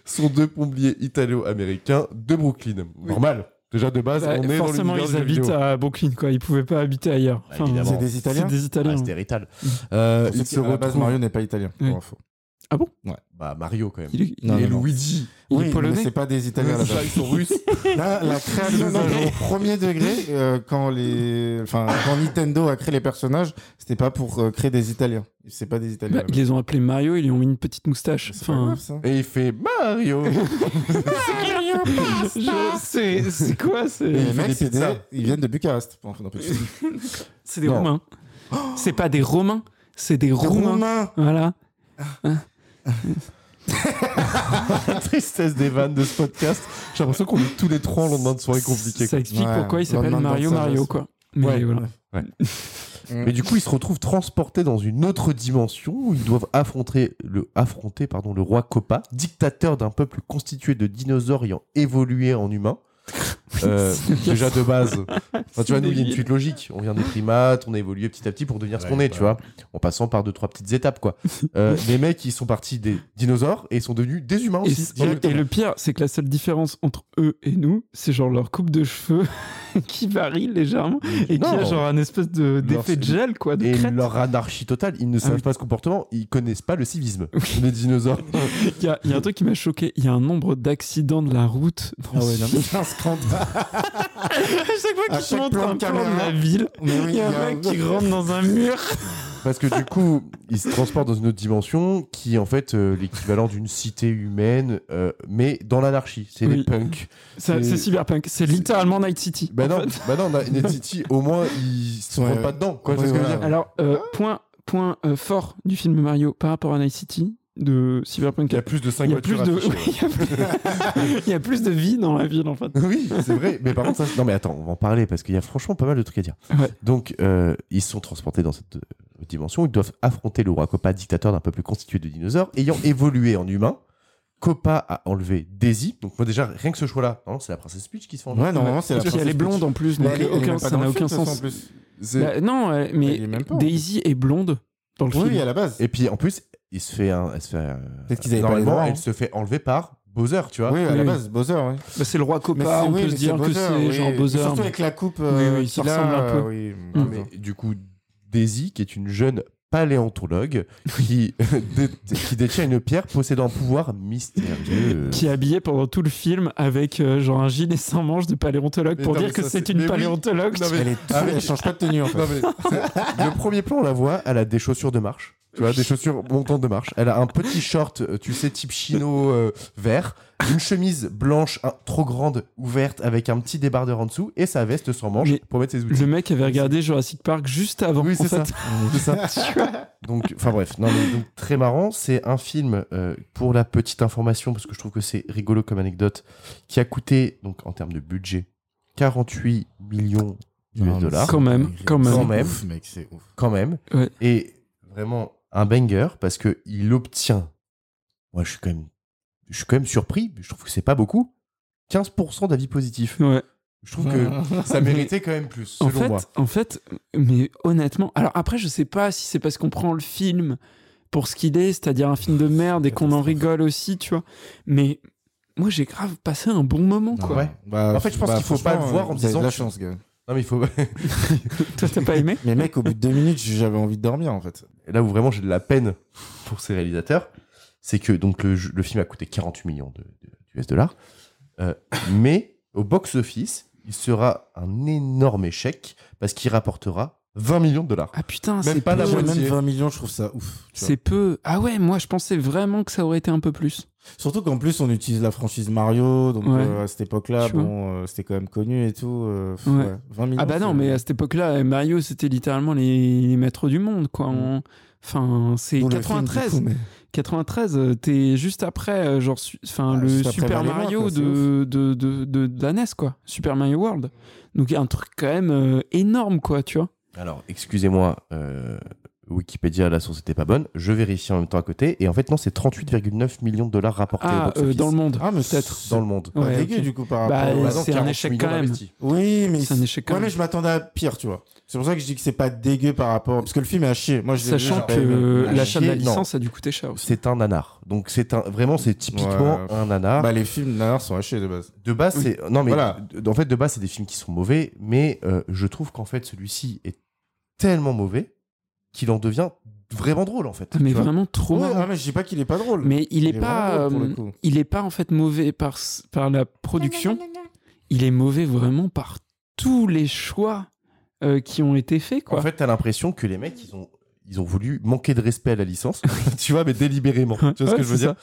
S3: sont deux plombiers italo-américains de Brooklyn. Normal. Déjà de
S2: Ah,
S3: base,
S1: Bah,
S3: on est
S1: forcément,
S3: dans
S1: ils
S3: l'univers du jeu
S1: habitent
S3: vidéo.
S1: à Brooklyn quoi. Ils pouvaient pas habiter ailleurs.
S3: Bah, évidemment.
S2: C'est des Italiens
S1: C'est des Italiens.
S3: Ah, c'était Rital.
S1: <laughs>
S2: Pour ceux
S3: ils
S2: qui-
S3: Euh, se
S2: à la base,
S3: retrouvent.
S2: Mario n'est pas italien. pour
S1: Oui.
S2: info.
S3: Bah, Mario quand même.
S1: Il est- il
S2: Non,
S1: est-
S3: et
S2: non, non.
S3: Luigi.
S1: Il est
S2: Oui, mais
S1: polonais.
S2: c'est pas des Italiens à la
S3: Ça,
S2: base.
S3: ils sont russes.
S2: Là, la création d'un jeu au premier degré, euh, quand, les... enfin, quand Nintendo a créé les personnages, c'était pas pour euh, créer des Italiens. C'est pas des Italiens.
S1: Bah, ils les ont appelés Mario, ils lui ont mis une petite moustache.
S2: C'est pas
S1: Enfin,
S2: grave, ça.
S3: Et il fait Mario.
S1: je- c'est c'est quoi
S2: Et
S1: C'est
S2: les mecs,
S3: des
S2: c'est des-
S3: pizzas.
S2: ils viennent de Bucarest. pour info, d'un peu plus.
S1: c'est des
S2: Non.
S1: Romains. C'est pas des Romains, c'est des Roumains.
S2: <laughs> Roumain.
S1: Voilà.
S3: La tristesse des vannes de ce podcast. J'ai l'impression qu'on est tous les trois en lendemain Oh, de soirée compliquée.
S1: Ça
S3: quoi.
S1: explique
S2: Ouais,
S1: pourquoi il s'appelle
S2: lendemain de
S1: Mario
S2: dansage.
S1: Mario quoi. Mais
S3: Ouais.
S1: voilà.
S3: Mais du coup, ils se retrouvent transportés dans une autre dimension où ils doivent affronter le, affronter, pardon, le roi Copa, dictateur d'un peuple constitué de dinosaures ayant évolué en humains. <laughs> Euh, déjà de base. Enfin, Ah, tu vois, nous, il y a une suite logique. On vient des primates, on a évolué petit à petit pour devenir ce qu'on est, tu vois. En passant par deux, trois petites étapes, quoi. Euh,
S1: <laughs>
S3: les mecs, ils sont partis des dinosaures et ils sont devenus des humains
S1: Et,
S3: aussi.
S1: et- et le pire, c'est que la seule différence entre eux et nous, c'est genre leur coupe de cheveux <laughs> qui varie légèrement et qui
S3: Non.
S1: a genre un espèce de- d'effet de gel, quoi, de
S3: Et
S1: crête. Ah
S3: leur anarchie totale, ils ne savent
S1: oui.
S3: pas ce comportement, ils connaissent pas le civisme. Les dinosaures.
S1: Il y, a- il y a un truc qui m'a choqué, il y a un nombre d'accidents de la route. dans
S2: Ah
S1: ce
S2: ouais, non, mais
S1: film. <laughs>
S2: c'est un scandale.
S1: à chaque fois
S2: À
S1: qu'ils
S2: chaque
S1: montrent
S2: plan
S1: un
S2: de
S1: plan
S2: caméra.
S1: de la ville,
S2: Mais oui,
S1: il y a un mec qui rentre dans
S2: <laughs>
S1: un mur.
S3: Parce que du coup, ils se transportent dans une autre dimension qui est en fait euh, l'équivalent d'une cité humaine, euh, mais dans l'anarchie. C'est
S1: Oui.
S3: les punks.
S1: Ça,
S3: Et-
S1: C'est cyberpunk, c'est littéralement Night City.
S3: Bah
S1: en
S3: non,
S1: fait.
S3: bah non, na- Night City, au moins, ils se
S2: Ouais,
S3: rendent
S2: ouais.
S3: pas dedans. Quoi, tu
S2: Oui,
S3: vois ce que je
S2: voilà.
S3: veux dire
S1: Alors, euh, point, point euh, fort du film Mario par rapport à Night City de Cyberpunk.
S3: Il y a plus de
S1: <laughs>
S3: 5
S1: Il y a plus
S3: voitures
S1: de,
S3: affichées.
S1: il y a plus <laughs> de vie dans la ville en fait.
S3: Oui, c'est vrai. Mais par contre, ça, c'est- non, mais attends, on va en parler parce qu'il y a franchement pas mal de trucs à dire.
S1: Ouais.
S3: Donc, euh, ils sont transportés dans cette euh, dimension. Ils doivent affronter le roi Copa, dictateur d'un peuple constitué de dinosaures,
S1: <laughs>
S3: ayant évolué en humain. Copa a enlevé Daisy. Donc, moi, déjà, rien que ce choix-là, non, c'est la princesse Peach qui se fait enlever.
S2: Ouais, normalement, c'est la
S1: Puis elle est
S2: princesse
S1: blonde
S2: Peach.
S1: en plus,
S2: Mais
S1: donc
S2: elle est- elle est
S1: aucun,
S2: même pas
S1: ça
S2: dans
S1: n'a
S2: le
S1: aucun
S2: film, de toute
S1: sens.
S2: façon, en plus.
S3: C'est-
S1: Bah, non, euh,
S2: Elle
S1: mais
S2: est même pas, en
S1: Daisy est blonde dans le film.
S2: Oui, à la base.
S3: Et puis, en plus, il se fait. un- elle se fait euh,
S2: Peut-être qu'ils avaient pas les
S3: normalement,
S2: droits,
S3: elle
S2: hein.
S3: se fait enlever par Bowser, tu vois.
S2: Oui, à
S1: Oui,
S2: la
S1: oui.
S2: base, Bowser, oui.
S1: Bah, c'est le roi
S2: Mais
S1: Copa,
S2: c'est-
S1: on
S2: oui,
S1: peut
S2: mais
S1: se
S2: c'est
S1: dire que
S2: Bowser,
S1: c'est
S2: oui.
S1: genre Bowser.
S2: Surtout
S1: mais-
S2: avec la coupe
S1: Oui,
S2: euh,
S1: oui,
S2: qu'il
S1: ça
S2: a,
S1: ressemble un
S2: euh,
S1: peu.
S2: oui.
S1: Mm.
S3: Mais du coup, Daisy, qui est une jeune paléontologue qui, <laughs> dé- qui détient une pierre possédant un
S2: <laughs>
S3: pouvoir mystérieux.
S1: Qui est habillée pendant tout le film avec euh, genre un gilet sans manches de paléontologue
S3: Mais
S1: pour
S3: non,
S1: dire
S3: mais
S1: que
S3: ça,
S1: c'est
S3: c'est-
S1: une
S3: mais oui.
S1: paléontologue.
S3: Non,
S1: <laughs>
S3: mais-
S2: Elle, est tout-
S3: Ah oui.
S2: elle change pas de tenue en fait.
S3: Non, mais- le premier plan, on la voit, elle a des chaussures de marche. Tu vois, des chaussures montantes de marche. Elle a un petit short, euh, tu sais, type chino euh, vert, une chemise blanche un- trop grande, ouverte, avec un petit débardeur en dessous, et sa veste sans manche
S1: Mais-
S3: pour mettre ses outils.
S1: Le mec avait regardé Jurassic Park juste avant.
S3: Oui,
S1: en
S3: c'est ça.
S1: fait.
S3: <laughs> C'est ça. donc, enfin bref, non, mais donc, très marrant. C'est un film, euh, pour la petite information, parce que je trouve que c'est rigolo comme anecdote, qui a coûté, donc en termes de budget, 48 millions
S1: Ah,
S2: Non,
S3: de
S2: mais
S3: dollars.
S2: c'est-
S1: Quand même, quand
S2: C'est
S1: même.
S3: Quand même.
S2: ouf, mec, c'est ouf.
S3: quand même.
S1: Ouais.
S3: Et vraiment un banger parce que il obtient. Moi, je suis quand même, je suis quand même surpris. mais Je trouve que c'est pas beaucoup. 15% d'avis positifs.
S1: Ouais.
S3: Je trouve que ça méritait quand même plus,
S1: En
S3: selon
S1: fait,
S3: moi.
S1: en fait, mais honnêtement, alors après, je sais pas si c'est parce qu'on prend le film pour ce qu'il est, c'est-à-dire un film de merde et qu'on en rigole aussi, tu vois. Mais moi, j'ai grave passé un bon moment, <laughs>
S2: Non,
S1: quoi.
S3: Ouais.
S2: bah,
S3: En fait, je pense
S2: bah,
S3: qu'il faut pas le
S2: franchement,
S3: voir en
S2: vous avez
S3: disant
S2: de la
S3: que-
S2: chance, gars.
S3: Non, mais il faut.
S1: Toi, t'as pas aimé
S2: <laughs> Mais mec, au bout de deux minutes, j'avais envie de dormir en fait.
S3: Là où vraiment j'ai de la peine pour ces réalisateurs, c'est que donc le, jeu- le film a coûté 48 millions de, de- US dollars, Euh, mais au box-office, il sera un énorme échec parce qu'il rapportera 20 millions de dollars.
S1: Ah putain,
S3: Même
S1: c'est
S3: pas
S1: peu.
S3: la
S2: Même
S3: moitié.
S2: 20 millions, je trouve ça ouf. tu vois.
S1: C'est peu. Ah ouais, moi, je pensais vraiment que ça aurait été un peu plus.
S2: Surtout qu'en plus, on utilise la franchise Mario, donc
S1: Ouais.
S2: euh, à cette époque-là,
S1: Tu vois.
S2: bon, euh, c'était quand même connu et tout. euh, pff,
S1: Ouais.
S2: ouais, 20 millions.
S3: euh,
S1: Ah bah non,
S2: c'est-
S1: mais à cette époque-là, Mario, c'était littéralement les, les maîtres du monde, quoi. On- Enfin, c'est
S2: Ou Mm. le film, du
S1: 93.
S2: coup, mais-
S1: 93, euh, t'es juste après, euh, genre, su- enfin,
S2: Ah,
S1: le
S2: juste après
S1: Super
S2: Valley War,
S1: Mario
S2: quoi, c'est
S1: de, de, de, de, de la NES, quoi. Super Mario World. Donc, un truc quand même euh, énorme, quoi, tu vois.
S3: Alors, excusez-moi, euh, Wikipédia, la source n'était pas bonne. Je vérifie en même temps à côté. Et en fait, non, c'est 38,9 millions de dollars rapportés au
S1: Ah, euh,
S3: box-office.
S1: dans le monde,
S2: Ah, mais
S1: peut-être.
S3: Dans le monde.
S2: Pas
S1: Ouais,
S2: dégueu
S1: ok.
S2: du coup par
S1: Bah,
S2: rapport.
S1: euh,
S2: à-
S1: c'est un échec quand même.
S2: Oui, mais
S1: C'est un échec quand
S2: Ouais, mais
S1: même.
S2: je m'attendais à pire, tu vois. C'est pour ça que je dis que c'est pas dégueu par rapport. Parce que le film est à chier. Moi, je l'ai vu,
S1: Sachant
S2: j'ai pas
S1: que
S2: aimé.
S1: euh, l'achat de la
S3: non.
S1: licence a dû coûter cher aussi.
S3: C'est un nanar. Donc, c'est un, vraiment, c'est typiquement
S2: Ouais.
S3: un nanar.
S2: Bah, les films nanars sont à chier de base.
S3: De base,
S2: Oui.
S3: c'est euh, non mais
S2: Voilà.
S3: d- en fait de base c'est des films qui sont mauvais, mais euh, je trouve qu'en fait celui-ci est tellement mauvais qu'il en devient vraiment drôle en fait.
S1: Ah, Mais
S3: tu vois.
S1: vraiment trop
S2: Ouais,
S1: marrant.
S2: ah, mais je dis pas qu'il est pas drôle.
S1: Mais il est,
S2: Il est
S1: pas,
S2: vraiment drôle, pour
S1: euh,
S2: le coup.
S1: il est pas en fait mauvais par s- par la production. Il est mauvais vraiment par tous les choix euh, qui ont été faits, quoi.
S3: En fait, t'as l'impression que les mecs ils ont ils ont voulu manquer de respect à la licence, <laughs> tu vois, mais délibérément. Tu vois ce
S1: Ouais,
S3: que je veux
S1: c'est
S3: dire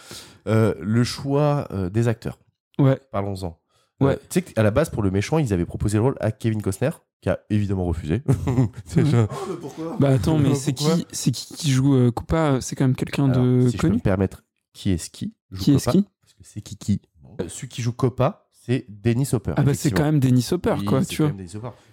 S3: Euh, Le choix euh, des acteurs.
S1: Ouais.
S3: Parlons-en.
S1: Ouais.
S3: Euh, tu sais qu'à la base pour le méchant ils avaient proposé le rôle à Kevin Costner qui a évidemment refusé. <laughs> C'est
S1: Mhm.
S3: genre-
S2: Oh, pourquoi
S1: Bah attends, mais
S2: Pourquoi
S1: c'est qui, c'est qui qui joue euh, Koopa C'est quand même quelqu'un
S3: Alors,
S1: de
S3: si je peux me
S1: connu.
S3: permettre, qui est qui Je
S1: Qui
S3: peux
S1: est-ce
S3: pas.
S1: qui Ah bah,
S3: parce que c'est Kiki. Euh, celui qui joue Copa, c'est Dennis Hopper.
S1: Ah bah c'est quand même Dennis Hopper, quoi, tu vois.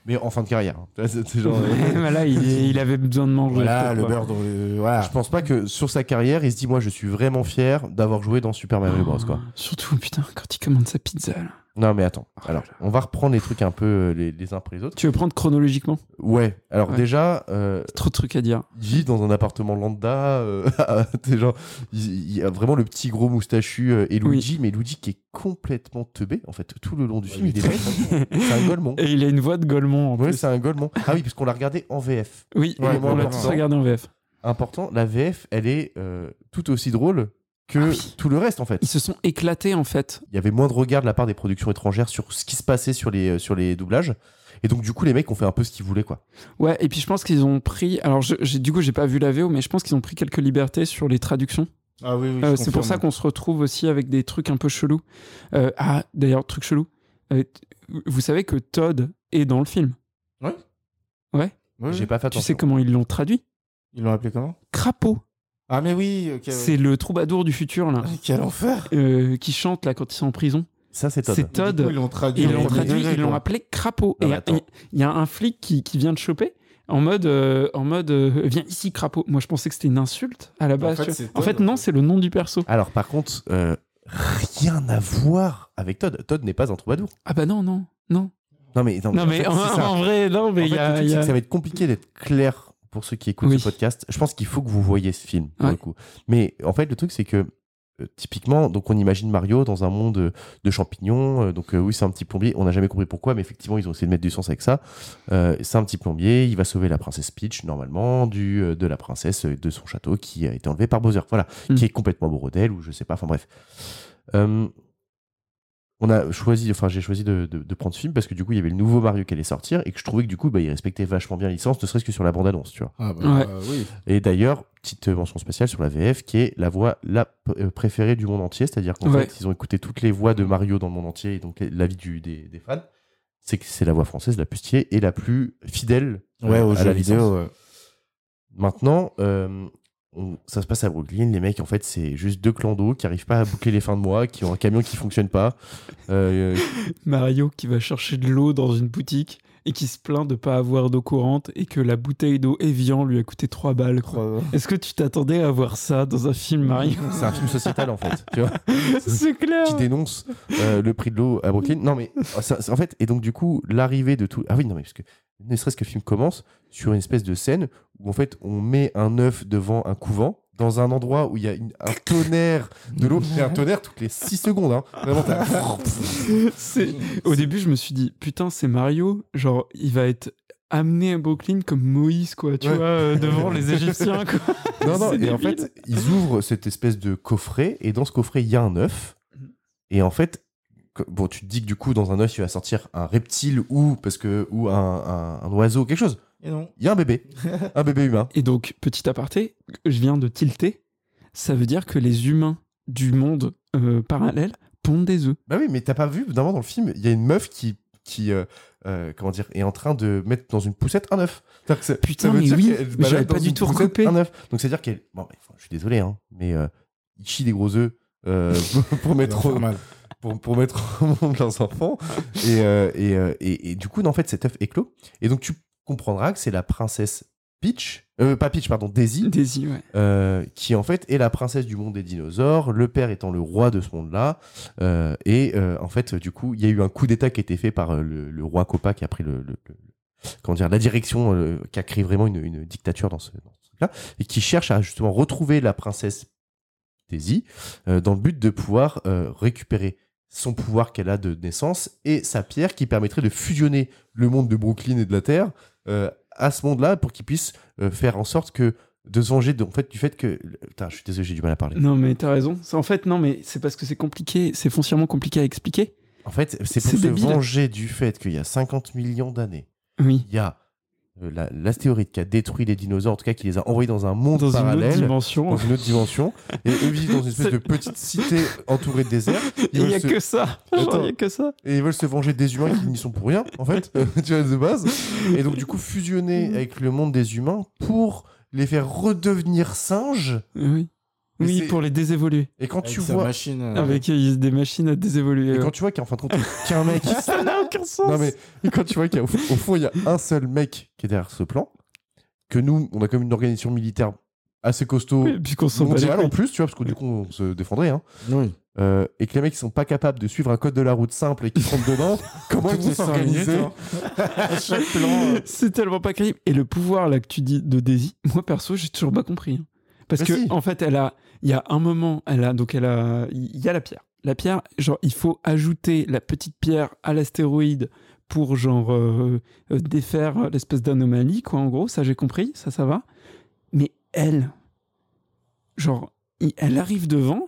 S3: Mais en fin de carrière. hein. Tu vois, c'est- c'est genre-
S1: <laughs> Ouais, bah là, il, est- il avait besoin de manger.
S2: Voilà,
S1: quoi, Ah,
S2: le
S1: quoi.
S2: beurre dans le. Voilà.
S3: Je pense pas que sur sa carrière, il se dit Moi, je suis vraiment fier d'avoir joué dans Super Mario Bros.
S1: Ah.
S3: Quoi.
S1: Surtout, putain, quand il commande sa pizza. Oh là.
S3: Non, mais attends. Alors, on va reprendre les trucs un peu euh, les, les uns après les autres.
S1: Tu veux prendre chronologiquement
S3: Ouais. Alors,
S1: Ouais.
S3: déjà, euh,
S1: Trop de trucs à dire.
S3: il vit dans un appartement lambda. euh, <laughs> t'es genre, il, il y a vraiment le petit gros moustachu euh, et Luigi, mais Luigi qui est complètement teubé, en fait, tout le long du film. il est <laughs> vraiment- c'est un golemon.
S1: Et il a une voix de Golemon en
S3: Ouais,
S1: plus.
S3: c'est un golemon.
S1: <laughs>
S3: Ah oui, parce qu'on l'a regardé en VF.
S1: Oui,
S3: Ouais,
S1: on l'a
S3: bon,
S1: tous
S3: bon.
S1: regardé en VF.
S3: Important, la VF, elle est euh, tout aussi drôle que
S1: Ah oui.
S3: tout le reste, en fait.
S1: Ils se sont éclatés en fait.
S3: Il y avait moins de regard de la part des productions étrangères sur ce qui se passait sur les, euh, sur les doublages. Et donc, du coup, les mecs ont fait un peu ce qu'ils voulaient, quoi.
S1: Ouais, et puis je pense qu'ils ont pris. Alors, je- j'ai- du coup, j'ai pas vu la VO, mais je pense qu'ils ont pris quelques libertés sur les traductions.
S2: Ah oui, oui.
S1: Euh,
S2: je
S1: c'est pour
S2: confirme.
S1: ça qu'on se retrouve aussi avec des trucs un peu chelous. Euh, ah, d'ailleurs, truc chelou. Euh, t- vous savez que Todd est dans le film.
S2: Oui, oui.
S3: J'ai pas fait attention.
S1: Tu sais comment ils l'ont traduit
S2: Ils l'ont appelé comment
S1: Crapaud.
S2: Ah, mais oui, ok. ouais.
S1: C'est le troubadour du futur, là,
S2: Ah, Quel enfer
S1: euh, qui chante là quand ils sont en prison.
S3: Ça, c'est Todd.
S1: C'est
S2: Du coup,
S1: Todd.
S2: Ils l'ont traduit.
S1: Ils
S2: en
S1: l'ont
S2: premier
S1: traduit,
S2: degré,
S1: ils l'ont
S2: quoi.
S1: appelé Crapaud.
S3: Non,
S1: Et
S3: mais attends.
S1: il y a un flic qui, qui vient de choper. En mode, euh, en mode euh, viens ici, crapaud. Moi, je pensais que c'était une insulte à la base.
S2: fait,
S1: tu vois.
S2: c'est
S1: en
S2: Todd,
S1: fait,
S2: en
S1: non,
S2: fait.
S1: c'est le nom du perso.
S3: Alors, par contre, euh, rien à voir avec Todd. Todd n'est pas un troubadour.
S1: Ah bah non, non, non.
S3: Non, mais,
S1: Non, mais
S3: en fait, c'est
S1: en,
S3: ça.
S1: en vrai, non, mais
S3: En
S1: il
S3: fait,
S1: y a.
S3: le truc,
S1: il y
S3: c'est
S1: a-
S3: que ça va être compliqué d'être clair pour ceux qui écoutent
S1: Oui.
S3: ce podcast. Je pense qu'il faut que vous voyez ce film, pour
S1: Ouais.
S3: le coup. Mais en fait, le truc, c'est que euh, typiquement, donc on imagine Mario dans un monde euh, de champignons. euh, Donc euh, oui, c'est un petit plombier. On n'a jamais compris pourquoi, mais effectivement, ils ont essayé de mettre du sens avec ça. Euh, c'est un petit plombier. Il va sauver la princesse Peach normalement du euh, de la princesse euh, de son château qui a été enlevé par Bowser. Voilà,
S1: Mm.
S3: qui est complètement bourreau d'elle ou je sais pas. Enfin bref. Euh, on a choisi, enfin j'ai choisi de, de- de prendre ce film parce que du coup il y avait le nouveau Mario qui allait sortir et que je trouvais que du coup bah, il respectait vachement bien la licence, ne serait-ce que sur la bande-annonce, tu vois.
S2: Ah, bah
S1: Ouais.
S2: euh, oui.
S3: Et d'ailleurs, petite mention spéciale sur la VF qui est la voix la p- euh, préférée du monde entier, c'est-à-dire qu'en
S1: Ouais.
S3: fait ils ont écouté toutes les voix de Mario dans le monde entier et donc les- l'avis du- des, des fans, c'est que c'est la voix française la plus stylée et la plus fidèle euh,
S2: Ouais, aux
S3: à
S2: jeux
S3: la licence.
S2: vidéo. ouais.
S3: Maintenant, euh, on- ça se passe à Brooklyn. Les mecs, en fait, c'est juste deux clandos qui arrivent pas à boucler les fins de mois, qui ont un camion qui fonctionne pas. Euh,
S1: Mario qui va chercher de l'eau dans une boutique et qui se plaint de pas avoir d'eau courante et que la bouteille d'eau Evian lui a coûté 3 balles. quoi.
S2: Trois-
S1: Est-ce que tu t'attendais à voir ça dans un film Mario
S3: <laughs>
S1: <laughs>
S3: c'est un film sociétal, en fait. Tu vois
S1: C'est clair.
S3: qui dénonce euh, le prix de l'eau à Brooklyn. Non, mais oh, ça- ça- en fait, et donc du coup, l'arrivée de tout. Ah oui, non, mais parce que ne serait-ce que le film commence sur une espèce de scène où en fait, on met un œuf devant un couvent. Dans un endroit où il y a une- un tonnerre de l'eau, et un tonnerre toutes les 6 secondes. Hein. Vraiment, t'as-
S1: C'est- Au début, je me suis dit, putain, c'est Mario. Genre, il va être amené à Brooklyn comme Moïse, quoi, tu
S3: Ouais.
S1: vois, euh, devant les Égyptiens, quoi.
S3: Non, non,
S1: C'est
S3: et en
S1: débile.
S3: fait, ils ouvrent cette espèce de coffret, et dans ce coffret, il y a un œuf. Et en fait, que- bon, tu te dis que du coup, dans un œuf, il va sortir un reptile ou, parce que, ou un, un- un oiseau, quelque chose.
S2: Et non.
S3: Il y a un bébé, un bébé humain.
S1: <laughs> Et donc, petit aparté, je viens de tilter. Ça veut dire que les humains du monde euh, parallèle pondent des œufs.
S3: Bah oui, mais t'as pas vu, d'un moment dans le film, il y a une meuf qui qui euh, euh, comment dire est en train de mettre dans une poussette un œuf. C'est-à-dire que c'est-
S1: Putain,
S3: ça veut
S1: mais
S3: dire
S1: oui,
S3: qu'elle
S1: mais
S3: balade
S1: j'avais
S3: dans
S1: pas du
S3: une
S1: tout
S3: poussette
S1: recoupé.
S3: Un œuf. Donc c'est à dire qu'elle. Bon, mais, enfin, je suis désolé, hein, mais euh, ils chient des gros œufs euh, <laughs> pour mettre au,
S2: Normal.
S3: pour, pour mettre <laughs> au monde leurs enfants. Et, euh, et, euh, et- et du coup, en fait, cet œuf éclos. Et donc, tu comprendras que c'est la princesse Peach, euh, pas Peach, pardon, Daisy,
S1: Daisy, ouais.
S3: euh, qui en fait est la princesse du monde des dinosaures, le père étant le roi de ce monde-là. Euh, et euh, en fait, du coup, il y a eu un coup d'État qui a été fait par euh, le, le roi Copa qui a pris le, le- le- comment dire, la direction, euh, qui a créé vraiment une, une dictature dans ce, dans ce truc-là, et qui cherche à justement retrouver la princesse Daisy euh, dans le but de pouvoir euh, récupérer son pouvoir qu'elle a de naissance et sa pierre qui permettrait de fusionner le monde de Brooklyn et de la Terre euh, à ce monde-là pour qu'il puisse euh, faire en sorte que de se venger de- en fait, du fait que... Putain, je suis désolé, j'ai du mal à parler.
S1: Non, mais t'as raison. C'est- En fait, non, mais c'est parce que c'est compliqué, c'est foncièrement compliqué à expliquer.
S3: En fait, c'est pour
S1: C'est
S3: se
S1: débile.
S3: venger du fait qu'il y a 50 millions d'années,
S1: Oui.
S3: il y a euh, la- l'astéroïde qui a détruit les dinosaures, en tout cas qui les a envoyés dans un monde
S1: Dans une autre
S3: parallèle,
S1: dimension.
S3: dans une autre dimension, et eux vivent dans une espèce
S1: C'est-
S3: de petite cité entourée de <laughs> désert. Ils
S1: <laughs> Il n'y
S3: veulent
S1: a
S3: se-
S1: que ça. Genre, Il
S3: Attends.
S1: n'y a que ça.
S3: et ils veulent se venger des humains qui n'y sont pour rien, en fait, <laughs> tu vois, de base. Et donc, du coup, fusionner
S1: Mm.
S3: avec le monde des humains pour les faire redevenir singes.
S1: Oui.
S3: Mais
S1: Oui,
S3: c'est-
S1: pour les désévoluer.
S3: Et quand
S2: Avec
S3: tu
S2: sa
S3: vois.
S2: machine. euh,
S1: Avec euh, des machines à
S3: Et
S1: désévoluer.
S3: quand tu vois qu'en fin de compte,
S1: <laughs>
S3: qu'un mec.
S1: ouais. Ça n'a aucun sens.
S3: Non, mais et quand tu vois qu'au au fond, il y a un seul mec qui est derrière ce plan, que nous, on a comme une organisation militaire assez costaud,
S1: Oui, puisqu'on s'en bat les
S3: mondiale en
S1: couilles.
S3: plus, tu vois, parce que du coup, on se défendrait, hein.
S2: Oui.
S3: Euh, et que les mecs qui sont pas capables de suivre un code de la route simple et
S1: <laughs>
S3: qui sont dedans, comment ils
S2: Tout
S3: vont
S2: est synchronisé,
S3: s'organiser
S2: toi. À chaque plan. euh,
S1: <laughs> C'est tellement pas crédible. Et le pouvoir là que tu dis de Daisy, moi perso, j'ai toujours pas compris. hein. Parce
S3: Mais
S1: que
S3: Bah, si.
S1: en fait, elle a, il y a un moment, elle a donc elle a, il y a la pierre. La pierre, genre, il faut ajouter la petite pierre à l'astéroïde pour genre euh, euh, défaire l'espèce d'anomalie, quoi. En gros, ça j'ai compris, ça ça va. Mais elle, genre, il- elle arrive devant.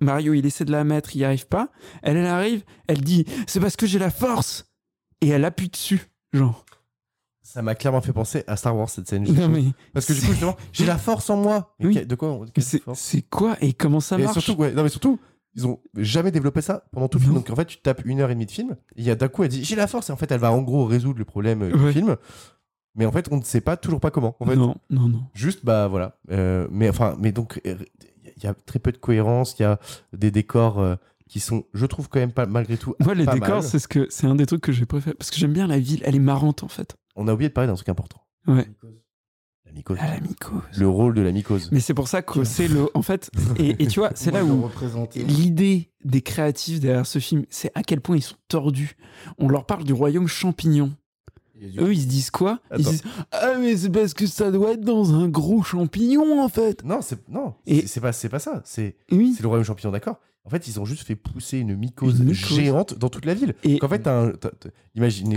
S1: Mario, il essaie de la mettre, il n'y arrive pas. Elle, elle arrive, elle dit, c'est parce que j'ai la force. Et elle appuie dessus, genre.
S3: Ça m'a clairement fait penser à Star Wars, cette scène.
S1: Non, mais
S3: Parce que du coup, justement, j'ai la force en moi. Mais
S1: Oui.
S3: que- De quoi on-
S1: mais
S3: quelle
S1: c'est
S3: force
S1: c'est quoi et comment ça
S3: Et
S1: marche
S3: surtout, ouais, non, mais surtout, ils ont jamais développé ça pendant tout le film.
S1: Non.
S3: Donc en fait, tu tapes une heure et demie de film, et il y a d'un coup, elle dit j'ai la force, et en fait, elle va en gros résoudre le problème euh, du
S1: Ouais.
S3: film. Mais en fait, on ne sait pas toujours pas comment. En fait,
S1: Non, non, non.
S3: juste bah voilà. Euh, mais enfin, mais donc euh, il y a très peu de cohérence. Il y a des décors euh, qui sont, je trouve quand même pas malgré tout.
S1: Moi, les
S3: pas
S1: décors,
S3: mal.
S1: c'est ce que c'est un des trucs que j'ai préféré parce que j'aime bien la ville. Elle est marrante en fait.
S3: On a oublié de parler d'un truc important.
S1: Ouais.
S3: La mycose.
S1: Ah, la mycose.
S3: Le rôle de la mycose.
S1: Mais c'est pour ça que c'est le. En fait, et, et tu vois, c'est
S2: <laughs>
S1: là
S2: comment
S1: où
S2: le représenter.
S1: l'idée des créatifs derrière ce film, c'est à quel point ils sont tordus. On leur parle du royaume champignon.
S2: Et du coup,
S1: Eux, ils se disent quoi Ils se
S3: Attends.
S1: disent Ah, mais c'est parce que ça doit être dans un gros champignon en fait.
S3: Non, c'est non,
S1: Et-
S3: c'est- c'est pas c'est pas ça. C'est
S1: Oui.
S3: C'est le royaume champignon, d'accord. En fait, ils ont juste fait pousser une mycose,
S1: Mm. Une mycose.
S3: géante dans toute la ville.
S1: Et-
S3: Qu'en fait, t'as un- t'as- t'as- imaginez,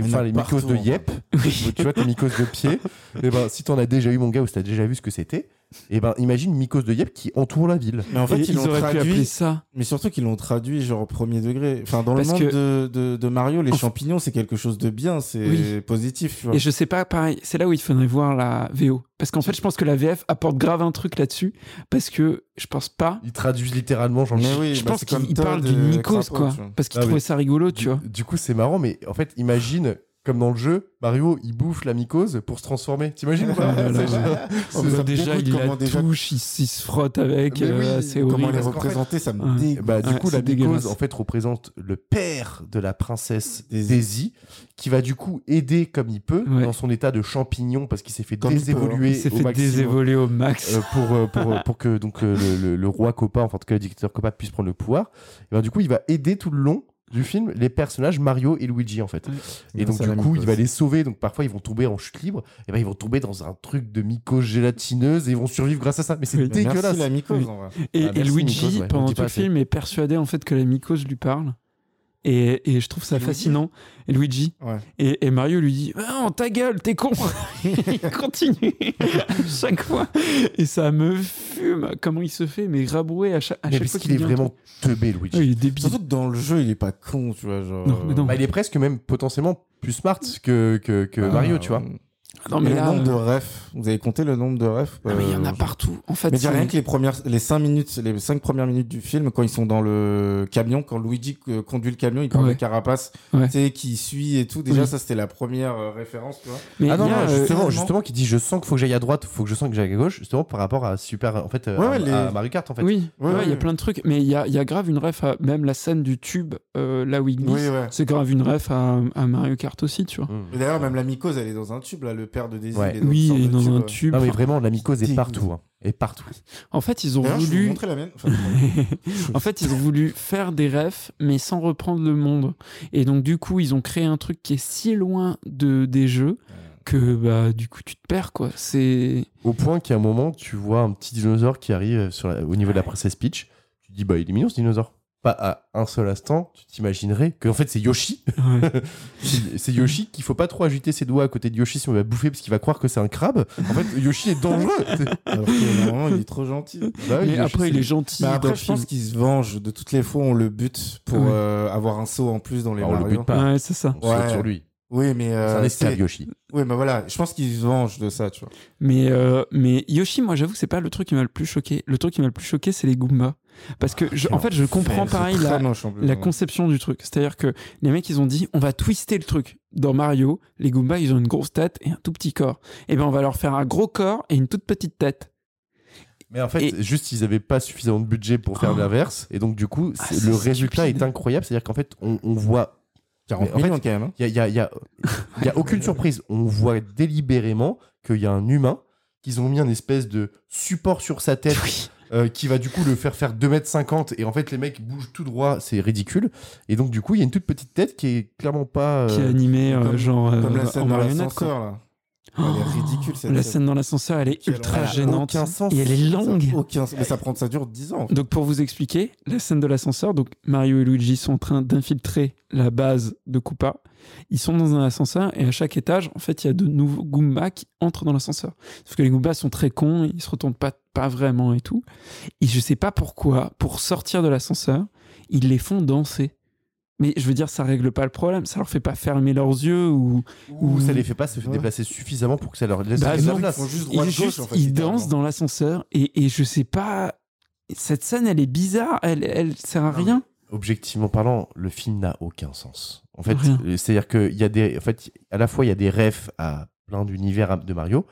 S2: Il y en a
S3: enfin, les
S2: partout,
S3: mycoses de
S2: en
S3: yep,
S1: Oui.
S3: tu vois, tes mycoses
S1: <laughs>
S3: de pied. et ben, si t'en as déjà eu, mon gars, ou si t'as déjà vu ce que c'était, et ben, imagine une mycose de yep qui entoure la ville.
S2: Mais en fait,
S1: Et
S2: ils,
S1: ils
S2: l'ont
S1: auraient pu appeler
S2: traduit.
S1: ça.
S2: Mais surtout qu'ils l'ont traduit genre au premier degré. Enfin, dans le
S1: Parce
S2: monde
S1: que-
S2: de, de, de Mario, les
S1: Enfin-
S2: champignons, c'est quelque chose de bien, c'est
S1: Oui.
S2: positif. Tu vois.
S1: Et je sais pas, pareil, c'est là où il faudrait voir la VO. Parce qu'en fait, je pense que la VF apporte grave un truc là-dessus. Parce que je pense pas.
S3: Ils traduisent littéralement, genre,
S2: Mais oui,
S1: je
S2: bah,
S1: pense
S2: c'est
S1: qu'il
S2: comme
S1: il parle
S2: Todd,
S1: d'une
S2: euh,
S1: mycose,
S2: Crapaud,
S1: quoi.
S2: tu vois.
S1: Parce qu'il
S3: Ah,
S1: trouvait
S3: mais-
S1: ça rigolo,
S3: du,
S1: tu vois.
S3: du coup, c'est marrant, mais en fait, imagine, comme dans le jeu, Mario, il bouffe la mycose pour se transformer. T'imagines
S1: <laughs>
S3: ou pas
S1: Ah là là.
S3: C'est genre-
S2: Oh, mais
S1: Genre,
S2: ça me
S1: déjà,
S2: dégoûte
S1: il
S2: comment
S1: la
S2: déjà-
S1: touche, il, s- il se frotte avec.
S3: Mais oui,
S1: euh, c'est
S2: Comment les
S1: horrible.
S3: parce qu'en fait-
S2: représenter, ça me
S1: Ouais.
S2: dégoûte.
S3: Bah, du
S1: Ouais,
S3: coup,
S1: c'est
S3: la
S1: dégueulasse.
S3: mycose, en fait, représente le père de la princesse
S2: Daisy.
S3: Daisy, qui va du coup aider comme il peut
S1: Ouais.
S3: dans son état de champignon parce qu'il s'est fait
S2: Comme il peut, hein.
S3: désévoluer
S1: Il s'est
S3: au
S1: fait
S3: maximum,
S1: désévoluer au max.
S3: euh, pour, euh, pour, euh, pour que donc, euh, le, le- le roi Copa, enfin, en tout cas, le dictateur Copa puisse prendre le pouvoir. Et ben, du coup, il va aider tout le long du film les personnages Mario et Luigi, en fait.
S1: Ouais.
S3: Et donc,
S2: Ça,
S3: du
S2: la
S3: coup, il
S2: mycose.
S3: va les sauver. Donc, parfois, ils vont tomber en chute libre. Et ben, ils vont tomber dans un truc de mycose gélatineuse et ils vont survivre grâce à ça. Mais c'est
S1: Oui.
S2: Mais
S3: dégueulasse.
S2: Merci la mycose,
S1: Oui.
S2: en vrai.
S1: Et,
S3: Ah,
S1: et
S3: merci,
S1: Luigi,
S3: mycose, ouais, on
S1: pendant
S3: dit
S1: tout
S3: pas
S1: le
S3: assez.
S1: film, est persuadé en fait que la mycose lui parle. Et, et je trouve ça
S2: Luigi
S1: fascinant. Et Luigi.
S2: Ouais.
S1: Et, et Mario lui dit Ah, Non, ta gueule, t'es
S2: <laughs>
S1: con Il continue à chaque fois. Et ça me fume. Comment il se fait, mais rabroué à, cha- à
S3: Mais
S1: chaque
S3: parce
S1: fois
S3: qu'il est
S1: dit un
S3: vraiment teubé,
S1: truc.
S3: Luigi.
S1: Ouais, il est débile.
S2: Surtout que dans le jeu, il est pas con, tu vois. Genre... euh,
S1: Non, mais non.
S3: Bah, il est presque même potentiellement plus smart que, que, que
S2: Ah,
S3: Mario, tu vois.
S1: non, mais
S2: le
S1: là,
S2: nombre de
S1: euh,
S2: refs, vous avez compté le nombre de refs
S1: Ah, mais il y en a
S2: euh,
S1: partout. En fait,
S2: mais dire
S1: c'est-
S2: rien que les premières, les cinq minutes, les cinq premières minutes du film, quand ils sont dans le camion, quand Luigi euh, conduit le camion, il parle
S1: Ouais.
S2: de Carapace,
S1: Ouais.
S2: tu sais, qui suit et tout. Déjà,
S1: Oui.
S2: ça c'était la première euh, référence, tu vois.
S1: Mais
S3: ah non,
S1: il y a,
S3: non,
S1: euh,
S3: justement,
S2: finalement-
S3: justement, qui dit je sens qu'il faut que j'aille à droite, faut que je sens que j'aille à gauche, justement par rapport à Super, en fait, euh,
S2: Ouais,
S3: à-
S2: ouais, les-
S3: à Mario Kart, en fait.
S1: Oui, ouais,
S2: Ouais,
S1: il y a
S2: ouais.
S1: plein de trucs, mais il y a, il y a grave une ref à même la scène du tube, euh, là où ils glissent.
S2: Oui, ouais.
S1: C'est grave une ref à, à Mario Kart aussi, tu vois.
S2: Et D'ailleurs, même la mycose, elle est dans un tube là, le père de Daisy.
S3: Ouais.
S2: il est dans
S1: Ah Oui,
S2: une sorte
S1: et
S2: de
S1: dans un
S2: ouais.
S1: tube.
S3: Non, mais
S1: Enfin,
S3: vraiment, la mycose est
S2: Digne.
S3: partout, hein. Est partout.
S1: En fait, ils ont
S2: D'ailleurs, je vais vous
S1: voulu.
S2: montrer la mienne. Enfin, pardon.
S1: en fait, ils ont voulu faire des refs, mais sans reprendre le monde. Et donc, du coup, ils ont créé un truc qui est si loin de des jeux que, bah, du coup, tu te perds, quoi. C'est <laughs>
S3: Au point qu'à un moment, tu vois un petit dinosaure qui arrive sur la- au niveau de la princesse Peach, tu te dis, bah, il est mignon ce dinosaure. Pas à un seul instant, tu t'imaginerais que en fait c'est Yoshi. <laughs>
S1: Ah
S3: C'est- c'est Yoshi qu'il faut pas trop agiter ses doigts à côté de Yoshi si on va bouffer parce qu'il va croire que c'est un crabe. En fait, Yoshi est dangereux.
S2: <laughs>
S1: euh,
S2: Alors que normalement, il est trop gentil.
S3: Bah
S1: Mais
S3: oui, Yoshi,
S1: après,
S3: c'est-
S1: il est gentil.
S2: Bah
S1: dans
S2: après,
S1: le
S2: je pense
S1: film.
S2: qu'il se venge de toutes les fois où on le bute pour
S1: Ouais.
S2: euh, avoir un saut en plus dans les
S3: Bah, on le
S2: Mario.
S3: bute pas.
S1: Ouais, c'est ça.
S3: On saute
S2: Ouais.
S3: sur lui.
S2: Oui, mais
S3: C'est
S2: euh,
S3: un esclave
S2: c'est-
S3: Yoshi.
S2: Oui, mais voilà, je pense qu'il se venge de ça, tu vois.
S1: Mais, euh, mais Yoshi, moi j'avoue que c'est pas le truc qui m'a le plus choqué. Le truc qui m'a le plus choqué, c'est les Goombas. Parce que, je- en fait, je comprends
S2: Ah, C'est
S1: pareil
S2: très
S1: la,
S2: moche, en plus,
S1: la
S2: hein.
S1: conception du truc. C'est-à-dire que les mecs, ils ont dit, on va twister le truc. Dans Mario, les Goombas, ils ont une grosse tête et un tout petit corps. Et ben, on va leur faire un gros corps et une toute petite tête.
S3: Mais en fait,
S1: Et-
S3: juste, ils n'avaient pas suffisamment de budget pour faire
S1: Oh.
S3: l'inverse. Et donc, du coup,
S1: Ah,
S3: c'est-
S1: c'est
S3: le résultat
S1: stupide.
S3: est incroyable. C'est-à-dire qu'en fait, on, on voit.
S2: 40
S3: Mais en fait,
S2: millions quand même. hein.
S3: Il n'y a, y a- y a- y a aucune surprise. On voit délibérément qu'il y a un humain, qu'ils ont mis un espèce de support sur sa tête. euh, qui va du coup le faire faire 2m50 et en fait les mecs bougent tout droit, c'est ridicule. Et donc du coup il y a une toute petite tête qui est clairement pas... euh,
S1: Qui est animé, euh,
S2: Comme-
S1: genre, euh,
S2: Comme la
S1: en
S2: scène dans
S1: marionnette. quoi.
S2: l'ascenseur, là. Elle est ridicule, cette
S1: la
S2: scène.
S1: scène dans l'ascenseur, elle est
S2: Quelle
S1: ultra
S2: horreur.
S1: gênante.
S3: Aucun sens.
S1: Et elle est
S2: Ça a
S1: longue.
S2: Aucun... Mais ça, prend... ça dure 10 ans. en fait.
S1: Donc pour vous expliquer, la scène de l'ascenseur, donc Mario et Luigi sont en train d'infiltrer la base de Koopa. Ils sont dans un ascenseur et à chaque étage, en fait, il y a de nouveaux Goombas qui entrent dans l'ascenseur. Sauf que les Goombas sont très cons, ils se retournent pas, pas vraiment et tout. Et je sais pas pourquoi, pour sortir de l'ascenseur, ils les font danser. Mais je veux dire, ça règle pas le problème, ça leur fait pas fermer leurs yeux ou
S3: Ou ça les fait pas se
S2: Ouais.
S3: déplacer suffisamment pour que ça leur laisse
S1: Bah
S3: de la
S1: non.
S3: place.
S2: Ils font juste
S1: ils,
S2: droite-gauche,
S1: juste-
S2: en fait,
S1: ils
S2: littéralement.
S1: dansent dans l'ascenseur et, et je sais pas. Cette scène, elle est bizarre, elle, elle sert à
S3: Non, mais-
S1: rien.
S3: objectivement parlant, le film n'a aucun sens. En fait,
S1: Rien.
S3: euh, c'est-à-dire qu'il y a des, en fait, à la fois il y a des refs à plein d'univers à- de Mario,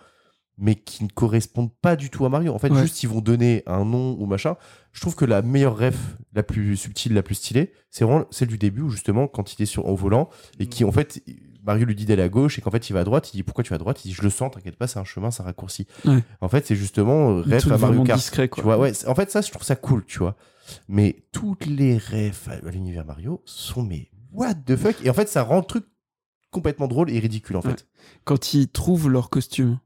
S3: mais qui ne correspondent pas du tout à Mario. En fait,
S1: Ouais.
S3: juste ils vont donner un nom ou machin. Je trouve que la meilleure ref, la plus subtile, la plus stylée, c'est vraiment celle du début où justement quand il est sur au volant et qui en fait Mario lui dit d'aller à gauche et qu'en fait il va à droite. Il dit pourquoi tu vas à droite Il dit je le sens, t'inquiète pas, c'est un chemin, c'est un raccourci.
S1: Ouais.
S3: En fait, c'est justement euh,
S1: Des
S3: ref
S1: trucs
S3: à Mario
S1: vraiment
S3: Kart.
S1: discrets, quoi.
S3: Tu vois, ouais, c'est- en fait, ça, je trouve ça cool, tu vois. Mais toutes les refs à l'univers Mario sont mais what the fuck Et en fait, ça rend le truc complètement drôle et ridicule, en
S1: Ouais.
S3: fait.
S1: quand ils trouvent leur costume.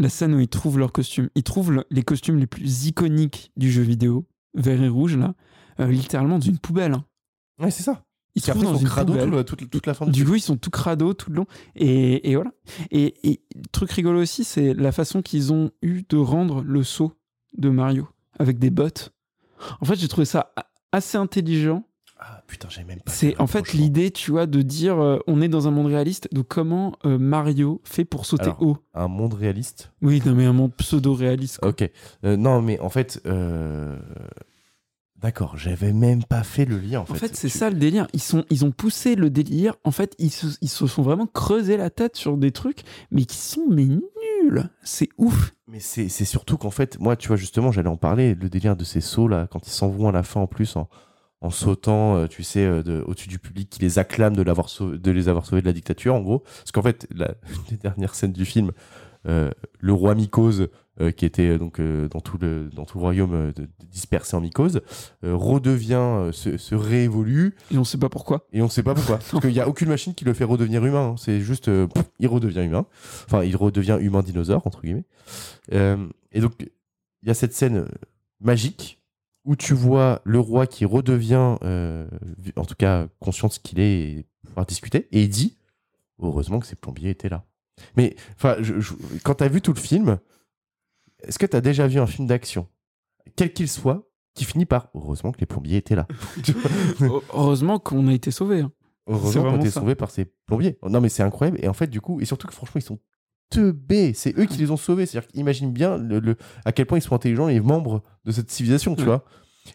S1: La scène où ils trouvent leur costume. Ils trouvent le- les costumes les plus iconiques du jeu vidéo, vert et rouge, là, euh, littéralement d'une poubelle. hein.
S3: Ouais, c'est ça.
S1: Ils
S3: Qui
S1: trouvent
S3: après
S1: dans
S3: sont
S1: une
S3: crado
S1: poubelle.
S3: tout le- toute, toute la fin
S1: Du
S3: du
S1: coup, ils sont tout crado tout le long. Et, et voilà. Et, et truc rigolo aussi, c'est la façon qu'ils ont eu de rendre le saut de Mario avec des bottes. En fait, j'ai trouvé ça a- assez intelligent
S3: Ah putain, j'ai même pas.
S1: C'est en fait
S3: franchement.
S1: l'idée, tu vois, de dire euh, on est dans un monde réaliste, donc comment euh, Mario fait pour sauter
S3: Alors.
S1: haut
S3: Un monde réaliste.
S1: Oui, non, mais un monde pseudo-réaliste. quoi.
S3: Ok. Euh, non, mais en fait. euh, D'accord, j'avais même pas fait le lien, en fait.
S1: En fait, c'est
S3: Tu-
S1: ça le délire. Ils, sont, ils ont poussé le délire. En fait, ils se, ils se sont vraiment creusé la tête sur des trucs, mais qui sont mais nuls. C'est ouf.
S3: Mais c'est c'est surtout qu'en fait, moi, tu vois, justement, j'allais en parler, le délire de ces sauts, là, quand ils s'en vont à la fin, en plus, en, en sautant, euh, tu sais, euh, de- au-dessus du public qui les acclame de, l'avoir sauvé- de les avoir sauvés de la dictature, en gros. Parce qu'en fait, la, <laughs> les dernières scènes du film, euh, le roi Mycose, euh, qui était euh, donc euh, dans, tout le, dans tout le royaume euh, de- de- dispersé en Mycose, euh, redevient, euh, se, se réévolue,
S1: Et on sait pas pourquoi.
S3: <laughs> et on ne sait pas pourquoi. Parce qu'il n'y a aucune machine qui le fait redevenir humain. hein. C'est juste, euh, pouf, il redevient humain. Enfin, il redevient humain-dinosaure, entre guillemets. Euh, et donc, il y a cette scène euh, magique où tu vois le roi qui redevient, euh, vu- en tout cas, conscient de ce qu'il est et pouvoir discuter. Et il dit Heureusement que ces plombiers étaient là. Mais enfin, je- je- quand tu as vu tout le film, est-ce que tu as déjà vu un film d'action, quel qu'il soit, qui finit par Heureusement que les plombiers étaient là
S1: Heureusement qu'on a été sauvés. hein. C'est
S3: Heureusement qu'on
S1: vraiment
S3: été
S1: ça.
S3: sauvé par ces plombiers. Non, mais c'est incroyable. Et en fait, du coup, et surtout que franchement, ils sont teubés. C'est eux qui les ont sauvés. C'est-à-dire qu'imagine bien le, le- à quel point ils sont intelligents, les membres de cette civilisation, tu
S1: Ouais.
S3: vois.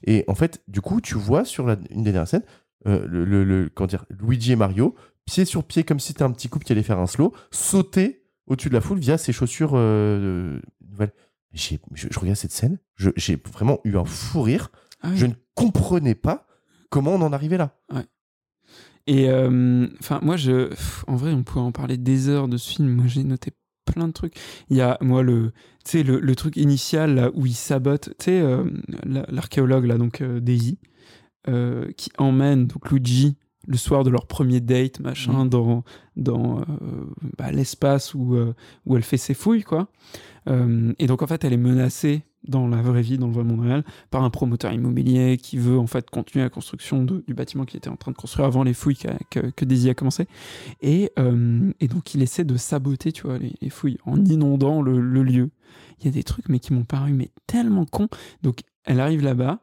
S3: Et en fait, du coup, tu vois sur la- une des dernières scènes, euh, le, le- le- comment dire, Luigi et Mario, pied sur pied, comme si c'était un petit couple qui allait faire un slow, sauter au-dessus de la foule via ses chaussures euh, nouvelles. J'ai- Je, je regarde cette scène, je- j'ai vraiment eu un fou rire.
S1: Ah oui.
S3: Je ne comprenais pas comment on en arrivait là.
S1: Et euh, enfin, moi, je, pff, en vrai, on pourrait en parler des heures de ce film. Moi, j'ai noté plein de trucs. Il y a, moi, le, tu sais, le, le truc initial là, où il sabote, tu sais, euh, la- l'archéologue, là, donc euh, Daisy, euh, qui emmène donc Luigi le soir de leur premier date, machin, dans, dans euh, bah, l'espace où, euh, où elle fait ses fouilles, quoi. Euh, et donc, en fait, elle est menacée dans la vraie vie, dans le vrai monde réel, par un promoteur immobilier qui veut, en fait, continuer la construction de- du bâtiment qu'il était en train de construire avant les fouilles qu'a- que, que Daisy a commencé. Et, euh, et donc, il essaie de saboter, tu vois, les, les fouilles en inondant le, le lieu. Il y a des trucs, mais qui m'ont paru mais tellement cons. Donc, elle arrive là-bas.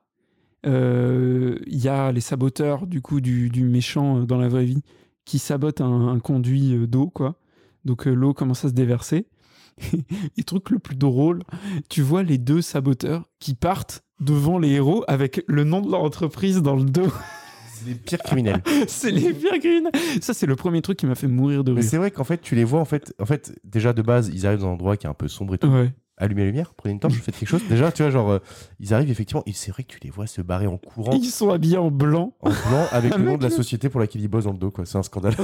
S1: euh, Il y a les saboteurs, du coup, du, du méchant euh, dans la vraie vie qui sabotent un, un conduit euh, d'eau, quoi. Donc, euh, l'eau commence à se déverser. <laughs> Et truc le plus drôle, tu vois les deux saboteurs qui partent devant les héros avec le nom de leur entreprise dans le dos. <laughs>
S3: C'est les pires criminels.
S1: c'est les virgules. Ça, c'est le premier truc qui m'a fait mourir de
S3: Mais
S1: rire.
S3: c'est vrai qu'en fait, tu les vois, en fait, en fait, déjà de base, ils arrivent dans un endroit qui est un peu sombre et tout.
S1: Ouais.
S3: Allumez la lumière, prenez une torche, faites quelque chose. Déjà, tu vois, genre, euh, ils arrivent effectivement, et c'est vrai que tu les vois se barrer en courant,
S1: Ils sont habillés en blanc.
S3: en blanc, avec le nom
S1: Avec
S3: de la
S1: le-
S3: société pour laquelle ils bossent dans le dos, quoi. C'est un scandale.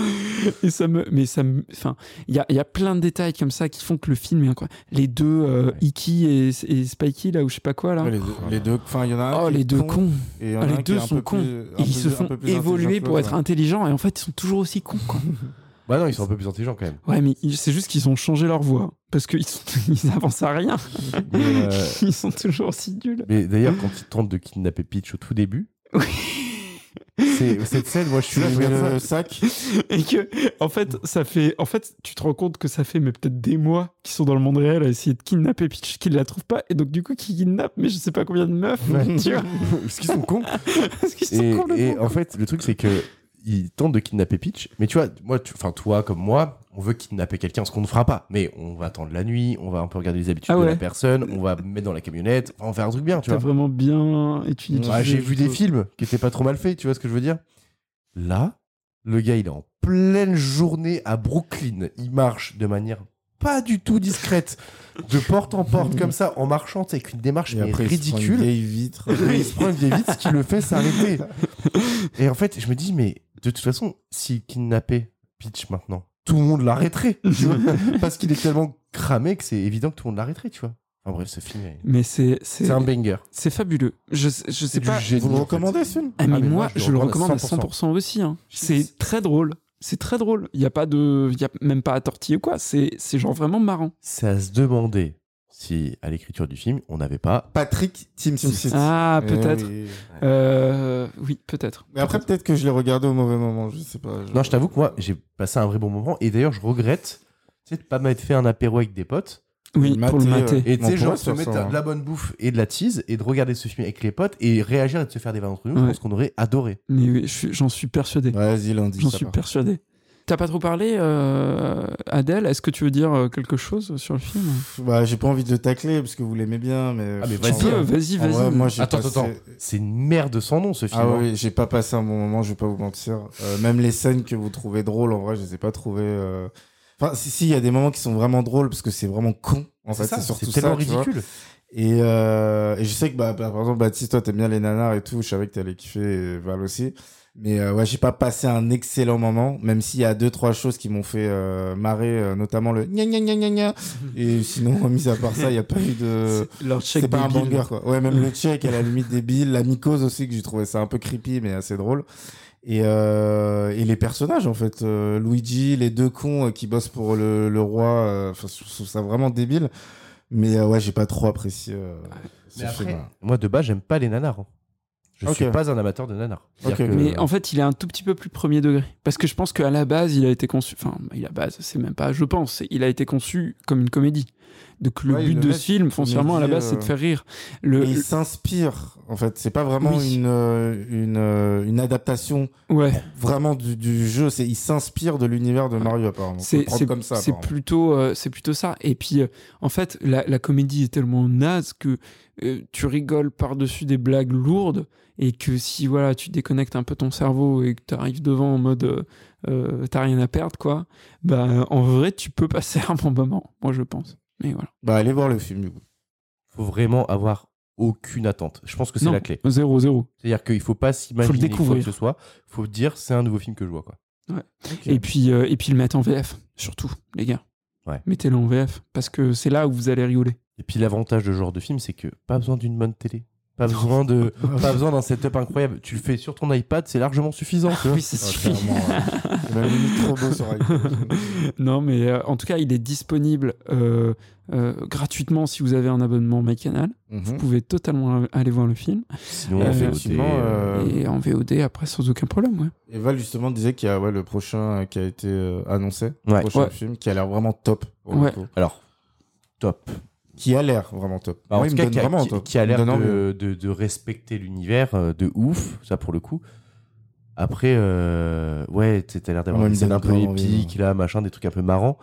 S1: Et ça me, mais ça me, enfin, il y a, il y a plein de détails comme ça qui font que le film est incroyable. Les deux, euh, Iki et, et Spikey, là, ou je sais pas quoi, là.
S2: Ouais, les, deux, les deux- enfin, il y en a un
S1: Oh,
S2: qui est
S1: les deux
S2: con,
S1: cons.
S2: et il y en a
S1: Ah,
S2: un
S1: les
S2: qui
S1: deux
S2: est un
S1: sont
S2: peu
S1: cons.
S2: plus- un
S1: Et
S2: peu
S1: ils se
S2: plus- un
S1: font
S2: peu plus
S1: évoluer
S2: intelligent que
S1: pour être
S2: l'autre, ouais.
S1: intelligents. Et en fait, ils sont toujours aussi cons, quoi.
S3: bah non, ils sont un peu plus intelligents quand même.
S1: Ouais, mais ils- c'est juste qu'ils ont changé leur voix. Parce qu'ils sont- <laughs> ils avancent à rien.
S3: Mais, euh,
S1: Ils sont toujours aussi nuls.
S3: mais d'ailleurs, quand ils tentent de kidnapper Peach au tout début, c'est cette scène, moi, je suis là, je
S2: Tu mets
S3: regarde
S2: le
S3: ça. <laughs>
S2: sac.
S1: et que en fait ça fait en fait tu te rends compte que ça fait mais peut-être des mois qu'ils sont dans le monde réel à essayer de kidnapper Peach qu'ils la trouvent pas et donc du coup qui kidnappent mais je sais pas combien de meufs <laughs>
S3: Ouais.
S1: tu vois
S3: Parce qu'ils sont cons.
S1: parce qu'ils sont
S3: et,
S1: complètement
S3: et en fait, le truc, c'est que ils tentent de kidnapper Peach. Mais tu vois, moi, tu- enfin, toi comme moi, on veut kidnapper quelqu'un, ce qu'on ne fera pas. Mais on va attendre la nuit, on va un peu regarder les habitudes
S1: Ah
S3: de la
S1: ouais.
S3: personne, on va mettre dans la camionnette, enfin, on va faire un truc bien, tu
S1: t'as
S3: vois.
S1: vraiment bien étudié tout
S3: Ouais,
S1: ça.
S3: J'ai vu des films qui étaient pas trop mal faits, tu vois ce que je veux dire Là, le gars, il est en pleine journée à Brooklyn. Il marche de manière pas du tout discrète, de porte en porte, comme ça, en marchant, tu sais, avec une démarche
S2: Et
S3: mais
S2: après, il se prend une
S3: ridicule.
S1: <laughs>
S2: vieille vitre.
S3: Et il se prend une vieille vite, ce qui le
S2: <laughs>
S3: fait s'arrêter. Et en fait, je me dis, mais de toute façon, s'il kidnappait Peach maintenant, tout le monde l'arrêterait. tu
S2: <laughs>
S3: vois Parce qu'il est tellement cramé que c'est évident que tout le monde l'arrêterait, tu vois. En bref, ce film, est-
S1: mais c'est c'est
S3: c'est un banger.
S1: c'est fabuleux je je sais
S3: C'est
S1: pas
S3: du génie.
S2: Vous le
S3: en fait.
S2: recommandez ce film
S1: Ah, mais,
S3: Ah, mais
S1: moi,
S3: moi,
S1: je, le recommande à 100%,
S3: 100%.
S1: aussi hein. c'est très drôle c'est très drôle il y a pas de il y a même pas à tortiller ou quoi c'est c'est genre vraiment marrant
S3: C'est à se demander si, à l'écriture du film, on n'avait pas.
S2: Patrick Tim Timsit.
S1: ah
S2: Eh
S1: peut-être
S2: oui.
S1: Euh, oui peut-être
S2: Mais après, peut-être que je l'ai regardé au mauvais moment, je sais pas.
S3: Non, je t'avoue que moi, j'ai passé un vrai bon moment. Et d'ailleurs, je regrette tu sais, de pas m'être fait un apéro avec des potes.
S1: oui
S2: Maté,
S1: pour le
S2: euh,
S1: mater
S3: Et tu
S2: On
S3: sais, genre,
S2: pourrait
S3: se
S2: faire
S3: mettre
S2: ça,
S3: de
S2: hein.
S3: la bonne bouffe et de la tease et de regarder ce film avec les potes et réagir et de se faire des vannes entre nous. Je
S1: Ouais.
S3: pense qu'on aurait adoré.
S1: mais oui, je suis- j'en suis persuadé
S2: Vas-y, lundi.
S1: J'en
S2: ça
S1: suis
S2: part.
S1: persuadé. T'as pas trop parlé, euh, Adèle Est-ce que tu veux dire euh, quelque chose sur le film
S2: Bah, j'ai pas envie de le tacler parce que vous l'aimez bien, mais.
S3: Ah, mais
S2: En
S3: vas-y,
S2: vrai-
S1: euh, vas-y,
S2: en
S1: vas-y.
S2: vrai, moi, j'ai
S3: Attends,
S2: passé-
S3: attends, attends. C'est une merde sans nom ce film.
S2: Ah
S3: hein.
S2: oui, j'ai pas passé un bon moment, je vais pas vous mentir. Euh, même les scènes que vous trouvez drôles, en vrai, je les ai pas trouvées. euh, Enfin, si, si, il y a des moments qui sont vraiment drôles parce que c'est vraiment con. En fait,
S3: c'est ça,
S2: c'est surtout
S3: c'est
S2: ça.
S3: tellement
S2: tu vois.
S3: ridicule.
S2: Et, euh, et je sais que, bah, bah, par exemple, Baptiste, toi, t'aimes bien les nanars et tout. Je savais que t'allais kiffer, et Val aussi. Mais euh, ouais, j'ai pas passé un excellent moment, même s'il y a deux, trois choses qui m'ont fait euh, marrer, euh, notamment le gna gna gna gna gna. Et sinon, <laughs> mis à part ça, il y a pas eu de.
S1: Leur
S2: C'est pas un banger, quoi. Ouais, même le check, à la limite débile. La mycose aussi, que j'ai trouvé ça un peu creepy, mais assez drôle. Et, euh, et les personnages, en fait. euh, Luigi, les deux cons euh, qui bossent pour le, le roi. euh, Enfin, je trouve ça vraiment débile. Mais euh, ouais, j'ai pas trop apprécié euh, ce
S3: Mais après,
S2: film.
S3: moi de base, j'aime pas les nanars. hein. Je suis
S2: Ok.
S3: pas un amateur de nanar.
S2: Ok.
S3: C'est-à-dire que-
S1: Mais en fait, il est un tout petit peu plus premier degré. Parce que je pense qu'à la base, il a été conçu. Enfin, à la base, c'est même pas. Je pense. c'est- Il a été conçu comme une comédie. Donc, le
S2: Ouais,
S1: but
S2: ils le
S1: de ce
S2: mettent
S1: film,
S2: comme
S1: foncièrement, à la
S2: comédie,
S1: base, c'est de
S2: euh,
S1: faire rire. Le,
S2: Et il s'inspire, en fait. C'est pas vraiment
S1: Oui.
S2: une, euh, une, euh, une adaptation
S1: ouais.
S2: vraiment du, du jeu. C'est, il s'inspire de l'univers de Mario, apparemment. Faut le
S1: C'est
S2: prendre
S1: c'est-
S2: comme ça.
S1: c'est
S2: apparemment.
S1: plutôt, euh, c'est plutôt ça. Et puis, euh, en fait, la, la comédie est tellement naze que euh, tu rigoles par-dessus des blagues lourdes et que si voilà, tu déconnectes un peu ton cerveau et que tu arrives devant en mode euh, euh, t'as rien à perdre, quoi, bah euh, en vrai, tu peux passer un bon moment, moi je pense. Mais voilà.
S2: Bah, allez voir le film, du coup.
S3: faut vraiment avoir aucune attente. Je pense que c'est
S1: Non,
S3: la clé.
S1: Zéro, zéro.
S3: C'est-à-dire qu'il faut pas s'imaginer quoi que
S1: découvrir.
S3: ce soit. Faut dire c'est un nouveau film que je vois quoi.
S1: Et puis, euh, et puis le mettre en VF, surtout, les gars.
S3: Ouais.
S1: Mettez-le en VF parce que c'est là où vous allez rigoler.
S3: Et puis l'avantage de ce genre de film, c'est que pas besoin d'une bonne télé. Pas
S1: <laughs>
S3: besoin de, pas besoin d'un setup incroyable. Tu le fais sur ton iPad, c'est largement suffisant. tu vois.
S1: Oui,
S3: <laughs>
S1: ça
S2: Ah,
S1: suffit.
S2: clairement, ouais. C'est même limite trop beau sur iPhone.
S3: <laughs>
S1: Non, mais euh, en tout cas, il est disponible euh, euh, gratuitement si vous avez un abonnement MyCanal. Vous
S2: Mhm.
S1: pouvez totalement aller voir le film.
S3: Sinon,
S1: Euh,
S3: on fait OT,
S2: Effectivement,
S3: euh,
S2: euh,
S1: Et en VOD, après, sans aucun problème. Ouais.
S2: Et Val justement disait qu'il y a ouais, le prochain euh, qui a été euh, annoncé,
S3: Ouais.
S2: le prochain
S1: Ouais.
S2: film qui a l'air vraiment top, pour le
S1: Ouais.
S2: coup.
S3: Alors, top.
S2: qui a l'air vraiment top.
S3: Bah, en
S2: Moi, il
S3: tout
S2: me
S3: cas,
S2: donne
S3: qui a,
S2: vraiment
S3: qui-
S2: top.
S3: qui
S2: Il
S3: a
S2: me
S3: l'air
S2: donne envie.
S3: de, de- de respecter l'univers euh, de ouf, ça pour le coup. Après, euh, ouais, t'sais, t'as l'air d'avoir
S2: Ouais,
S3: des
S2: il me
S3: scènes
S2: donne
S3: un peu
S2: grave envie,
S3: épiques, là, machin, des trucs un peu marrants.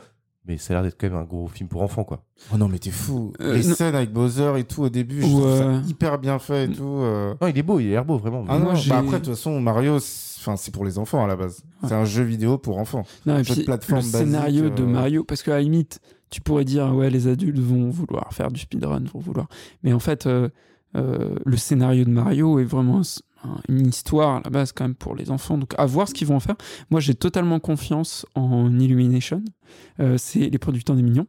S3: Mais ça a l'air d'être quand même un gros film pour enfants, quoi.
S2: Oh non mais t'es fou.
S1: Euh,
S2: Les
S1: non.
S2: scènes avec Bowser et tout au début, je
S1: Ouais.
S2: trouve ça hyper bien fait et tout. euh.
S3: Non, il est beau, il a l'air beau, vraiment.
S2: Ah non,
S1: Moi, j'ai-
S2: bah après de toute façon Mario, c'est- enfin c'est pour les enfants à la base.
S1: Ouais.
S2: C'est un jeu vidéo pour enfants.
S1: Non, et
S2: Jeu de
S1: puis,
S2: plateforme
S1: le scénario
S2: basique,
S1: de
S2: euh.
S1: Mario, parce qu'à la limite, tu pourrais dire, ouais, les adultes vont vouloir faire du speedrun, vont vouloir. Mais en fait, euh, euh, le scénario de Mario est vraiment un- un- une histoire à la base, quand même, pour les enfants. Donc, à voir ce qu'ils vont en faire. Moi, j'ai totalement confiance en Illumination. Euh, c'est les producteurs des Mignons.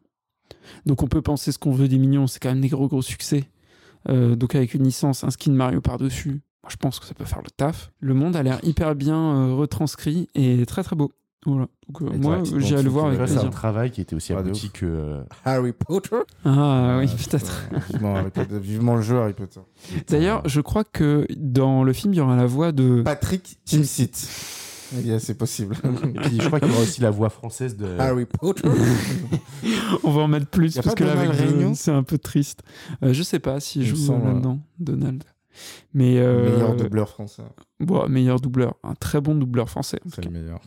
S1: Donc, on peut penser ce qu'on veut des Mignons, c'est quand même des gros, gros succès. Euh, donc, avec une licence, un skin Mario par-dessus. Moi, je pense que ça peut faire le taf. Le monde a l'air hyper bien euh, retranscrit et très très beau. Voilà. Donc, euh,
S2: Et
S1: moi,
S2: toi, tu
S1: j'ai à le
S2: penses que
S1: voir
S2: tu
S3: Tu
S1: avec
S3: vois,
S2: vas
S3: c'est un
S1: plaisir.
S3: travail qui était aussi
S2: Ah, de
S3: abouti que. euh,
S11: Harry Potter,
S1: Ah oui,
S2: Euh,
S1: <laughs> peut-être.
S2: putain, vivement, Harry Potter- vivement le jeu Harry Potter.
S1: D'ailleurs, je crois que dans le film, il y aura la voix de.
S2: Patrick Timsit. Eh bien c'est possible.
S3: Et puis, je crois qu'il y aura aussi la voix euh, française de.
S2: Ah,
S11: Harry Potter,
S1: <laughs> On va en mettre plus
S2: Y a
S1: parce
S2: pas
S1: que là,
S2: Donald
S1: avec Donald,
S2: Réunion
S1: c'est un peu triste. Euh, je sais pas si
S2: Il
S1: je
S2: me
S1: joue
S2: semble,
S1: là-dedans, Donald. Mais euh,
S2: Meilleur doubleur français.
S1: bon, meilleur doubleur, un très bon doubleur français. en tout
S2: C'est le
S1: cas.
S2: meilleur.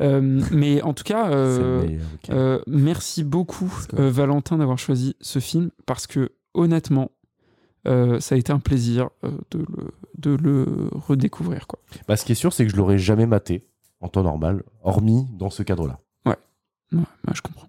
S1: Euh, mais en tout cas,
S3: C'est le
S1: euh,
S3: meilleur, ok.
S1: Euh, merci beaucoup, euh, Valentin, d'avoir choisi ce film parce que, honnêtement, euh, ça a été un plaisir euh, de, le, de le redécouvrir. Quoi.
S3: Bah, ce qui est sûr, c'est que je l'aurais jamais maté en temps normal, hormis dans ce cadre-là.
S1: Ouais, ouais, je comprends.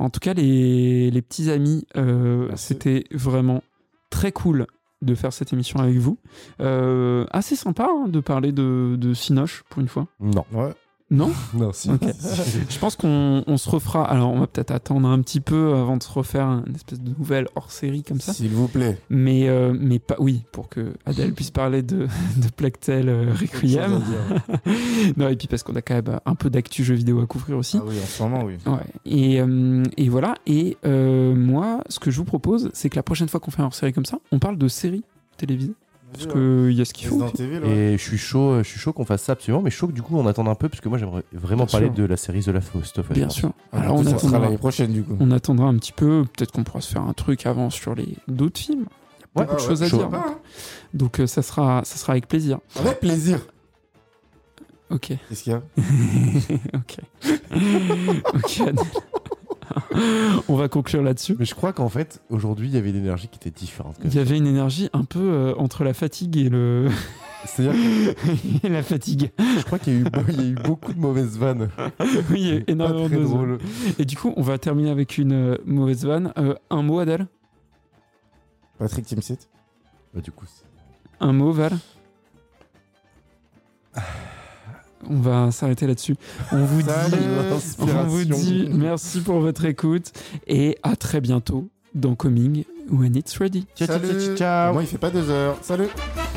S1: En tout cas, les, les petits amis, euh,
S2: Merci.
S1: c'était vraiment très cool de faire cette émission avec vous. Euh, assez sympa hein, de parler de, de Cinoche pour une fois.
S3: Non.
S2: Ouais.
S1: Non
S3: Non, si.
S2: <laughs>
S1: Ok. Je pense qu'on on se refera. Alors, on va peut-être attendre un petit peu avant de se refaire une espèce de nouvelle hors série comme ça.
S2: S'il vous plaît.
S1: Mais, euh, mais pas, oui, pour que Adèle puisse parler de, <laughs> de Plactel euh, Requiem.
S2: Ah
S1: non, et puis parce qu'on a quand même un peu d'actu jeux vidéo à couvrir aussi.
S2: Ah oui, en ce moment oui.
S1: Ouais. Et, euh, et voilà. Et euh, moi, ce que je vous propose, c'est que la prochaine fois qu'on fait un hors-série comme ça, on parle de séries télévisées. Parce qu'il y a ce qu'il faut.
S2: Resident Evil, ouais.
S3: Et je suis chaud, je suis chaud qu'on fasse ça absolument, mais chaud que du coup on attende un peu, parce que moi j'aimerais vraiment
S1: Bien
S3: parler
S1: sûr.
S3: de la série The Last of Us. je
S1: Bien
S3: pense.
S1: sûr.
S2: Ah,
S1: Alors
S2: du
S1: on
S2: coup, ça sera
S1: attendra,
S2: l'année prochaine du coup.
S1: on attendra un petit peu. Peut-être qu'on pourra se faire un truc avant sur les d'autres films. Il y a beaucoup
S2: Ah
S1: de
S2: ouais,
S1: choses à
S2: chaud.
S1: dire.
S2: Ah,
S1: Donc euh, ça, sera, ça sera avec plaisir.
S2: Avec plaisir.
S1: Ok.
S2: Qu'est-ce qu'il y a
S1: ok.
S3: <laughs>
S1: ok. Adèle. <laughs> On va conclure là-dessus.
S3: Mais je crois qu'en fait, aujourd'hui, il y avait une énergie qui était différente. quand
S1: Il y avait une énergie un peu euh, entre la fatigue et le
S3: même. <laughs> C'est-à-dire
S1: <laughs>
S3: que
S1: et la fatigue.
S3: je crois qu'il y, a eu beau- il y a eu beaucoup de mauvaises vannes.
S1: Oui, il y a eu
S3: Pas
S1: énormément
S3: très
S1: de
S3: drôle.
S1: Et du coup, on va terminer avec une euh, mauvaise vanne. Euh, un mot, Adèle
S2: Patrick Timsit
S3: Bah, du coup, c'est-
S1: Un mot, Val
S3: Ah.
S1: On va s'arrêter là-dessus. On vous dit, on vous dit merci pour votre écoute et à très bientôt dans Coming When It's Ready.
S3: Ciao, ciao, ciao, ciao.
S2: Moi, il fait pas deux heures. Salut.
S12: Salut